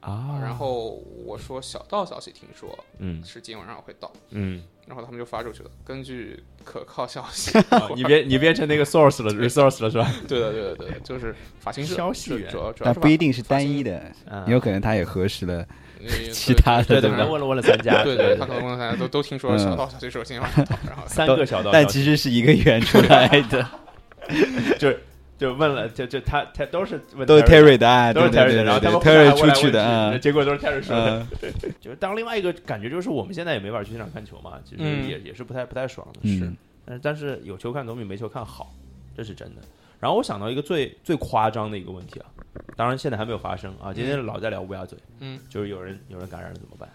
S1: 啊
S2: 然后我说小道消息听说
S1: 嗯
S2: 是今天晚上会到，
S1: 嗯，
S2: 然后他们就发出去了。根据可靠消息
S1: 啊，你变你变成那个 source 了，resource 了是吧？
S2: 对的对的对的，就是发型社
S1: 消息
S2: 主
S1: 源
S2: 主要主要
S3: 但
S2: 是
S3: 不一
S2: 发
S3: 定是单一的，
S1: 嗯
S3: 也有可能他也核实了。
S2: 呃
S3: 其他的
S1: 对对
S2: 对对
S1: 对，问了问了三家，
S2: 对对，他可能问大家都都听说
S3: 嗯
S2: 小道消息说今天晚上到，然后
S1: 三个小道消息，
S3: 但其实是一个圆出来的，
S1: 就是就问了，就就他他都是问
S3: 都是
S1: Terry
S3: Terry 的啊，
S1: 都是
S3: 对
S1: Terry
S3: 对
S1: 的，然后他
S3: 对
S1: 们互相
S3: 对
S1: 还
S3: ，Terry
S1: 问来
S3: 出去的
S1: 问去
S3: 啊。
S1: 结果都是 Terry 说的。
S3: 嗯，
S1: 就是当另外一个感觉就是我们现在也没法去现场看球嘛，其实
S2: 嗯
S1: 也也是不太不太爽的，是
S3: 嗯，
S1: 但是但是有球看总比没球看好，这是真的。然后我想到一个最最夸张的一个问题啊，当然现在还没有发生啊，今天老在聊乌鸦嘴，
S2: 嗯，
S1: 就是有人有人感染了怎么办，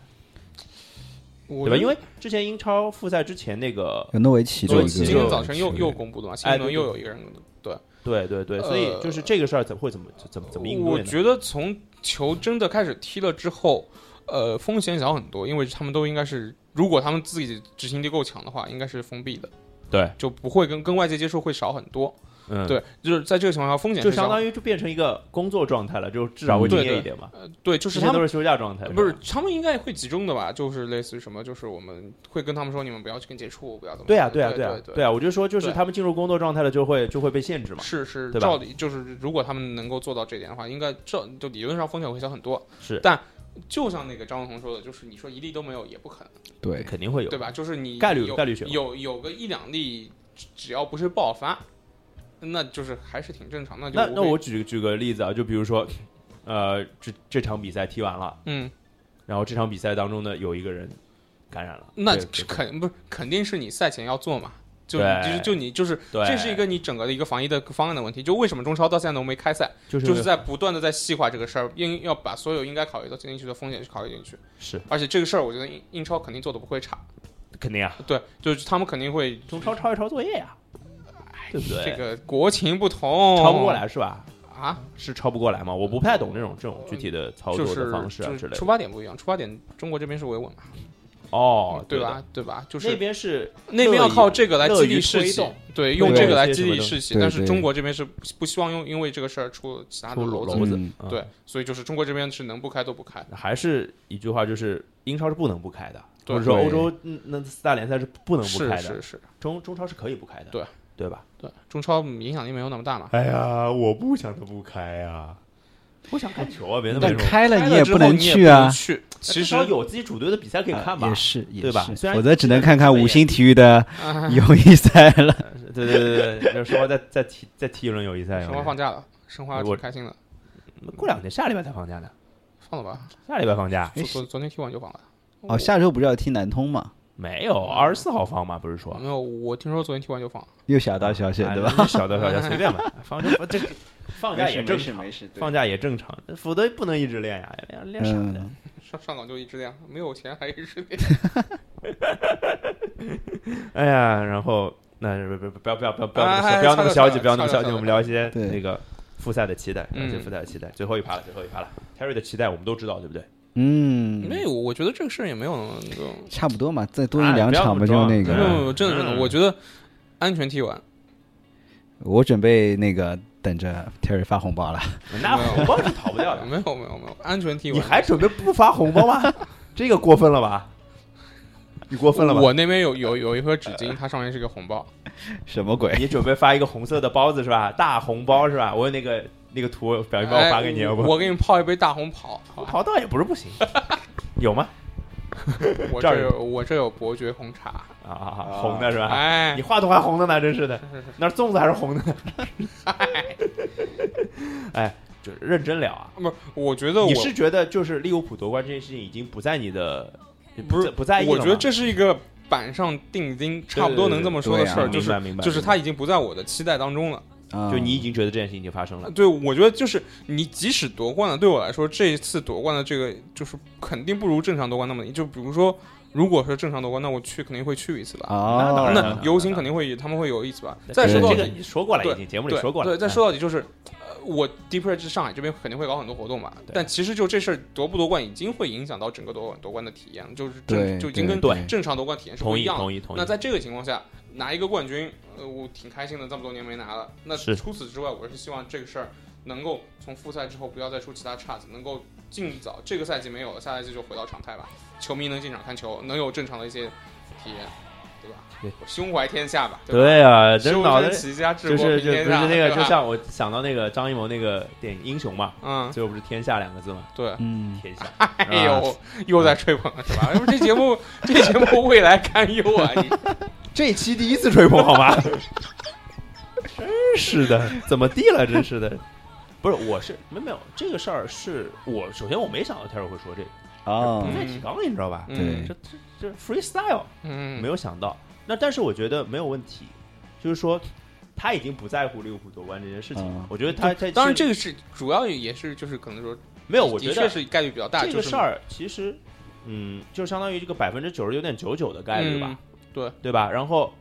S2: 我
S1: 对吧？
S2: 觉得
S1: 因为之前英超复赛之前那个，
S3: 有诺维奇这
S1: 诺
S3: 一
S1: 维
S3: 个，
S1: 奇
S2: 今
S1: 就
S2: 天早晨又又公布的嘛，新
S1: 哎
S2: 一轮
S1: 对
S2: 又
S1: 对
S2: 有一个人对。
S1: 对对对，所以就是这个事儿怎会怎么怎么怎么应
S2: 呃我
S1: 对呢？
S2: 觉得从球真的开始踢了之后，呃，风险小很多，因为他们都应该是，如果他们自己执行力够强的话，应该是封闭的，
S1: 对，
S2: 就不会跟跟外界接触会少很多。
S1: 嗯，
S2: 对，就是在这个情况下，风险
S1: 就相当
S2: 于
S1: 于就变成一个工作状态了，就至少会敬业一点嘛。
S2: 嗯对，就是
S1: 之
S2: 他
S1: 前都
S2: 们。呃
S1: 是休假状态，
S2: 不是
S1: 吧？，
S2: 他们应该会集中的吧？就是类似于什么，就是我们会跟他们说，你们不要去跟接触，不要怎么。
S1: 对啊，
S2: 对
S1: 啊，
S2: 对
S1: 啊，
S2: 对
S1: 对啊！我就说，就是
S2: 对
S1: 他们进入工作状态了，就会就会被限制嘛。
S2: 是是，
S1: 对吧
S2: 照理就是，如果他们能够做到这一点的话，应该这就理论上风险会小很多。
S1: 是
S2: 但就像那个张文宏说的，就是你说一例都没有也不可能。
S3: 对，
S1: 肯定会有，
S2: 对吧？就是你
S1: 概率
S2: 有
S1: 概率选嘛
S2: 有有个一两例，只只要不是爆发，那就是还是挺正常的。就
S1: 那那
S2: 会
S1: 我举举个例子啊，就比如说，呃，这这场比赛踢完了，
S2: 嗯，
S1: 然后这场比赛当中呢，有一个人感染了，
S2: 那
S1: 对对
S2: 肯不是肯定是你赛前要做嘛？就
S1: 对
S2: 就是就你就是
S1: 对
S2: 这是一个你整个的一个防疫的方案的问题。就为什么中超到现在都没开赛，
S1: 就是
S2: 就是在不断的在细化这个事儿，应要把所有应该考虑到进去的风险去考虑进去。
S1: 是
S2: 而且这个事儿，我觉得英英超肯定做的不会差。
S1: 肯定啊，
S2: 对，就是他们肯定会
S1: 中超抄一抄作业呀，对不对？
S2: 哎这个哦国情不同，
S1: 抄不过来是吧？
S2: 啊。
S1: 是抄不过来吗？我不太懂这种这种具体的操
S2: 就
S1: 作
S2: 是
S1: 的方式啊
S2: 就
S1: 之
S2: 是
S1: 类
S2: 出
S1: 的。
S2: 发点不一样，出发点中国这边是维稳嘛，
S1: 哦，
S2: 对
S1: 的？
S2: 吧？对吧？就
S1: 那
S2: 是
S1: 边是
S2: 那边要靠这个来
S1: 乐
S2: 激
S1: 于
S2: 励士
S1: 推
S2: 气
S1: 动，
S2: 对，
S1: 对
S2: 用
S3: 对
S2: 这个来
S1: 一些
S2: 激
S1: 什么
S2: 励
S1: 东西
S2: 士气。
S3: 对
S2: 但是
S3: 对
S2: 中国这边是不希望用因为这个事儿出其他的
S1: 出
S2: 篓
S1: 篓
S2: 子。
S1: 子
S3: 嗯，
S1: 嗯
S2: 对，所以就是中国这边是能不开都不开。
S1: 还是一句话，就是英超是不能不开的，
S2: 对
S1: 或者说
S3: 对
S1: 欧洲嗯那四大联赛是不能不
S2: 是
S1: 开的，
S2: 是是，
S1: 中中超是可以不开的，
S2: 对
S1: 对吧？
S2: 对，中超影响力没有那么大嘛。
S1: 哎呀，我不想他不开呀，我想看球啊，别的没
S3: 但
S1: 什么。
S3: 开了
S2: 开
S3: 你也
S2: 之后
S3: 不
S2: 你
S3: 能
S2: 也
S3: 去啊，
S2: 去，其
S1: 至
S2: 实
S1: 少有自己主队的比赛可以看吧？
S3: 啊也是，也
S1: 对吧
S3: 是
S1: 虽然
S3: 否则只能看看五星体育的
S2: 啊
S3: 友谊赛了。
S1: 对对对对，就是说再再踢再踢一轮友谊赛，
S2: 申花放假了，申花挺
S1: 哎我
S2: 开心的，
S1: 过两天下礼拜才放假呢，
S2: 放了吧。
S1: 下礼拜放假
S2: 昨昨昨天踢完就放了。
S3: 哦，下周不是要踢南通嘛？
S1: 没有二十四号放嘛？不是说
S2: 没有，我听说昨天踢完就放了。
S3: 又小道消息
S1: 哎
S3: 对吧？
S1: 那小道小家随便吧，放就放这个放假也正常，
S3: 事
S1: 放假也正常，否则不能一直练呀，练练傻的。
S3: 嗯，
S2: 上上港就一直这样，没有钱还一直这样。
S1: 哎呀，然后那不不不不要不要不要不要那么消
S2: 哎
S1: 不要那么消极，
S2: 差点
S1: 不要那么消
S2: 差
S1: 极，
S2: 点
S1: 我们聊一些
S3: 对
S1: 那个复赛的期待，聊
S2: 嗯
S1: 一些复赛的期待。最后一趴了，最后一趴了。Terry 的期待我们都知道，对不对？
S3: 嗯
S2: 没，有，我觉得这个事儿也没有那种。
S3: 差不多嘛，再多一
S1: 哎
S3: 两
S1: 不要那
S3: 场吧，
S1: 么
S3: 就
S1: 装
S3: 那
S1: 对
S2: 没有没
S3: 个。
S2: 有，真的真
S1: 嗯
S2: 的，我觉得安全踢完，
S3: 我准备那个等着 Terry 发红包了。
S1: 那红包是逃不掉的。
S2: 没有没有没有，安全踢完。
S1: 啊你还准备不发红包吗？这个过分了吧？你过分了吧？呃
S2: 我那边有有有一盒纸巾，它上面是个红包，
S3: 什么鬼？
S1: 你准备发一个红色的包子是吧？大红包是吧？我有那个那个图，表啊情包我发给你，
S2: 哎
S1: 要不？
S2: 我给你泡一杯大红袍，好吧？
S1: 跑道也不是不行，有吗？
S2: 我
S1: 这儿
S2: 这有我这有伯爵红茶，
S1: 啊啊啊，红的是吧？
S2: 哎
S1: 你，话筒还红的呢，真是的，那粽子还是红的呢。哎，就是认真聊啊。
S2: 不，我觉得我
S1: 你是觉得就是利物浦夺冠这件事情已经不在你的
S2: 不是
S1: 在不在意了
S2: 我
S1: 吗？
S2: 觉得这是一个板上钉钉，差不多能这么说的事儿，
S3: 对
S2: 就
S1: 啊明白
S2: 是
S1: 明白，
S2: 就是它已经不在我的期待当中了。
S3: 啊
S1: 就你已经觉得这件事情已经发生了。
S2: 对，我觉得就是你即使夺冠了，对我来说，这一次夺冠的这个就是肯定不如正常夺冠那么。就比如说，如果是正常夺冠，那我去肯定会去一次吧。
S3: 啊，
S1: 那当然了
S2: 那游行肯定会他们会有一次吧。
S1: 对
S2: 再说到
S1: 这个你说过了，已经节目里
S2: 对
S1: 说过
S2: 对，
S1: 了。啊嗯
S2: 再说到底就是，呃，我 Deep Red 是上海这边肯定会搞很多活动嘛，
S1: 对
S2: 但其实就这事儿夺不夺冠已经会影响到整个夺冠夺冠的体验，就是
S3: 对
S2: 正就已经跟
S1: 对
S2: 正常夺冠体验是不
S1: 同
S2: 一
S1: 意
S2: 样的。
S1: 同意同意。
S2: 那在这个情况下，拿一个冠军，呃，我挺开心的，这么多年没拿了。那
S1: 是
S2: 除此之外，我是希望这个事儿能够从复赛之后不要再出其他岔子，能够尽早这个赛季没有了，下赛季就回到常态吧。球迷能进场看球，能有正常的一些体验，对吧？
S1: 对
S2: 我胸怀天下吧，吧？
S1: 对啊，这
S2: 修
S1: 脑袋
S2: 身齐家
S1: 就
S2: 治国
S1: 是
S2: 平
S1: 就不
S2: 天
S1: 是
S2: 下，
S1: 那个，
S2: 对
S1: 就
S2: 吧
S1: 像我想到那个张艺谋那个电影《英雄》嘛，
S2: 嗯，
S1: 最后不是“天下”两个字嘛，
S2: 对。
S3: 嗯，
S1: 天下。 啊
S2: 哎呦，又在吹捧了是吧？要不这节目， 这节目未来堪忧啊！你
S1: 这期第一次吹捧好吗？真是的，怎么地了？真是的，不是，我是没有没有这个事儿，是我首先我没想到 Terry 会说这个，
S3: 哦
S1: 不，在提纲里，你知道吧？
S2: 嗯
S3: 对
S1: 这这这 freestyle
S2: 嗯，
S1: 没有想到。那但是我觉得没有问题，就是说他已经不在乎利物浦夺冠这件事情了
S3: 嗯。
S1: 我觉得他他
S2: 当然，
S1: 这
S2: 这个是主要也是就是可能说，
S1: 没有，我觉
S2: 的
S1: 得
S2: 确是概率比较大。
S1: 这
S2: 就
S1: 个
S2: 是
S1: 事儿其实，嗯，就相当于这个百分之九十九点九九的概率吧。
S2: 嗯对
S1: 对吧？然后，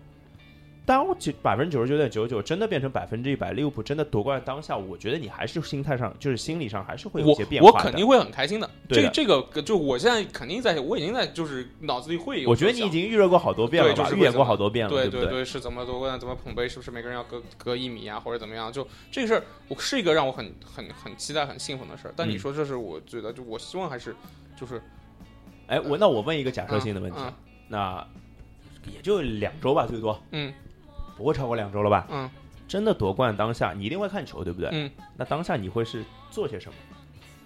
S1: 当百分之九十九点九九真的变成百分之一百，利物浦真的夺冠的当下，我觉得你还是心态上，就是心理上还是会有一
S2: 我
S1: 些变化
S2: 我
S1: 的
S2: 肯定会很开心的。
S1: 对
S2: 这
S1: 的
S2: 个这个就我现在肯定在，我已经在就是脑子里会有
S1: 我觉
S2: 这个
S1: 得你已
S2: 想
S1: 经预热过好多遍了
S2: 对
S1: 吧？
S2: 就是
S1: 预
S2: 会
S1: 演
S2: 这
S1: 过
S2: 么
S1: 好多遍了，
S2: 对
S1: 不
S2: 对？是怎么夺冠，怎么捧杯，是不是每个人要隔隔一米啊，或者怎么样？就这个事儿，我是一个让我很很很期待、很兴奋的事儿。但你
S1: 嗯
S2: 说这是我觉得，就我希望还是就是
S1: 哎，我那我问一个假设性的问题，啊
S2: 嗯
S1: 那也就两周吧，最多
S2: 嗯
S1: 不会超过两周了吧？
S2: 嗯，
S1: 真的夺冠当下，你一定会看球，对不对？
S2: 嗯。
S1: 那当下你会是做些什么？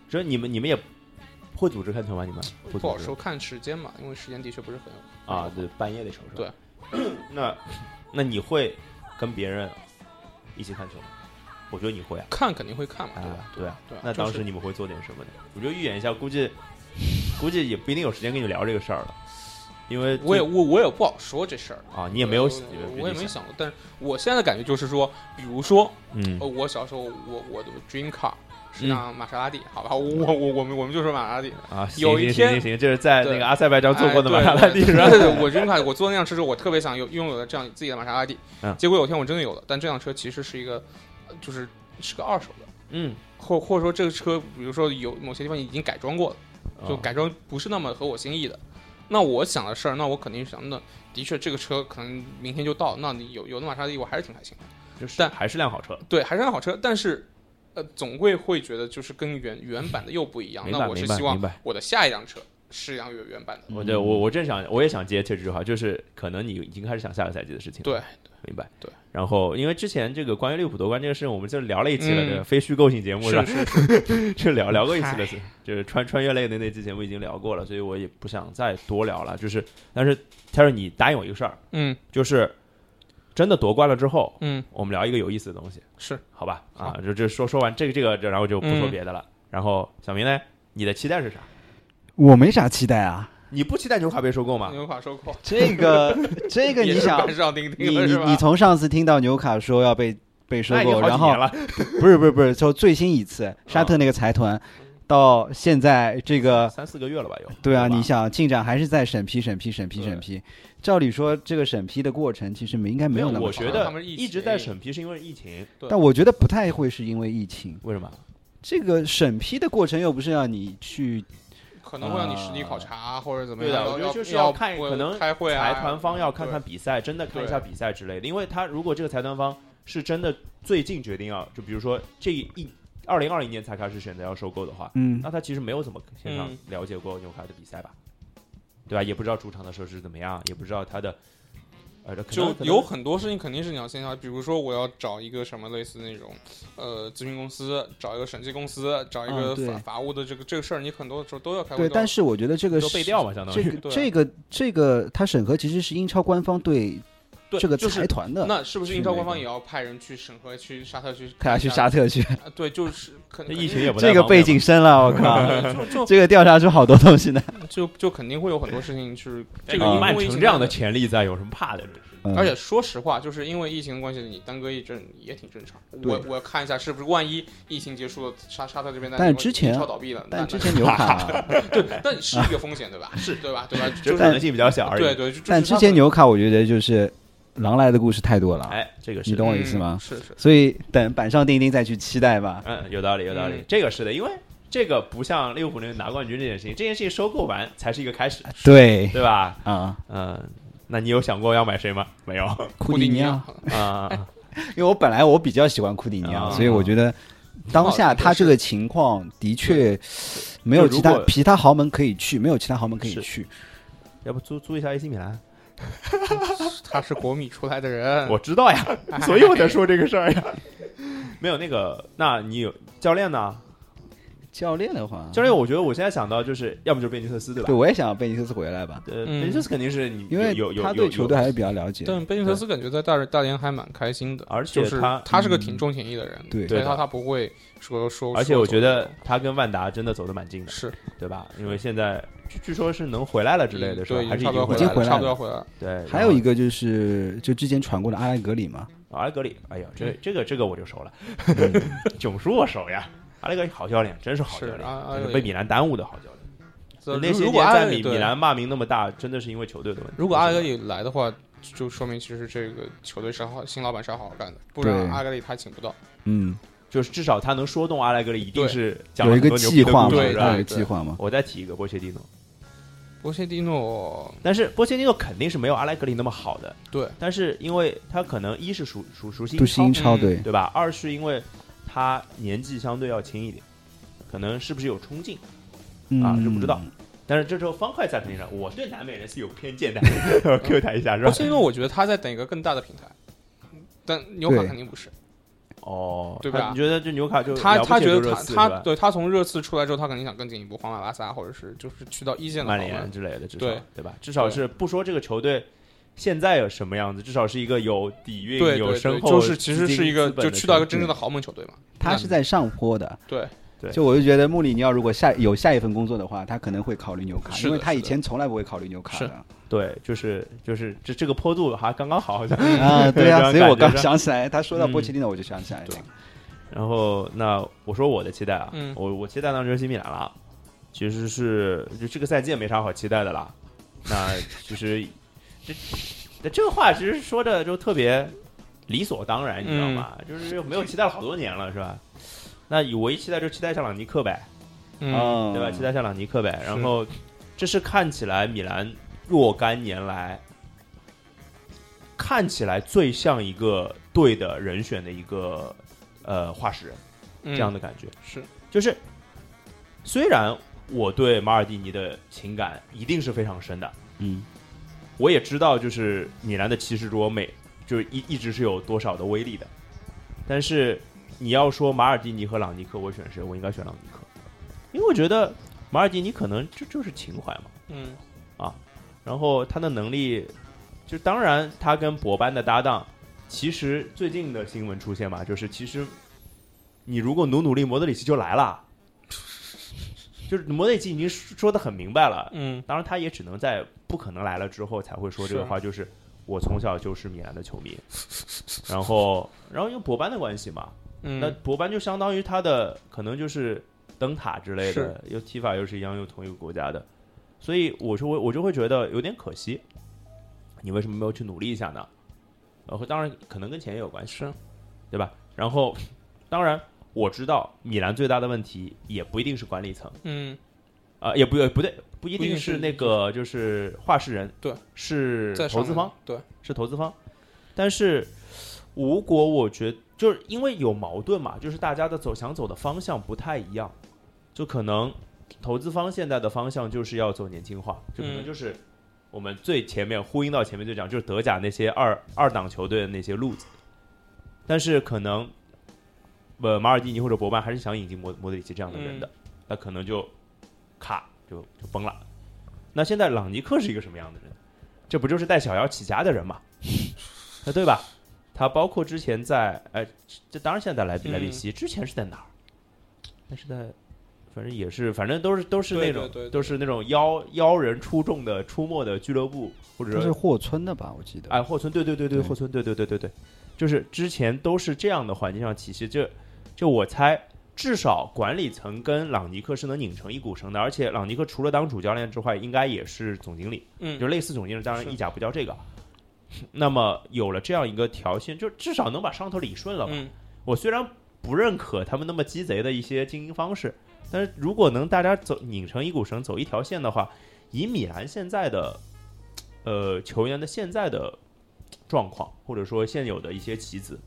S1: 所以你们你们也会组织看球吗？你们会
S2: 不
S1: 组
S2: 好
S1: 织
S2: 说，看时间嘛，因为时间的确不是很
S1: 啊，对，半夜的时候是吧？对。 那那你会跟别人一起看球吗？我觉得你会啊，
S2: 看，肯定会看嘛，
S1: 对
S2: 对
S1: 吧
S2: 吧？？
S1: 对啊。
S2: 对啊，
S1: 那
S2: 就
S1: 当
S2: 是
S1: 时你们会做点什么呢？我觉得预演一下，估计估计也不一定有时间跟你聊这个事儿了，因为
S2: 我也我我也不好说这事儿。
S1: 啊，你也没有，
S2: 对
S1: 你
S2: 我我也没
S1: 你
S2: 想过，但是我现在的感觉就是说，比如说，
S1: 嗯
S2: 呃，我小时候我我的 dream car 是辆玛莎拉蒂，好吧，我我我我们我们就说玛 莎拉蒂，
S1: 啊，行
S2: 有一
S1: 行
S2: 天
S1: 行行行，这是在
S2: 对
S1: 那个阿塞拜疆坐
S2: 哎
S1: 过的
S2: 对
S1: 马拉拉蒂
S2: 对
S1: 是 吧？
S2: 对对对我真看我坐那辆车之后，我特别想有拥有的这样自己的玛莎拉蒂。
S1: 嗯
S2: 结果有一天我真的有了，但这辆车其实是一个，呃就是是个二手的，
S1: 嗯，
S2: 或或者说这个车，比如说有某些地方已经改装过了，就
S1: 啊
S2: 改装不是那么合我心意的。那我想的事儿，那我肯定是想，那的确这个车可能明天就到，那你有有那玛莎拉蒂，我还是挺开心的。
S1: 就是
S2: 但
S1: 嗯还是辆好车，
S2: 对，还是辆好车，但是。呃，总归会觉得就是跟原原版的又不一样。
S1: 明白
S2: 啊那我是
S1: 明白
S2: 希望
S1: 明白。
S2: 我的下一辆车是一辆原原版的。
S1: 我对我我正想我也想接这句话，就是可能你已经开始想下个赛季的事情了。
S2: 对，
S1: 明白。
S2: 对，
S1: 然后因为之前这个关于利物浦夺冠这个事情，我们就聊了一期了，
S2: 嗯
S1: 对吧？非虚构性节目
S2: 是
S1: 吧？ 就聊聊过一次了，是就是穿穿越类的那期节目已经聊过了，所以我也不想再多聊了。就是，但是 Terry，你答应我一个事儿，
S2: 嗯
S1: 就是真的夺冠了之后，
S2: 嗯，
S1: 我们聊一个有意思的东西，
S2: 是
S1: 好吧？
S2: 好
S1: 啊，就就说说完这个这个，这然后就不说
S2: 嗯
S1: 别的了。然后小明呢，你的期待是啥？
S3: 我没啥期待啊。
S1: 你不期待牛卡被收购吗？
S2: 牛卡收购，
S3: 这个这个
S2: 也
S3: 你
S2: 是
S3: 想
S2: 板，上钉
S3: 你
S2: 钉
S3: 你
S2: 了是吧？
S3: 你从上次听到纽卡说要被被收
S1: 那已经
S3: 购，
S1: 好几
S3: 然后
S1: 年了，
S3: 不是不是不是，就最新一次沙特那个财团，到现在这个
S1: 三四个月了嗯吧？有
S3: 对啊，
S1: 有吧
S3: 你想进展还是在审批审批审批审批。照理说，这个审批的过程其实没应该没有那么
S1: 我
S3: 长
S1: 觉
S2: 他
S1: 得
S2: 们是疫
S1: 一直
S2: 情
S1: 在审批是因为疫情，
S3: 但我觉得不太会是因为疫情，
S1: 为什么？
S3: 这个审批的过程又不是让你去
S2: 可能会让你实地考察、或者怎么
S1: 啊对
S2: 样，
S1: 的我觉
S2: 要
S1: 得
S2: 要
S1: 就是要
S2: 要
S1: 看可能
S2: 开会啊，
S1: 财团方要看看比赛，真的看一下比赛之类的，因为他如果这个财团方是真的最近决定要，就比如说这一二零二零年才开始选择要收购的话，
S3: 嗯
S1: 那他其实没有怎么现场
S2: 嗯
S1: 了解过纽卡的比赛吧，对吧？也不知道主场的设施怎么样，也不知道他的呃，这可能
S2: 就
S1: 可能
S2: 有很多事情肯定是你要线下，比如说我要找一个什么类似那种，呃，咨询公司，找一个审计公司，找一
S3: 嗯
S2: 个
S3: 对
S2: 法、法务的这个这个事儿，你很多时候都要开会
S3: 对，
S2: 都要。
S3: 但是我觉得这个
S1: 就是背调嘛，相当
S3: 这
S1: 于
S3: 个
S2: 对啊
S3: 这个这个，它审核其实是英超官方对
S2: 对
S3: 这个
S2: 就
S3: 财
S2: 是
S3: 团的，
S2: 那是不是英超官
S3: 去那
S2: 方
S3: 个
S2: 也要派人去审核、去沙特去
S3: 看下去沙特去，
S2: 啊对，就是肯
S1: 这
S2: 肯
S1: 疫
S2: 定
S1: 情也不太
S3: 这个
S1: 方便
S3: 背
S1: 嘛
S3: 景深了，我靠，
S2: 对 就就
S3: 这个调查出好多东西呢。
S2: 就就肯定会有很多事情是
S3: 啊
S2: 这个
S1: 哎你
S2: 因
S1: 曼
S2: 为疫
S1: 城
S2: 情
S1: 这样的
S2: 关系
S1: 潜力在，有什么怕的？
S3: 嗯
S2: 而且说实话，就是因为疫情的关系，你耽搁一阵也挺正常。我我看一下是不是，万一疫情结束了，沙沙特这边
S3: 但是之前
S2: 超倒闭了，那
S3: 但之前纽卡，
S2: 对，但是一个风险 对吧？是对吧？对吧？
S1: 这
S2: 啊就
S1: 可
S2: 是
S1: 能性比较小而已。
S2: 对对，就
S3: 但
S2: 就是
S3: 之
S2: 他
S3: 前
S2: 可
S3: 纽卡，我觉得就是狼来的故事太多了，
S1: 哎，这个
S3: 你
S1: 是，
S3: 懂我意思吗
S2: 嗯？是是，
S3: 所以等板上钉钉再去期待吧。
S1: 嗯，有道理，有道理
S2: 嗯，
S1: 这个是的，因为这个不像利物浦那个拿冠军这件事情，这件事情收购完才是一个开
S2: 哎
S1: 始，
S3: 对
S1: 对吧？
S3: 啊，
S1: 嗯，那你有想过要买谁吗？没有
S3: 库
S2: 库
S3: 蒂
S2: 蒂
S3: 尼
S2: 尼
S3: 奥
S2: 奥，
S1: 啊，
S3: 因为我本来我比较喜欢库蒂尼
S1: 啊
S3: 奥，所以我觉得当下他这个情况的确没有其
S1: 就
S3: 他
S1: 如果
S3: 其他豪门可以去，没有其他豪门可以
S1: 是
S3: 去。
S1: 要不租租一下 AC 米兰？
S2: 他是国米出来的人，
S1: 我知道 呀，所以我才说这个事儿呀。 没有那个，那你有教练呢？
S3: 教练的话，
S1: 教练，我觉得我现在想到就是要不就是贝尼特斯，对吧
S3: 对？我也想要贝尼特斯回来吧，
S1: 呃，
S2: 嗯
S1: 贝尼特斯肯定是你
S3: 因为
S1: 有有
S3: 他
S1: 有
S3: 对
S1: 有
S3: 球
S1: 有
S3: 队还是比较了解的。
S2: 但贝尼特斯感觉在大大连还蛮开心的，
S1: 而且
S2: 就是
S1: 他
S2: 他是个
S3: 嗯
S2: 挺重情义的人，
S3: 对
S2: 所
S1: 对
S2: 以
S1: 的
S2: 他他不会说说，
S1: 而且
S2: 说
S1: 我
S2: 走
S1: 觉
S2: 就
S1: 得
S2: 走
S1: 他跟万达真的走得蛮近的，
S2: 是
S1: 对吧？因为现在据据说是能回来了之类的，是吧？
S2: 嗯对，
S1: 还是
S2: 差不多
S3: 已
S1: 回
S3: 经
S1: 来
S2: 要
S1: 了
S3: 回来
S2: 差不
S3: 了
S2: 多要回来了。
S1: 对，
S3: 还有一
S1: 个
S3: 个就是，就之前传过的阿莱格里嘛，
S1: 阿莱格里，哎呀，
S2: 嗯
S1: 这这个这个我就熟了， 囧叔我熟呀。阿莱格里好教练，真是好
S2: 是啊
S1: 教练，
S2: 阿阿
S1: 真是
S2: 莱
S1: 被
S2: 格里
S1: 米兰耽误的好教练。
S2: 这
S1: 那些
S2: 如果
S1: 年
S2: 阿
S1: 在
S2: 莱
S1: 米
S2: 对
S1: 米兰骂名那么大，真的是因为球队的问题。
S2: 如果阿格
S1: 里
S2: 里来的话，就说明其实这个球队是好新老板是要好好干的，不然
S3: 对
S2: 阿格里他请不到。
S3: 嗯，
S1: 就是至少他能说动阿莱格里，一定
S2: 对
S1: 是讲了
S3: 有一
S1: 很
S3: 个
S1: 多牛逼
S3: 计
S1: 的
S3: 划嘛，
S1: 故
S2: 对
S1: 事，是
S3: 有一
S1: 吧
S3: 个计划嘛，
S1: 我再提一个波切蒂诺，
S2: 波切蒂诺，
S1: 但是波切蒂诺肯定是没有阿莱格里那么好的，
S2: 对，
S1: 但是因为他可能一是熟熟熟悉哦
S3: 都是英
S2: 超
S3: 超
S2: 嗯
S3: 队，
S1: 对吧？二是因为他年纪相对要轻一点，可能是不是有冲劲？啊这不知道
S3: 嗯，
S1: 但是这时候方块赛肯定是，我对南美人是有偏见的 我，Q 他一下是
S2: 波
S1: 吧
S2: 切？蒂诺，我觉得他在等一个更大的平台，但纽卡
S3: 对
S2: 肯定不是。
S1: 哦，
S2: 对吧
S1: 他你觉得这纽卡就
S2: 他
S1: 了不
S2: 他
S1: 起
S2: 觉
S1: 就
S2: 得
S1: 热
S2: 他
S1: 刺
S2: 他
S1: 是吧
S2: 对他从热刺出来之后，他肯定想更进一步，皇马、拉萨，或者是就是去到一线的
S1: 曼
S2: 豪
S1: 联
S2: 门。
S1: 之类的，至少
S2: 对
S1: 对吧？至少是不说这个球队。现在有什么样子？至少是一个有底蕴、
S2: 对
S1: 有
S2: 对
S1: 深
S2: 对，
S1: 厚，
S2: 就是其实
S1: 资金
S2: 是一个
S1: 资本的
S2: 就去到一个
S1: 球
S2: 真正的豪门球队嘛。
S3: 他是在上坡的，
S2: 对
S1: 嗯对
S3: 就我就觉得穆里尼奥如果下有下一份工作的话，他可能会考虑纽卡，
S2: 是的
S3: 因为他以
S2: 是的
S3: 前从来不会考虑纽卡
S2: 是
S3: 的
S1: 队对，就是就是这这个坡度还刚刚好，好像
S3: 啊，对 啊，
S1: 这样
S3: 所以我
S1: 感觉
S3: 刚
S1: 上
S3: 想起来，他说到波
S1: 嗯
S3: 切蒂诺，我就想起来了
S2: 对，
S1: 然后那我说我的期待啊，
S2: 嗯
S1: 我我期待当然就是新米兰了，其实是就这个赛季也没啥好期待的 啦。那其实这这这个话其实说的就特别理所当然，你知道吗？
S2: 嗯
S1: 就是没有期待了好多年了，是吧？那我一期待就期待一下朗尼克呗，
S2: 嗯，
S3: 啊，
S1: 对吧？期待一下朗尼克呗。
S2: 是
S1: 然后这是看起来米兰若干年来看起来最像一个对的人选的一个呃化石人
S2: 这
S1: 这样的感觉。
S2: 是
S1: 就是虽然我对马尔蒂尼的情感一定是非常深的，
S3: 嗯，
S1: 我也知道就是米兰的骑士桌每就一一直是有多少的威力的，但是你要说马尔蒂尼和朗尼克，我选谁？我应该选朗尼克，因为我觉得马尔蒂尼可能这就是情怀嘛，
S2: 嗯
S1: 然后他的能力，就当然他跟博班的搭档，其实最近的新闻出现嘛，就是其实你如果努努力，莫德里奇就来了， 就是莫德里奇已经说的很明白了。
S2: 嗯
S1: 当然，他也只能在不可能来了之后才会说这个话，就是我从小就是米兰的球迷，然后然后因为博班的关系嘛，
S2: 嗯，
S1: 那博班就相当于他的可能就是灯塔之类的
S2: 是，
S1: 又踢法又是一样，又同一个国家的，所以我就会我就会觉得有点可惜，你为什么没有去努力一下呢？然后当然可能跟钱也有关系，
S2: 是
S1: 对吧？然后当然我知道米兰最大的问题也不一定是管理层，
S2: 嗯
S1: 啊、也不不对，不一
S2: 不一
S1: 定
S2: 定
S1: 是
S2: 是
S1: 那个就是话事人，
S2: 对，
S1: 是
S2: 在
S1: 投
S2: 上
S1: 资
S2: 面
S1: 方，
S2: 对
S1: 是投资方。但是如果我觉就是因为有矛盾嘛，就是大家的走想走的方向不太一样，就可能投资方现在的方向就是要走年轻化，就可能
S2: 嗯
S1: 就是我们最前面呼应到前面就讲，就是德甲那些二二档球队的那些路子，但是可能呃马尔蒂尼或者博曼还是想引进莫莫德里奇这样的人的，那可能就卡就就崩了。那现在朗尼克是一个什么样的人？这不就是带小妖起家的人 嘛？那对吧？他包括之前在哎，这当然现在在莱
S2: 嗯
S1: 比莱比锡，之前是在哪儿？那是在，反正也是，反正都是都是那种
S2: 对对对
S1: 都是那种妖妖人出众的出没的俱乐部，或者
S3: 他是霍村的吧？我记得。
S1: 哎，霍村，对对对对，
S3: 对
S1: 霍村，对对对对对，就是之前都是这样的环境上起势，就就我猜，至少管理层跟朗尼克是能拧成一股绳的，而且朗尼克除了当主教练之外，应该也是总经理，
S2: 嗯
S1: 就类似总经理，当然
S2: 是
S1: 意甲不叫这个。那么有了这样一个条线，就至少能把伤头理顺了嘛。
S2: 嗯，
S1: 我虽然不认可他们那么鸡贼的一些经营方式，但是如果能大家走拧成一股绳，走一条线的话，以米兰现在的呃球员的现在的状况，或者说现有的一些棋子，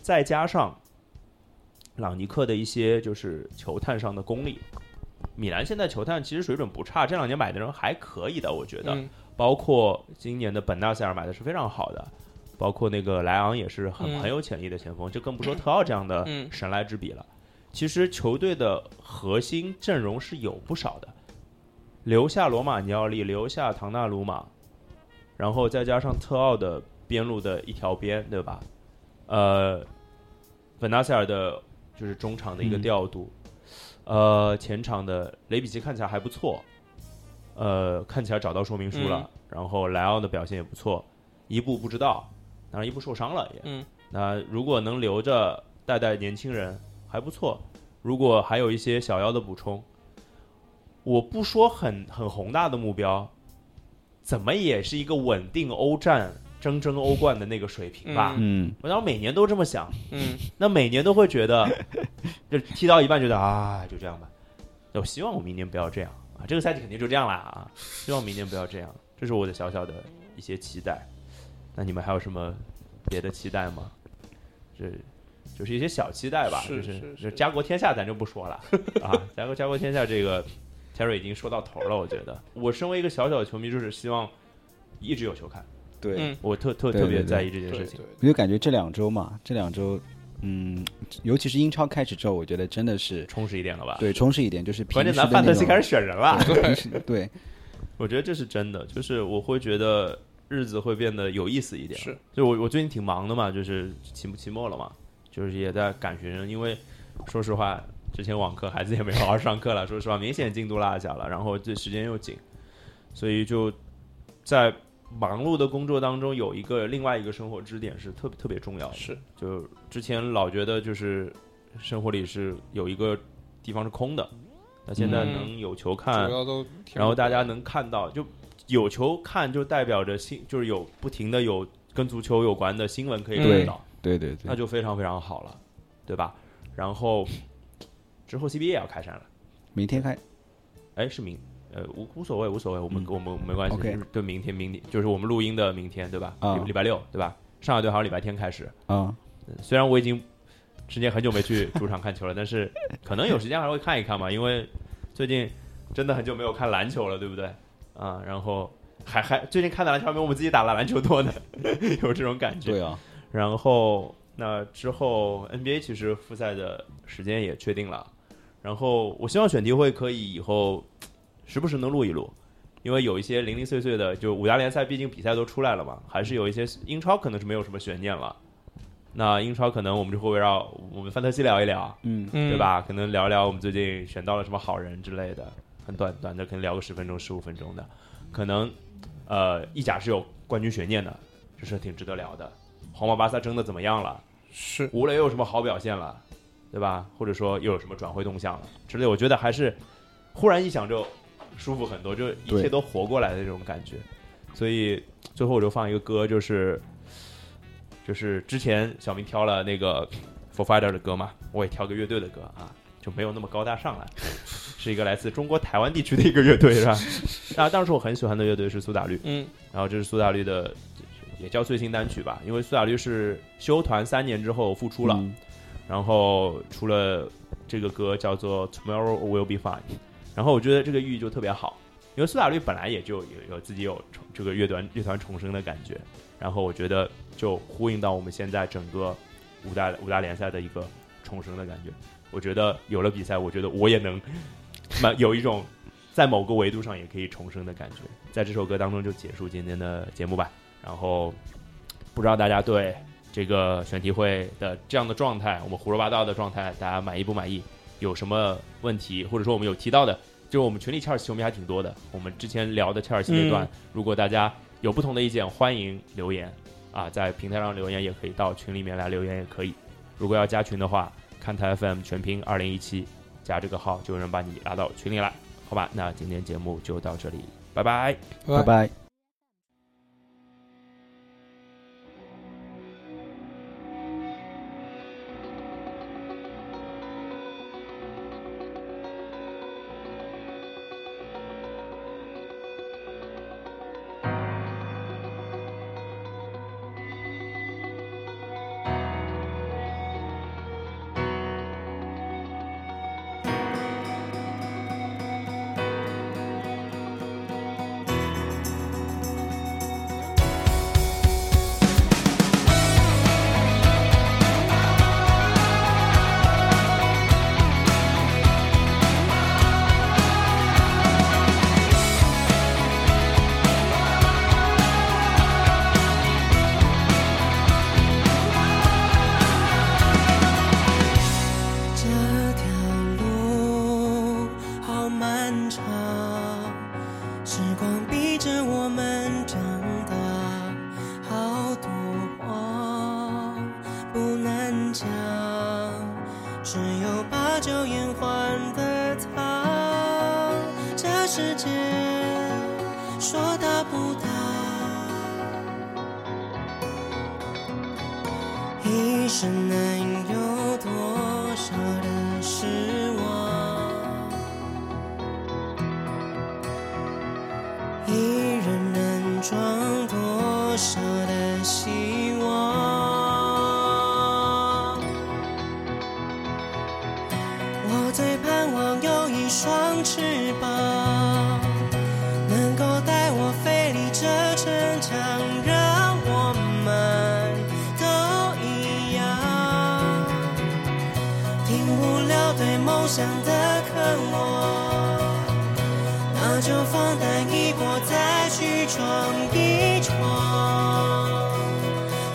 S1: 再加上朗尼克的一些就是球探上的功力，米兰现在球探其实水准不差，这两年买的人还可以的，我觉得。
S2: 嗯
S1: 包括今年的本纳塞尔买的是非常好的，包括那个莱昂也是很、
S2: 嗯
S1: 很有潜力的前锋，就更不说特奥这样的
S2: 嗯
S1: 神来之笔了。其实球队的核心阵容是有不少的，留下罗马尼奥利，留下唐纳鲁马，然后再加上特奥的边路的一条边，对吧？呃，本纳塞尔的就是中场的一个
S3: 嗯
S1: 调度，呃，前场的雷比奇看起来还不错，呃，看起来找到说明书了。然后莱昂的表现也不错，伊布不知道，当然伊布受伤了也。
S2: 嗯，
S1: 那如果能留着带带年轻人还不错，如果还有一些小妖的补充，我不说很很宏大的目标，怎么也是一个稳定欧战、争争欧冠的那个水平吧。
S3: 嗯，
S1: 我当时每年都这么想，
S2: 嗯
S1: 那每年都会觉 得，就踢到一半觉得啊，就这样吧。我希望我明年不要这样啊，这个赛季肯定就这样啦啊，希望明年不要这样，这是我的小小的一些期待。那你们还有什么别的期待吗？这就是一些小期待吧，
S2: 是
S1: 就是就
S2: 是
S1: 家国天下咱就不说了啊，家国家国天下这个 Terry 已经说到头了，我觉得我身为一个小小的球迷，就是希望一直有球看，
S3: 对
S2: 嗯，
S1: 我特特
S3: 对
S1: 特别
S3: 对对
S1: 在意这件
S2: 对
S1: 事
S2: 对
S1: 情。
S3: 我就感觉这两周嘛，这两周，嗯，尤其是英超开始之后，我觉得真的是
S1: 充实一点了吧？
S3: 对充实一点，就是平
S1: 啊关
S3: 时
S1: 键
S3: 的
S1: 咱范特
S3: 那
S1: 西开
S3: 种
S1: 始选人了。
S3: 对平时 对，
S1: 我觉得这是真的，就是我会觉得日子会变得有意思一点。
S2: 是，
S1: 就我我最近挺忙的嘛，就是期期末了嘛，就是也在赶学生，因为说实话，之前网课孩子也没好好上课了，说实话，明显进度落下了，然后这时间又紧，所以就在忙碌的工作当中有一个另外一个生活支点是特别特别重要的。
S2: 是，
S1: 就之前老觉得就是生活里是有一个地方是空的，那现在
S2: 嗯
S1: 能有球
S2: 主
S1: 看，
S2: 要都挺，
S1: 然后大家能看到，就有球看，就代表着新，就是有不停的有跟足球有关的新闻可以看
S3: 对
S1: 到，
S3: 对对
S1: 那
S3: 对，
S1: 就非常非常好了，对吧？然后之后 CBA 也要开战了，
S3: 明天开，
S1: 哎，是明，呃，无无所谓，无所谓，我们、
S3: 嗯
S1: 我们没关系
S3: OK
S1: 就是对，明天明天就是我们录音的明天，对吧？
S3: 啊
S1: 礼礼拜六，对吧？上海队好像礼拜天开始，
S3: 啊，
S1: 虽然我已经时间很久没去主场看球了，但是可能有时间还会看一看嘛，因为最近真的很久没有看篮球了，对不对？啊，然后还还最近看的篮球还没我们自己打的篮球多呢， 有这种感觉。
S3: 对啊，
S1: 然后那之后 NBA 其实复赛的时间也确定了，然后我希望选题会可以以后时不时能录一录，因为有一些零零碎碎的，就五大联赛毕竟比赛都出来了嘛，还是有一些英超可能是没有什么悬念了。那英超可能我们就会围绕我们范特西聊一聊，
S3: 嗯，
S2: 嗯
S1: 对？吧？可能聊聊我们最近选到了什么好人之类的，很短短的，可能聊个十分钟、十五分钟的。可能呃，意甲是有冠军悬念的，这是挺值得聊的。皇马、巴萨争的怎么样了？
S2: 是，
S1: 吴磊有什么好表现了，对吧？或者说又有什么转会动向了之类，我觉得还是忽然一想就舒服很多，就一切
S3: 对
S1: 都活过来的这种感觉。所以最后我就放一个歌，就是就是之前小明挑了那个 f o r Fighter 的歌嘛，我也挑个乐队的歌啊，就没有那么高大上了，是一个来自中国台湾地区的一个乐队是吧？ 那当时我很喜欢的乐队是苏打绿，
S2: 嗯
S1: 然后这是苏打绿的，也叫最新单曲吧，因为苏打绿是休团三年之后复出了，
S3: 嗯
S1: 然后出了这个歌叫做《Tomorrow Will Be Fine》，然后我觉得这个寓意就特别好，因为苏打绿本来也就有有自己有重这个乐团乐团重生的感觉，然后我觉得就呼应到我们现在整个五大五大联赛的一个重生的感觉。我觉得有了比赛，我觉得我也能蛮有一种在某个维度上也可以重生的感觉。在这首歌当中就结束今天的节目吧。然后不知道大家对这个选题会的这样的状态，我们胡说八道的状态，大家满意不满意？有什么问题，或者说我们有提到的，就是我们群里切尔西球迷还挺多的。我们之前聊的切尔西那段，
S2: 嗯
S1: 如果大家有不同的意见，欢迎留言啊，在平台上留言也可以，到群里面来留言也可以。如果要加群的话，看台 FM 全拼二零一七加这个号，就有人把你拉到群里来，好吧？那今天节目就到这里，拜拜。
S3: 拜拜。
S5: 这条路好漫长，时光逼着我们长大，好多话不难讲，只有把酒言欢的他。这世界说大不大？一生能有多少的失望？一人能装多少的希望？我最盼望有一双翅膀，能够带我飞离这城墙，让我们都一样，停不了对梦想的渴望，那就放胆一搏，再去闯一闯。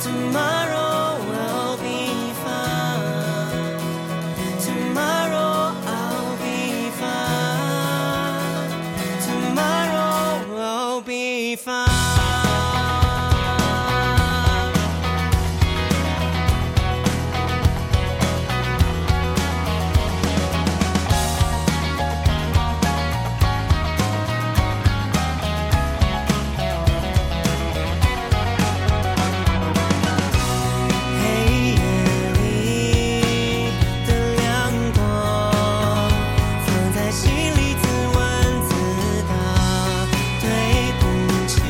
S5: Tomorrow will be fine. Tomorrow I'll be fine. Tomorrow will be fine.黑夜里的亮光，放在心里自问自答，对不起，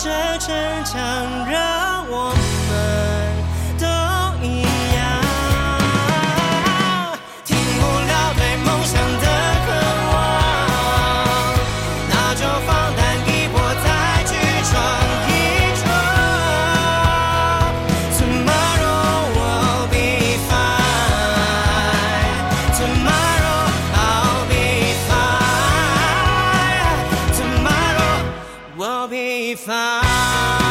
S5: 这逞强，让我们都一样，停不了对梦想的渴望，那就放胆一搏，再去闯一闯。Tomorrow will be fine. Tomorrow I'll be fine. Tomorrow will be fine.